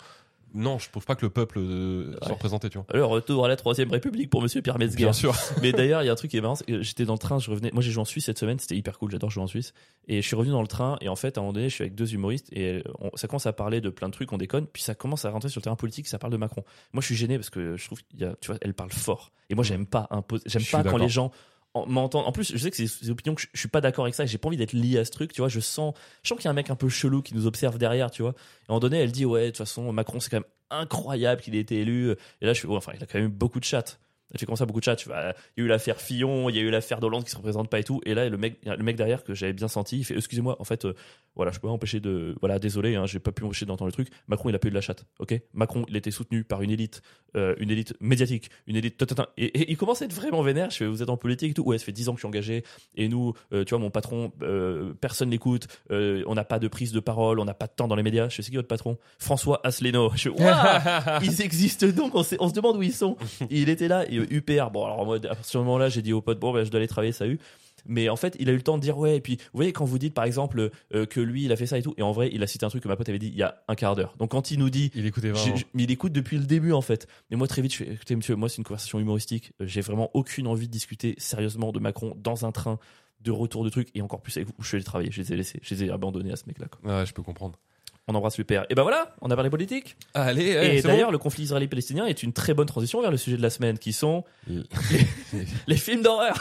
[SPEAKER 2] Non, je trouve pas que le peuple euh,
[SPEAKER 1] Ouais.
[SPEAKER 2] soit représenté, tu vois.
[SPEAKER 1] Le retour à la Troisième République pour Monsieur Pierre Metzger.
[SPEAKER 2] Bien sûr.
[SPEAKER 1] Mais d'ailleurs, il y a un truc qui est marrant, c'est que j'étais dans le train, je revenais. Moi, j'ai joué en Suisse cette semaine, c'était hyper cool, j'adore jouer en Suisse. Et je suis revenu dans le train, et en fait, à un moment donné, je suis avec deux humoristes, et on- ça commence à parler de plein de trucs, on déconne, puis ça commence à rentrer sur le terrain politique, ça parle de Macron. Moi, je suis gêné parce que je trouve, qu'il y a- tu vois, elle parle fort. Et moi, j'aime pas imposer, j'aime
[SPEAKER 2] Je suis
[SPEAKER 1] pas quand
[SPEAKER 2] d'accord.
[SPEAKER 1] les gens en- m'entendent. En plus, je sais que c'est des des opinions que je, je suis pas d'accord avec ça, et j'ai pas envie d'être lié à ce truc, tu vois. Je sens, je sens qu'il y a un mec un peu chelou qui nous observe derrière, tu vois. Et à un moment donné, elle dit, ouais, de toute façon, Macron, c'est quand même incroyable qu'il ait été élu. Et là, je suis, ouais, enfin, il a quand même eu beaucoup de chattes. Elle fait comme ça beaucoup de chats. Tu vois, Il y a eu l'affaire Fillon, il y a eu l'affaire Hollande qui se représente pas et tout. Et là, le mec, le mec derrière que j'avais bien senti, il fait Excusez-moi, en fait, euh, voilà, je peux pas empêcher de. Voilà, désolé, hein, j'ai pas pu empêcher d'entendre le truc. Macron, il a pas eu de la chatte. Ok Macron, il était soutenu par une élite, euh, une élite médiatique, une élite. tatatin. Et, et il commence à être vraiment vénère. Je fais Vous êtes en politique et tout. Ouais, ça fait 10 ans que je suis engagé. Et nous, euh, tu vois, mon patron, euh, personne n'écoute. Euh, on n'a pas de prise de parole, on n'a pas de temps dans les médias. Je sais qui est votre patron François Asselineau. Je fais, Ouah
[SPEAKER 2] Ah.
[SPEAKER 1] ils existent donc, on, sait- on se demande où ils sont. Il était là, et euh, UPR. Bon, alors moi, à partir de ce moment-là, j'ai dit au pote, bon, ben, je dois aller travailler, ça a eu. Mais en fait, il a eu le temps de dire, ouais, et puis, vous voyez, quand vous dites, par exemple, euh, que lui, il a fait ça et tout, et en vrai, il a cité un truc que ma pote avait dit il y a un quart d'heure. Donc quand il nous dit,
[SPEAKER 2] Il écoutait
[SPEAKER 1] je-
[SPEAKER 2] vraiment.
[SPEAKER 1] je- mais il écoute depuis le début en fait. Mais moi très vite, je fais, écoutez monsieur, moi c'est une conversation humoristique. Euh, J'ai vraiment aucune envie de discuter sérieusement de Macron dans un train de retour de trucs et encore plus avec vous. Je suis allé travailler, je les ai laissés, je les ai abandonnés à ce mec-là. quoi.
[SPEAKER 2] Ah, je peux comprendre.
[SPEAKER 1] On embrasse le père. Et ben voilà, on a parlé politique.
[SPEAKER 2] Allez,
[SPEAKER 1] et d'ailleurs, le conflit israélo-palestinien est une très bonne transition vers le sujet de la semaine, qui sont les films d'horreur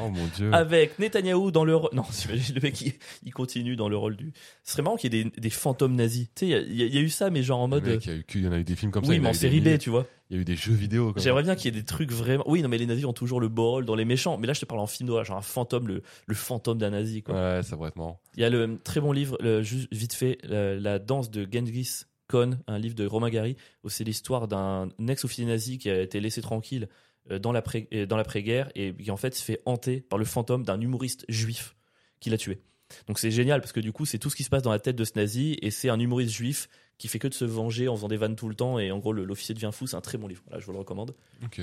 [SPEAKER 2] oh mon dieu.
[SPEAKER 1] avec Netanyahou dans le rôle. Non, t'imagines, le mec il, il continue dans le rôle du. Ce serait marrant qu'il y ait des, des fantômes nazis. Tu sais, il y a- il y, a- il y a eu ça, mais genre en mode. euh,
[SPEAKER 2] Mec, il, y a eu, que- il y en a eu des films comme ça.
[SPEAKER 1] oui,
[SPEAKER 2] il y en
[SPEAKER 1] mais
[SPEAKER 2] a
[SPEAKER 1] en
[SPEAKER 2] eu des
[SPEAKER 1] série
[SPEAKER 2] milliers.
[SPEAKER 1] B, tu vois.
[SPEAKER 2] Il y a eu des jeux vidéo. Comme
[SPEAKER 1] J'aimerais bien qu'il y ait des trucs vraiment. Oui, non, mais les nazis ont toujours le bol dans les méchants. Mais là, je te parle en film d'horreur, genre un fantôme, le, le fantôme d'un nazi. Quoi.
[SPEAKER 2] Ouais, ça pourrait être marrant.
[SPEAKER 1] Il y a le très bon livre, le- juste vite fait, le- La danse de Genghis Khan, un livre de Romain Gary, où c'est l'histoire d'un ex-officier nazi qui a été laissé tranquille euh, dans l'après- euh, dans l'après-guerre et qui en fait se fait hanter par le fantôme d'un humoriste juif qui l'a tué. Donc c'est génial parce que du coup, c'est tout ce qui se passe dans la tête de ce nazi et c'est un humoriste juif qui fait que de se venger en faisant des vannes tout le temps et en gros, le- l'officier devient fou. C'est un très bon livre. Voilà, je vous le recommande.
[SPEAKER 2] Ok.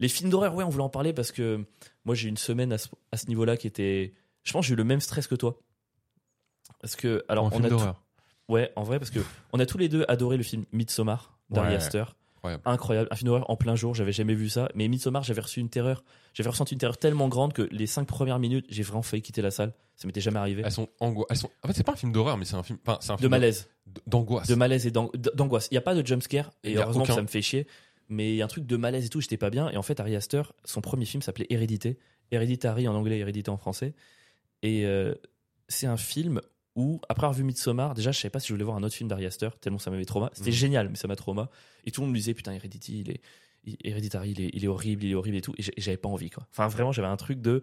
[SPEAKER 1] Les films d'horreur, ouais, on voulait en parler parce que moi j'ai eu une semaine à ce, à ce niveau-là qui était. Je pense que j'ai eu le même stress que toi. Parce que, alors,
[SPEAKER 2] un
[SPEAKER 1] on
[SPEAKER 2] film
[SPEAKER 1] a. tout-
[SPEAKER 2] d'horreur.
[SPEAKER 1] Ouais, en vrai, parce que on a tous les deux adoré le film Midsommar d'Ari
[SPEAKER 2] Ouais.
[SPEAKER 1] Aster.
[SPEAKER 2] Incroyable.
[SPEAKER 1] Incroyable. Un film d'horreur en plein jour, j'avais jamais vu ça. Mais Midsommar, j'avais reçu une terreur. J'avais ressenti une terreur tellement grande que les cinq premières minutes, j'ai vraiment failli quitter la salle. Ça m'était jamais arrivé.
[SPEAKER 2] Elles sont angoisses. Elles sont... En fait, c'est pas un film d'horreur, mais c'est un film. Enfin, Ah, c'est un
[SPEAKER 1] De
[SPEAKER 2] film
[SPEAKER 1] malaise.
[SPEAKER 2] D'angoisse.
[SPEAKER 1] de malaise et d'ang- d'angoisse. Il n'y a pas de jumpscare,
[SPEAKER 2] Il
[SPEAKER 1] et
[SPEAKER 2] y a
[SPEAKER 1] heureusement
[SPEAKER 2] aucun.
[SPEAKER 1] que ça me fait chier. Mais il y a un truc de malaise et tout, j'étais pas bien. Et en fait, Ari Aster, son premier film s'appelait Hérédité. Héréditary en anglais, Hérédité en français. Et euh, c'est un film où, après avoir vu Midsommar, déjà, je savais pas si je voulais voir un autre film d'Ari Aster, tellement ça m'avait trauma. C'était
[SPEAKER 2] Mhm.
[SPEAKER 1] génial, mais ça m'a trauma. Et tout le monde me disait, putain, Hérédité, il est, il- Héréditary, il est, il est horrible, il est horrible et tout. Et j'ai- j'avais pas envie, quoi. Enfin, vraiment, j'avais un truc de,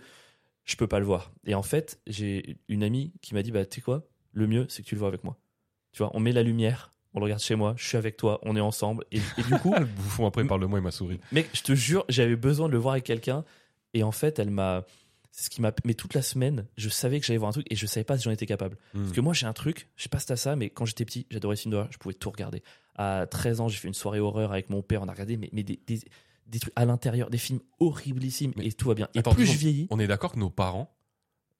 [SPEAKER 1] je peux pas le voir. Et en fait, j'ai une amie qui m'a dit, bah, tu sais quoi, le mieux, c'est que tu le vois avec moi. Tu vois, on met la lumière, on le regarde chez moi, je suis avec toi, on est ensemble. Et, et du coup,
[SPEAKER 2] Ah, le bouffon,
[SPEAKER 1] Mm.
[SPEAKER 2] après, parle-moi, il m'a souri.
[SPEAKER 1] mec, je te jure, j'avais besoin de le voir avec quelqu'un. Et en fait, elle m'a. c'est Ce qui m'a. Mais toute la semaine, je savais que j'allais voir un truc et je savais pas si j'en étais capable. Parce
[SPEAKER 2] Hmm.
[SPEAKER 1] que moi, j'ai un truc, je sais pas si t'as ça, mais quand j'étais petit, j'adorais les films d'horreur, je pouvais tout regarder. À 13 ans, j'ai fait une soirée horreur avec mon père, on a regardé mais, mais des, des- des trucs à l'intérieur, des films horriblissimes
[SPEAKER 2] Mais-
[SPEAKER 1] et tout va bien. Et
[SPEAKER 2] Attends,
[SPEAKER 1] plus
[SPEAKER 2] dis
[SPEAKER 1] je
[SPEAKER 2] donc,
[SPEAKER 1] vieillis,
[SPEAKER 2] On est d'accord que nos parents.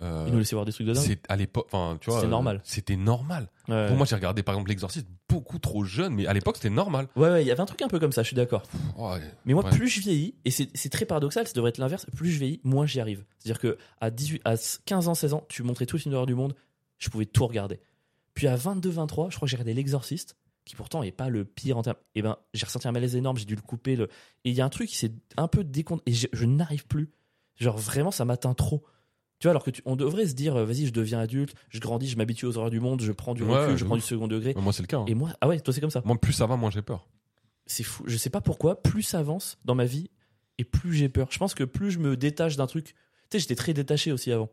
[SPEAKER 2] euh,
[SPEAKER 1] ils nous laissaient voir des trucs de dingue.
[SPEAKER 2] c'est à l'époque. Enfin, tu vois.
[SPEAKER 1] C'est
[SPEAKER 2] euh,
[SPEAKER 1] normal.
[SPEAKER 2] C'était normal.
[SPEAKER 1] Ouais.
[SPEAKER 2] Pour moi, j'ai regardé par exemple L'Exorciste beaucoup trop jeune, mais à l'époque, c'était normal.
[SPEAKER 1] Ouais, ouais, il y avait un truc un peu comme ça, je suis d'accord.
[SPEAKER 2] Pff, ouais.
[SPEAKER 1] Mais moi,
[SPEAKER 2] Ouais.
[SPEAKER 1] plus je vieillis, et c'est c'est très paradoxal, ça devrait être l'inverse, plus je vieillis, moins j'y arrive. C'est-à-dire que à, 18, à 15 ans, 16 ans, tu montrais tous les films d'horreur du monde, je pouvais tout regarder. Puis à 22, 23, je crois que j'ai regardé L'Exorciste, qui pourtant est pas le pire en termes. Et ben, j'ai ressenti un malaise énorme, j'ai dû le couper. Le... Et il y a un truc qui s'est un peu décompte, et je, je n'arrive plus. Genre vraiment, ça m'atteint trop. Tu vois, alors que tu- on devrait se dire, euh, vas-y, je deviens adulte, je grandis, je m'habitue aux horreurs du monde, je prends du
[SPEAKER 2] Ouais,
[SPEAKER 1] recul, je
[SPEAKER 2] de
[SPEAKER 1] prends du
[SPEAKER 2] ouf.
[SPEAKER 1] second degré.
[SPEAKER 2] Mais Moi, c'est le cas. hein.
[SPEAKER 1] Et moi, ah ouais, toi c'est comme ça
[SPEAKER 2] Moi, plus ça va, moins j'ai peur.
[SPEAKER 1] c'est fou. Je sais pas pourquoi, plus ça avance dans ma vie et plus j'ai peur. Je pense que plus je me détache d'un truc. Tu sais, j'étais très détaché aussi avant.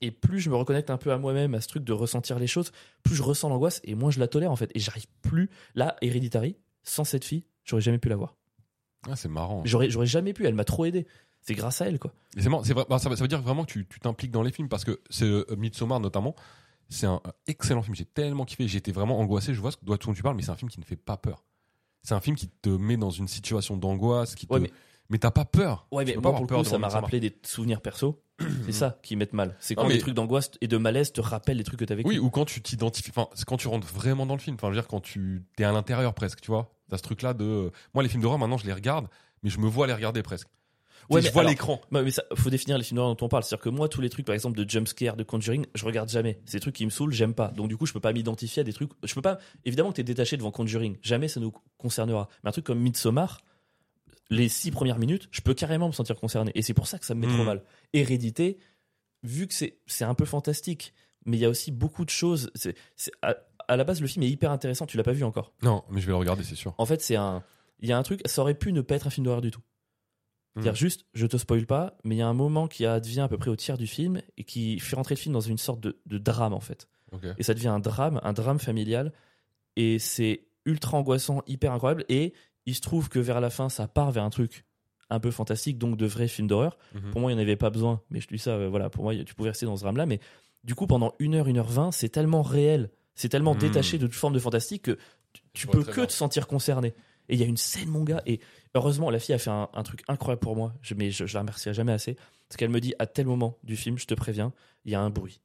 [SPEAKER 1] Et plus je me reconnecte un peu à moi-même, à ce truc de ressentir les choses, plus je ressens l'angoisse et moins je la tolère en fait. Et j'arrive plus. Là, Hereditary, sans cette fille, j'aurais jamais pu la voir.
[SPEAKER 2] Ah, c'est marrant.
[SPEAKER 1] J'aurais, j'aurais jamais pu. Elle m'a trop aidé. C'est grâce à elle quoi.
[SPEAKER 2] Et C'est marrant, c'est vrai- bah, ça, veut- ça veut dire vraiment que tu tu t'impliques dans les films parce que c'est euh, Midsommar notamment. C'est un un excellent film. J'ai tellement kiffé. J'étais vraiment angoissé. Je vois ce que- dont tu parles, mais c'est un film qui ne fait pas peur. C'est un film qui te met dans une situation d'angoisse. Qui te...
[SPEAKER 1] Ouais,
[SPEAKER 2] mais
[SPEAKER 1] mais-
[SPEAKER 2] t'as pas peur.
[SPEAKER 1] Ouais,
[SPEAKER 2] Tu
[SPEAKER 1] mais
[SPEAKER 2] peux pas
[SPEAKER 1] moi
[SPEAKER 2] avoir
[SPEAKER 1] pour le
[SPEAKER 2] peur
[SPEAKER 1] coup,
[SPEAKER 2] devant
[SPEAKER 1] ça m'a
[SPEAKER 2] Midsommar.
[SPEAKER 1] rappelé des souvenirs perso. c'est ça qui m'aide mal. C'est
[SPEAKER 2] Non,
[SPEAKER 1] quand
[SPEAKER 2] mais-
[SPEAKER 1] des trucs d'angoisse et de malaise te rappellent les trucs que t'as vécu.
[SPEAKER 2] Oui, ou quand tu t'identifies. Enfin, c'est quand tu rentres vraiment dans le film. Enfin, je veux dire, quand tu t'es à l'intérieur presque, tu vois. T'as ce truc-là de. Moi, les films d'horreur, maintenant, je les regarde, mais je me vois les regarder presque. Tu
[SPEAKER 1] Ouais,
[SPEAKER 2] sais,
[SPEAKER 1] mais
[SPEAKER 2] je vois
[SPEAKER 1] alors-
[SPEAKER 2] l'écran.
[SPEAKER 1] Bah, mais ça, faut définir les films d'horreur dont on parle. C'est-à-dire que moi, tous les trucs, par exemple, de jumpscare, de conjuring, je regarde jamais. Ces trucs qui me saoulent, j'aime pas. Donc, du coup, je peux pas m'identifier à des trucs. Je peux pas. Évidemment que t'es détaché devant conjuring. Jamais ça nous concernera. Mais un truc comme Midsommar, les six premières minutes, je peux carrément me sentir concerné. Et c'est pour ça que ça me met trop
[SPEAKER 2] Mhm.
[SPEAKER 1] mal. Hérédité, vu que c'est, c'est un peu fantastique, mais il y a aussi beaucoup de choses. C'est, c'est- à, à la base, le film est hyper intéressant. Tu l'as pas vu encore.
[SPEAKER 2] Non, mais je vais le regarder, c'est sûr.
[SPEAKER 1] En fait, c'est un. Il y a un truc, ça aurait pu ne pas être un film d'horreur du tout. C'est-à-dire juste, je te spoil pas, mais il y a un moment qui advient à peu près au tiers du film et qui fait rentrer le film dans une sorte de, de drame en fait.
[SPEAKER 2] Ok.
[SPEAKER 1] Et ça devient un drame, un drame familial. Et c'est ultra angoissant, hyper incroyable. Et il se trouve que vers la fin, ça part vers un truc un peu fantastique, donc de vrais films d'horreur.
[SPEAKER 2] Mhm.
[SPEAKER 1] Pour moi, il n'y en avait pas besoin, mais je te dis ça, euh, voilà, pour moi, tu pouvais rester dans ce drame-là. Mais du coup, pendant 1h, 1h20, c'est tellement réel, c'est tellement
[SPEAKER 2] Mhm.
[SPEAKER 1] détaché de toute forme de fantastique que tu, tu
[SPEAKER 2] vois
[SPEAKER 1] peux
[SPEAKER 2] très
[SPEAKER 1] que
[SPEAKER 2] bien.
[SPEAKER 1] te sentir concerné. Et il y a une scène, mon gars, et heureusement, la fille a fait un, un truc incroyable pour moi, je, mais je, je la remercierai jamais assez, parce qu'elle me dit à tel moment du film, je te préviens, il y a un bruit.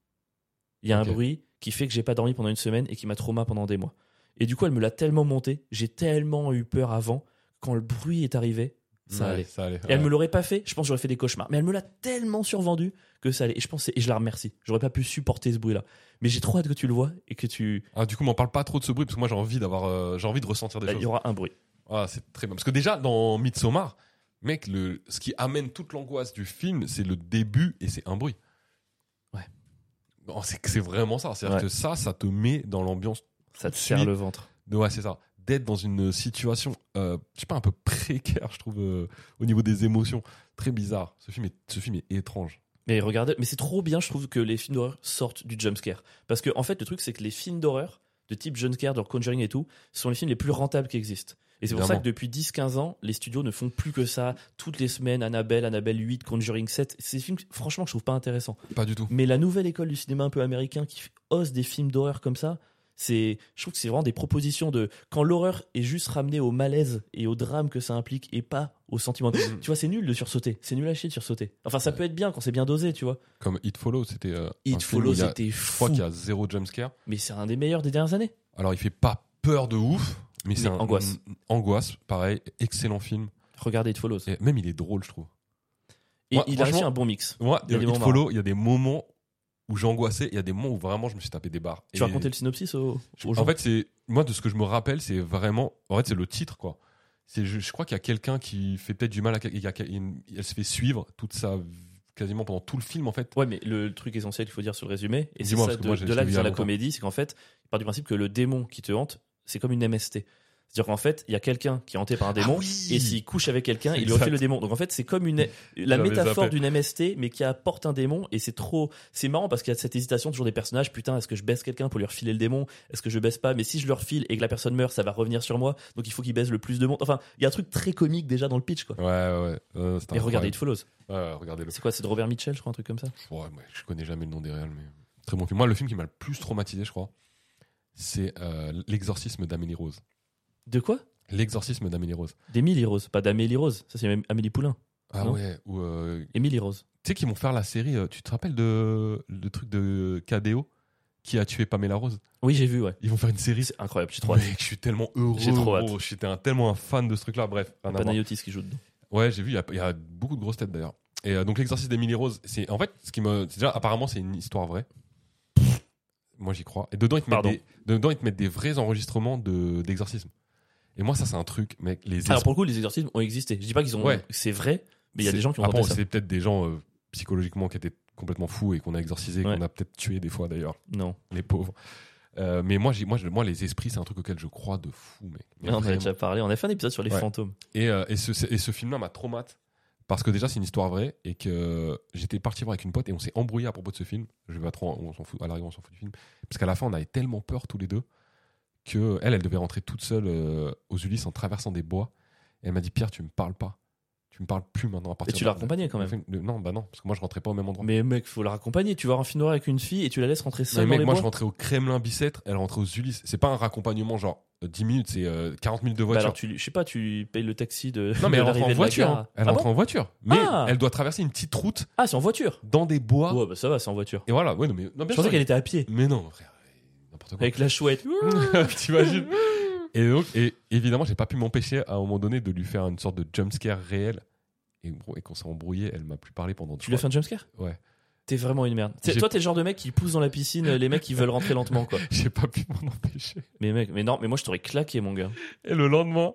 [SPEAKER 1] Il y a
[SPEAKER 2] Ok.
[SPEAKER 1] un bruit qui fait que j'ai pas dormi pendant une semaine et qui m'a trauma pendant des mois. Et du coup, elle me l'a tellement monté, j'ai tellement eu peur avant, quand le bruit est arrivé, ça
[SPEAKER 2] Ouais,
[SPEAKER 1] allait.
[SPEAKER 2] Ça allait.
[SPEAKER 1] Et elle
[SPEAKER 2] ouais.
[SPEAKER 1] me l'aurait pas fait, je pense que j'aurais fait des cauchemars. Mais elle me l'a tellement survendu que ça allait. Et je pense, et je la remercie. J'aurais pas pu supporter ce bruit-là. Mais j'ai trop hâte que tu le vois et que tu.
[SPEAKER 2] Ah, du coup, m'en parle pas trop de ce bruit parce que moi j'ai envie d'avoir, euh, j'ai envie de ressentir des
[SPEAKER 1] Bah, Il
[SPEAKER 2] choses.
[SPEAKER 1] y aura un bruit.
[SPEAKER 2] Ah, c'est très bien. Parce que déjà, dans Midsommar, mec, le, ce qui amène toute l'angoisse du film, c'est le début et c'est un bruit.
[SPEAKER 1] Ouais.
[SPEAKER 2] Non, c'est que c'est vraiment ça. C'est-à-dire
[SPEAKER 1] Ouais.
[SPEAKER 2] que ça, ça te met dans l'ambiance.
[SPEAKER 1] Ça te
[SPEAKER 2] Suite.
[SPEAKER 1] serre le ventre.
[SPEAKER 2] de- Ouais, c'est ça. D'être dans une situation, euh, je sais pas, un peu précaire, je trouve, euh, au niveau des émotions. Très bizarre. Ce film est, ce film est étrange.
[SPEAKER 1] Mais regardez, mais c'est trop bien, je trouve, que les films d'horreur sortent du jumpscare. Parce que, en fait, le truc, c'est que les films d'horreur, de type jumpscare, genre Conjuring et tout, sont les films les plus rentables qui existent. Et c'est pour ça
[SPEAKER 2] Évidemment.
[SPEAKER 1] que depuis 10-15 ans, les studios ne font plus que ça. Toutes les semaines, Annabelle, Annabelle 8, Conjuring 7. C'est des films, que, franchement, que je trouve pas intéressants.
[SPEAKER 2] Pas du tout.
[SPEAKER 1] Mais la nouvelle école du cinéma un peu américain qui hausse des films d'horreur comme ça, c'est, je trouve que c'est vraiment des propositions de quand l'horreur est juste ramenée au malaise et au drame que ça implique et pas au sentiment. De... Tu vois, c'est nul de sursauter, c'est nul à chier de sursauter. Enfin, ça
[SPEAKER 2] Mm. Ouais.
[SPEAKER 1] peut être bien quand c'est bien dosé, tu vois.
[SPEAKER 2] Comme It Follow, c'était. euh, un
[SPEAKER 1] It
[SPEAKER 2] film où
[SPEAKER 1] Follows
[SPEAKER 2] il y a-
[SPEAKER 1] était
[SPEAKER 2] Je
[SPEAKER 1] fou,
[SPEAKER 2] crois qu'il y a zéro jumpscare.
[SPEAKER 1] mais c'est un des meilleurs des dernières années.
[SPEAKER 2] Alors, il fait pas peur de ouf, mais c'est
[SPEAKER 1] Mais
[SPEAKER 2] un-
[SPEAKER 1] angoisse.
[SPEAKER 2] une angoisse, pareil. Excellent film.
[SPEAKER 1] Regardez It Follows. Et,
[SPEAKER 2] Et même, il est drôle, je trouve. Ouais,
[SPEAKER 1] il a réussi
[SPEAKER 2] franchement-
[SPEAKER 1] un bon mix.
[SPEAKER 2] Moi,
[SPEAKER 1] Il y a
[SPEAKER 2] il,
[SPEAKER 1] des
[SPEAKER 2] il
[SPEAKER 1] moments
[SPEAKER 2] follow, il y a des moments où j'angoissais, il y a des moments où vraiment je me suis tapé des barres.
[SPEAKER 1] Tu
[SPEAKER 2] Et
[SPEAKER 1] racontais le synopsis au-
[SPEAKER 2] je-
[SPEAKER 1] aux, gens
[SPEAKER 2] En fait, c'est moi de ce que je me rappelle, c'est vraiment en fait, c'est le titre quoi. C'est je, je crois qu'il y a quelqu'un qui fait peut-être du mal à quel- il y a quel- une- elle se fait suivre toute sa quasiment pendant tout le film en fait.
[SPEAKER 1] Ouais, mais le truc essentiel qu'il faut dire sur le résumé, et c'est
[SPEAKER 2] Dis-moi,
[SPEAKER 1] ça
[SPEAKER 2] parce que
[SPEAKER 1] de,
[SPEAKER 2] moi, j'ai-
[SPEAKER 1] de là
[SPEAKER 2] j'ai
[SPEAKER 1] que
[SPEAKER 2] vu il y
[SPEAKER 1] vient
[SPEAKER 2] a
[SPEAKER 1] la
[SPEAKER 2] longtemps.
[SPEAKER 1] comédie, c'est qu'en fait, il part du principe que le démon qui te hante, c'est comme une MST. C'est-à-dire qu'en fait, il y a quelqu'un qui est hanté par un démon,
[SPEAKER 2] Ah oui
[SPEAKER 1] et s'il couche avec quelqu'un, il lui
[SPEAKER 2] Exact.
[SPEAKER 1] refile le démon. Donc en fait, c'est comme une, la
[SPEAKER 2] J'avais
[SPEAKER 1] métaphore
[SPEAKER 2] zappé.
[SPEAKER 1] d'une MST, mais qui apporte un démon, et c'est trop, c'est marrant parce qu'il y a cette hésitation toujours des personnages, putain, est-ce que je baisse quelqu'un pour lui refiler le démon? Est-ce que je baisse pas? Mais si je le refile et que la personne meurt, ça va revenir sur moi, donc il faut qu'il baisse le plus de monde. Enfin, il y a un truc très comique déjà dans le pitch, quoi.
[SPEAKER 2] Ouais ouais. ouais. Euh, c'est
[SPEAKER 1] Et regardez It
[SPEAKER 2] incroyable.
[SPEAKER 1] Follows.
[SPEAKER 2] Ouais, ouais, regardez le.
[SPEAKER 1] C'est quoi? C'est de Robert Mitchell, je crois, un truc comme ça?
[SPEAKER 2] Pff, ouais, ouais, je connais jamais le nom des réels mais très bon film. Moi, le film qui m'a le plus traumatisé, je crois, c'est euh, l'exorcisme d'Amélie Rose.
[SPEAKER 1] De quoi?
[SPEAKER 2] L'exorcisme d'Amélie Rose.
[SPEAKER 1] D'Émilie Rose, pas d'Amélie Rose. Ça, c'est même Amélie Poulain.
[SPEAKER 2] Ah
[SPEAKER 1] Non.
[SPEAKER 2] ouais. Où, euh,
[SPEAKER 1] Émilie Rose.
[SPEAKER 2] Tu sais qu'ils vont faire la série, euh, tu te rappelles de le truc de KDO qui a tué Pamela Rose
[SPEAKER 1] Oui, j'ai vu, ouais.
[SPEAKER 2] Ils vont faire une série.
[SPEAKER 1] C'est incroyable, j'ai trop hâte.
[SPEAKER 2] Mec, je suis tellement heureux.
[SPEAKER 1] J'ai trop hâte.
[SPEAKER 2] gros. J'étais un- tellement un fan de ce truc-là. Bref, rien à voir.
[SPEAKER 1] Panayotis qui joue dedans.
[SPEAKER 2] Ouais, j'ai vu, il y a- il y, a beaucoup de grosses têtes d'ailleurs. Et euh, donc, l'exercice d'Emily Rose, c'est en fait ce qui me. c'est Déjà, apparemment, c'est une histoire vraie. Moi, j'y crois. Et dedans, ils te mettent,
[SPEAKER 1] Pardon.
[SPEAKER 2] des, dedans, ils te mettent des vrais enregistrements de- d'exorcisme. Et moi, ça, c'est un truc, mec. Les
[SPEAKER 1] Alors pour le coup, les exorcismes ont existé. Je dis pas qu'ils ont.
[SPEAKER 2] Ouais.
[SPEAKER 1] C'est vrai, mais il y a
[SPEAKER 2] C'est-
[SPEAKER 1] des gens qui ont
[SPEAKER 2] Après,
[SPEAKER 1] inventé ça.
[SPEAKER 2] c'est peut-être des gens euh, psychologiquement qui étaient complètement fous et qu'on a exorcisé, et
[SPEAKER 1] Ouais.
[SPEAKER 2] qu'on a peut-être tué des fois d'ailleurs.
[SPEAKER 1] Non,
[SPEAKER 2] les pauvres. Euh, mais moi, j'ai- moi, je- moi, les esprits, c'est un truc auquel je crois de fou, mec.
[SPEAKER 1] mais
[SPEAKER 2] Mais
[SPEAKER 1] on en a
[SPEAKER 2] vraiment.
[SPEAKER 1] déjà parlé. On a fait un épisode sur les
[SPEAKER 2] Ouais.
[SPEAKER 1] fantômes.
[SPEAKER 2] Et, euh, et ce, et ce film-là m'a traumatisé parce que déjà, c'est une histoire vraie et que j'étais parti voir avec une pote et on s'est embrouillé à propos de ce film. Je vais pas trop, on s'en fout, à l'arrivée, on s'en fout du film. Parce qu'à la fin, on avait tellement peur tous les deux que elle, elle devait rentrer toute seule euh, aux Ulysses en traversant des bois. Et elle m'a dit, Pierre, tu me parles pas. Tu me parles plus maintenant à
[SPEAKER 1] Et
[SPEAKER 2] partir
[SPEAKER 1] tu
[SPEAKER 2] de-
[SPEAKER 1] l'as raccompagné quand
[SPEAKER 2] de-
[SPEAKER 1] même.
[SPEAKER 2] de- Non, bah non, parce que moi, je rentrais pas au même endroit.
[SPEAKER 1] Mais mec, faut la raccompagner. Tu vas en film noir avec une fille et tu la laisses rentrer
[SPEAKER 2] Non,
[SPEAKER 1] seule
[SPEAKER 2] mais
[SPEAKER 1] dans
[SPEAKER 2] mec,
[SPEAKER 1] les
[SPEAKER 2] moi
[SPEAKER 1] bois.
[SPEAKER 2] je rentrais au Kremlin Bicêtre, elle rentrait aux Ulysses. C'est pas un raccompagnement genre euh, 10 minutes, c'est euh, 40 minutes de
[SPEAKER 1] Bah
[SPEAKER 2] voiture.
[SPEAKER 1] alors tu, je sais pas, tu payes le taxi de.
[SPEAKER 2] non, mais
[SPEAKER 1] de
[SPEAKER 2] elle rentre
[SPEAKER 1] l'arrivée
[SPEAKER 2] en
[SPEAKER 1] de la
[SPEAKER 2] voiture.
[SPEAKER 1] gare.
[SPEAKER 2] hein. Elle
[SPEAKER 1] ah
[SPEAKER 2] rentre
[SPEAKER 1] bon
[SPEAKER 2] en voiture. Mais
[SPEAKER 1] Ah
[SPEAKER 2] elle doit traverser une petite route
[SPEAKER 1] Ah, c'est en voiture.
[SPEAKER 2] dans des bois.
[SPEAKER 1] Ouais, bah ça va, c'est en voiture.
[SPEAKER 2] Et voilà, ouais, non, mais. Non, bien
[SPEAKER 1] Je
[SPEAKER 2] sûr, Mmh.
[SPEAKER 1] pensais qu'elle était à pied
[SPEAKER 2] Mais non, frère, euh, n'importe quoi.
[SPEAKER 1] avec la chouette.
[SPEAKER 2] T'imagines Et donc, et évidemment, j'ai pas pu m'empêcher à un moment donné de lui faire une sorte de jumpscare réel. Et, gros, et qu'on s'est embrouillé, elle m'a plus parlé pendant
[SPEAKER 1] Tu lui as fait un jumpscare
[SPEAKER 2] Ouais.
[SPEAKER 1] T'es vraiment une merde. T'es-
[SPEAKER 2] J'ai-
[SPEAKER 1] Toi, t'es le genre de mec qui pousse dans la piscine les mecs qui veulent rentrer lentement, quoi.
[SPEAKER 2] J'ai pas pu m'en empêcher.
[SPEAKER 1] Mais mec, mais non, mais moi je t'aurais claqué, mon gars.
[SPEAKER 2] Et le lendemain,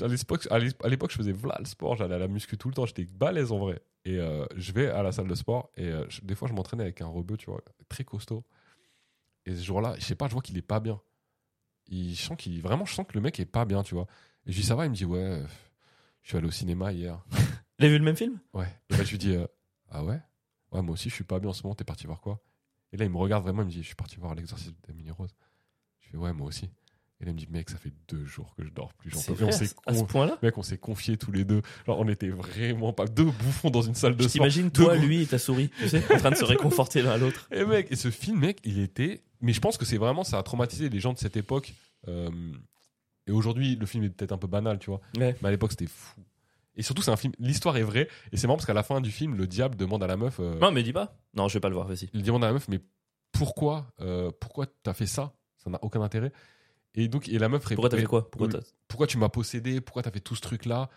[SPEAKER 2] à l'époque, à l'es- à l'époque, je faisais voilà le sport, j'allais à la muscu tout le temps, j'étais balèze en vrai. Et euh, je vais à la salle de sport et euh, je- des fois, je m'entraînais avec un rebeu, tu vois, très costaud. Et ce jour-là, je sais pas, je vois qu'il est pas bien. Il, je sens qu'il vraiment, je sens que le mec est pas bien, tu vois. Et je lui dis ça va, il me dit ouais, euh, je suis allé au cinéma hier.
[SPEAKER 1] Il a vu le même film
[SPEAKER 2] Ouais. Et là, je lui dis, euh, ah ouais Ouais, moi aussi, je suis pas bien en ce moment, t'es parti voir quoi Et là, il me regarde vraiment, il me dit, je suis parti voir l'exorcisme d'Amélie Rose. Je fais, ouais, moi aussi. Et là, il me dit, mec, ça fait deux jours que je dors plus, j'en
[SPEAKER 1] C'est
[SPEAKER 2] peux plus. On
[SPEAKER 1] vrai,
[SPEAKER 2] s'est
[SPEAKER 1] à ce
[SPEAKER 2] con-
[SPEAKER 1] point-là
[SPEAKER 2] Mec, on s'est confiés tous les deux. Genre, on était vraiment pas deux bouffons dans une salle de
[SPEAKER 1] Je
[SPEAKER 2] sport.
[SPEAKER 1] t'imagine toi,
[SPEAKER 2] Deux-
[SPEAKER 1] lui et ta souris, tu sais, en train de se réconforter l'un à l'autre.
[SPEAKER 2] Et mec, et ce film, mec, il était. Mais je pense que c'est vraiment, ça a traumatisé les gens de cette époque. Euh, Et aujourd'hui, le film est peut-être un peu banal, tu vois.
[SPEAKER 1] Ouais.
[SPEAKER 2] Mais à l'époque, c'était fou. Et surtout, c'est un film. L'histoire est vraie. Et c'est marrant parce qu'à la fin du film, le diable demande à la meuf. euh,
[SPEAKER 1] Non, mais dis pas. Non, je vais pas le voir, vas-y.
[SPEAKER 2] il demande à la meuf, mais pourquoi, euh, pourquoi t'as fait ça Ça n'a aucun intérêt. Et donc, et la meuf répond,
[SPEAKER 1] Pourquoi t'as
[SPEAKER 2] mais
[SPEAKER 1] fait quoi Pourquoi t'as-
[SPEAKER 2] pourquoi tu m'as possédé Pourquoi t'as fait tout ce truc-là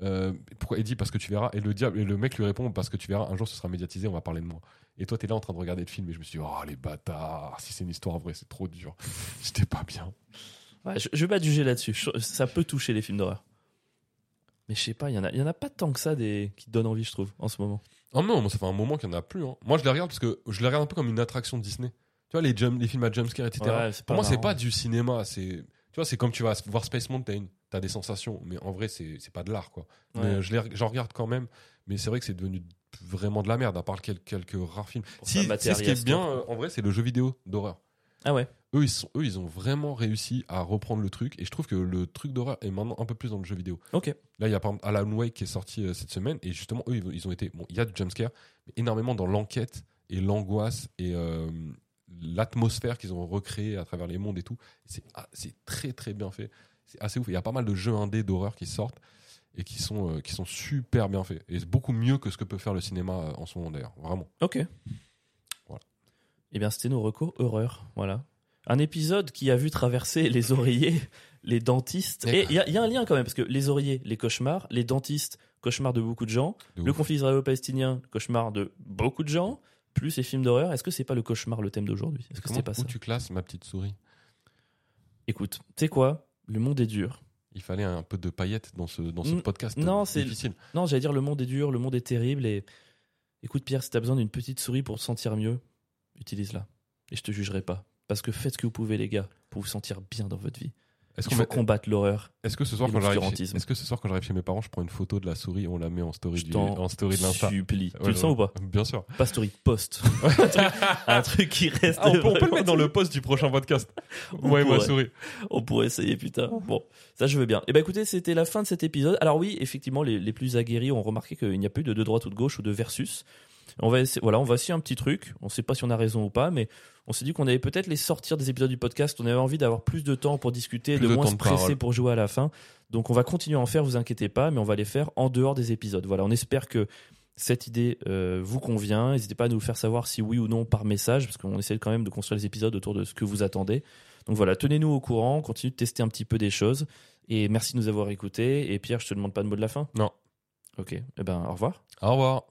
[SPEAKER 2] Euh, Pourquoi Il dit parce que tu verras. Et le diable, et le mec lui répond parce que tu verras. Un jour, ce sera médiatisé, on va parler de moi. Et toi, t'es là en train de regarder le film. Et je me suis dit, oh les bâtards, si c'est une histoire vraie, c'est trop dur. J'étais pas bien.
[SPEAKER 1] Ouais, je, je vais pas te juger là-dessus. Je- Ça peut toucher les films d'horreur. Mais je sais pas, il y, en a- il y en a pas tant que ça des... qui te donnent envie, je trouve, en ce moment.
[SPEAKER 2] Oh non, moi, ça fait un moment qu'il y en a plus. hein. Moi, je les regarde parce que je les regarde un peu comme une attraction Disney. Tu vois, les, jump, les films à jumpscare, etc.
[SPEAKER 1] Ouais, c'est pas
[SPEAKER 2] Pour moi, c'est
[SPEAKER 1] marrant.
[SPEAKER 2] pas du cinéma. C'est, tu vois, c'est comme tu vas voir Space Mountain. T'as des sensations, mais en vrai, c'est c'est pas de l'art, quoi.
[SPEAKER 1] Ouais.
[SPEAKER 2] Mais euh, je les- j'en regarde quand même. Mais c'est vrai que c'est devenu vraiment de la merde, à part quel- quelques rares films.
[SPEAKER 1] Pour
[SPEAKER 2] Si,
[SPEAKER 1] faire
[SPEAKER 2] tu sais, ce qui
[SPEAKER 1] Material
[SPEAKER 2] est bien,
[SPEAKER 1] Store.
[SPEAKER 2] euh, en vrai, c'est le jeu vidéo d'horreur.
[SPEAKER 1] Ah ouais
[SPEAKER 2] Eux ils, sont, eux, ils ont vraiment réussi à reprendre le truc. Et je trouve que le truc d'horreur est maintenant un peu plus dans le jeu vidéo.
[SPEAKER 1] Ok.
[SPEAKER 2] Là, il y a par exemple Alan Wake qui est sorti euh, cette semaine. Et justement, eux, ils, ils ont été. Bon, il y a du jumpscare, mais énormément dans l'enquête et l'angoisse et euh, l'atmosphère qu'ils ont recréée à travers les mondes et tout. C'est ah, c'est très, très bien fait. C'est assez ouf. Il y a pas mal de jeux indés d'horreur qui sortent et qui sont, euh, qui sont super bien faits. Et c'est beaucoup mieux que ce que peut faire le cinéma euh, en ce moment, d'ailleurs. Vraiment.
[SPEAKER 1] Ok.
[SPEAKER 2] Voilà.
[SPEAKER 1] Eh bien, c'était nos recos horreur. Voilà. Un épisode qui a vu traverser les oreillers, les dentistes.
[SPEAKER 2] Eh
[SPEAKER 1] Et il y, a- il y a un lien quand même, parce que les oreillers, les cauchemars, les dentistes, cauchemars de beaucoup de gens,
[SPEAKER 2] De
[SPEAKER 1] le
[SPEAKER 2] ouf.
[SPEAKER 1] conflit israélo-palestinien, cauchemar de beaucoup de gens, plus les films d'horreur. Est-ce que c'est pas le cauchemar le thème d'aujourd'hui Est-ce que
[SPEAKER 2] Comment
[SPEAKER 1] c'est pas
[SPEAKER 2] où
[SPEAKER 1] ça
[SPEAKER 2] tu classes ma petite souris
[SPEAKER 1] Écoute, tu sais quoi Le monde est dur.
[SPEAKER 2] Il fallait un peu de paillettes dans ce, dans ce
[SPEAKER 1] Mm,
[SPEAKER 2] podcast.
[SPEAKER 1] non,
[SPEAKER 2] euh,
[SPEAKER 1] c'est-
[SPEAKER 2] difficile.
[SPEAKER 1] Non, j'allais dire le monde est dur, le monde est terrible. Et écoute, Pierre, si t'as besoin d'une petite souris pour te sentir mieux, utilise-la. Et je te jugerai pas. Parce que faites ce que vous pouvez, les gars, pour vous sentir bien dans votre vie.
[SPEAKER 2] Est-ce
[SPEAKER 1] Il
[SPEAKER 2] qu'on
[SPEAKER 1] faut
[SPEAKER 2] met-
[SPEAKER 1] combattre l'horreur.
[SPEAKER 2] est-ce que ce soir
[SPEAKER 1] et
[SPEAKER 2] quand j'arrive chez...
[SPEAKER 1] l'obscurantisme.
[SPEAKER 2] est-ce que ce soir quand j'arrive chez mes parents, je prends une photo de la souris et on la met en story
[SPEAKER 1] Je
[SPEAKER 2] du
[SPEAKER 1] t'en
[SPEAKER 2] en story de l'insta.
[SPEAKER 1] Supplie.
[SPEAKER 2] Ouais,
[SPEAKER 1] tu le sens
[SPEAKER 2] ouais.
[SPEAKER 1] ou pas
[SPEAKER 2] Bien sûr.
[SPEAKER 1] Pas story post. un, truc, un truc qui reste.
[SPEAKER 2] Ah, on, peut, on peut le
[SPEAKER 1] vraiment-
[SPEAKER 2] mettre dans le post du prochain podcast.
[SPEAKER 1] On
[SPEAKER 2] ouais, ma
[SPEAKER 1] pourrait.
[SPEAKER 2] souris.
[SPEAKER 1] On pourrait essayer, putain. Bon, ça je veux bien. Et ben écoutez, c'était la fin de cet épisode. Alors oui, effectivement, les, les plus aguerris ont remarqué qu'il n'y a plus de deux droites ou de gauche ou de versus. On va essayer, voilà, on va essayer un petit truc. On sait pas si on a raison ou pas, mais on s'est dit qu'on allait peut-être les sortir des épisodes du podcast. On avait envie d'avoir plus de temps pour discuter,
[SPEAKER 2] Plus
[SPEAKER 1] de,
[SPEAKER 2] de
[SPEAKER 1] moins
[SPEAKER 2] temps
[SPEAKER 1] se
[SPEAKER 2] de
[SPEAKER 1] presser
[SPEAKER 2] parole.
[SPEAKER 1] pour jouer à la fin. Donc on va continuer à en faire, vous inquiétez pas, mais on va les faire en dehors des épisodes. Voilà, on espère que cette idée euh, vous convient. N'hésitez pas à nous faire savoir si oui ou non par message, parce qu'on essaie quand même de construire les épisodes autour de ce que vous attendez. Donc voilà, tenez-nous au courant, on continue de tester un petit peu des choses. Et merci de nous avoir écoutés. Et Pierre, je te demande pas de mot de la fin
[SPEAKER 2] Non.
[SPEAKER 1] Ok, eh ben au revoir.
[SPEAKER 2] Au revoir.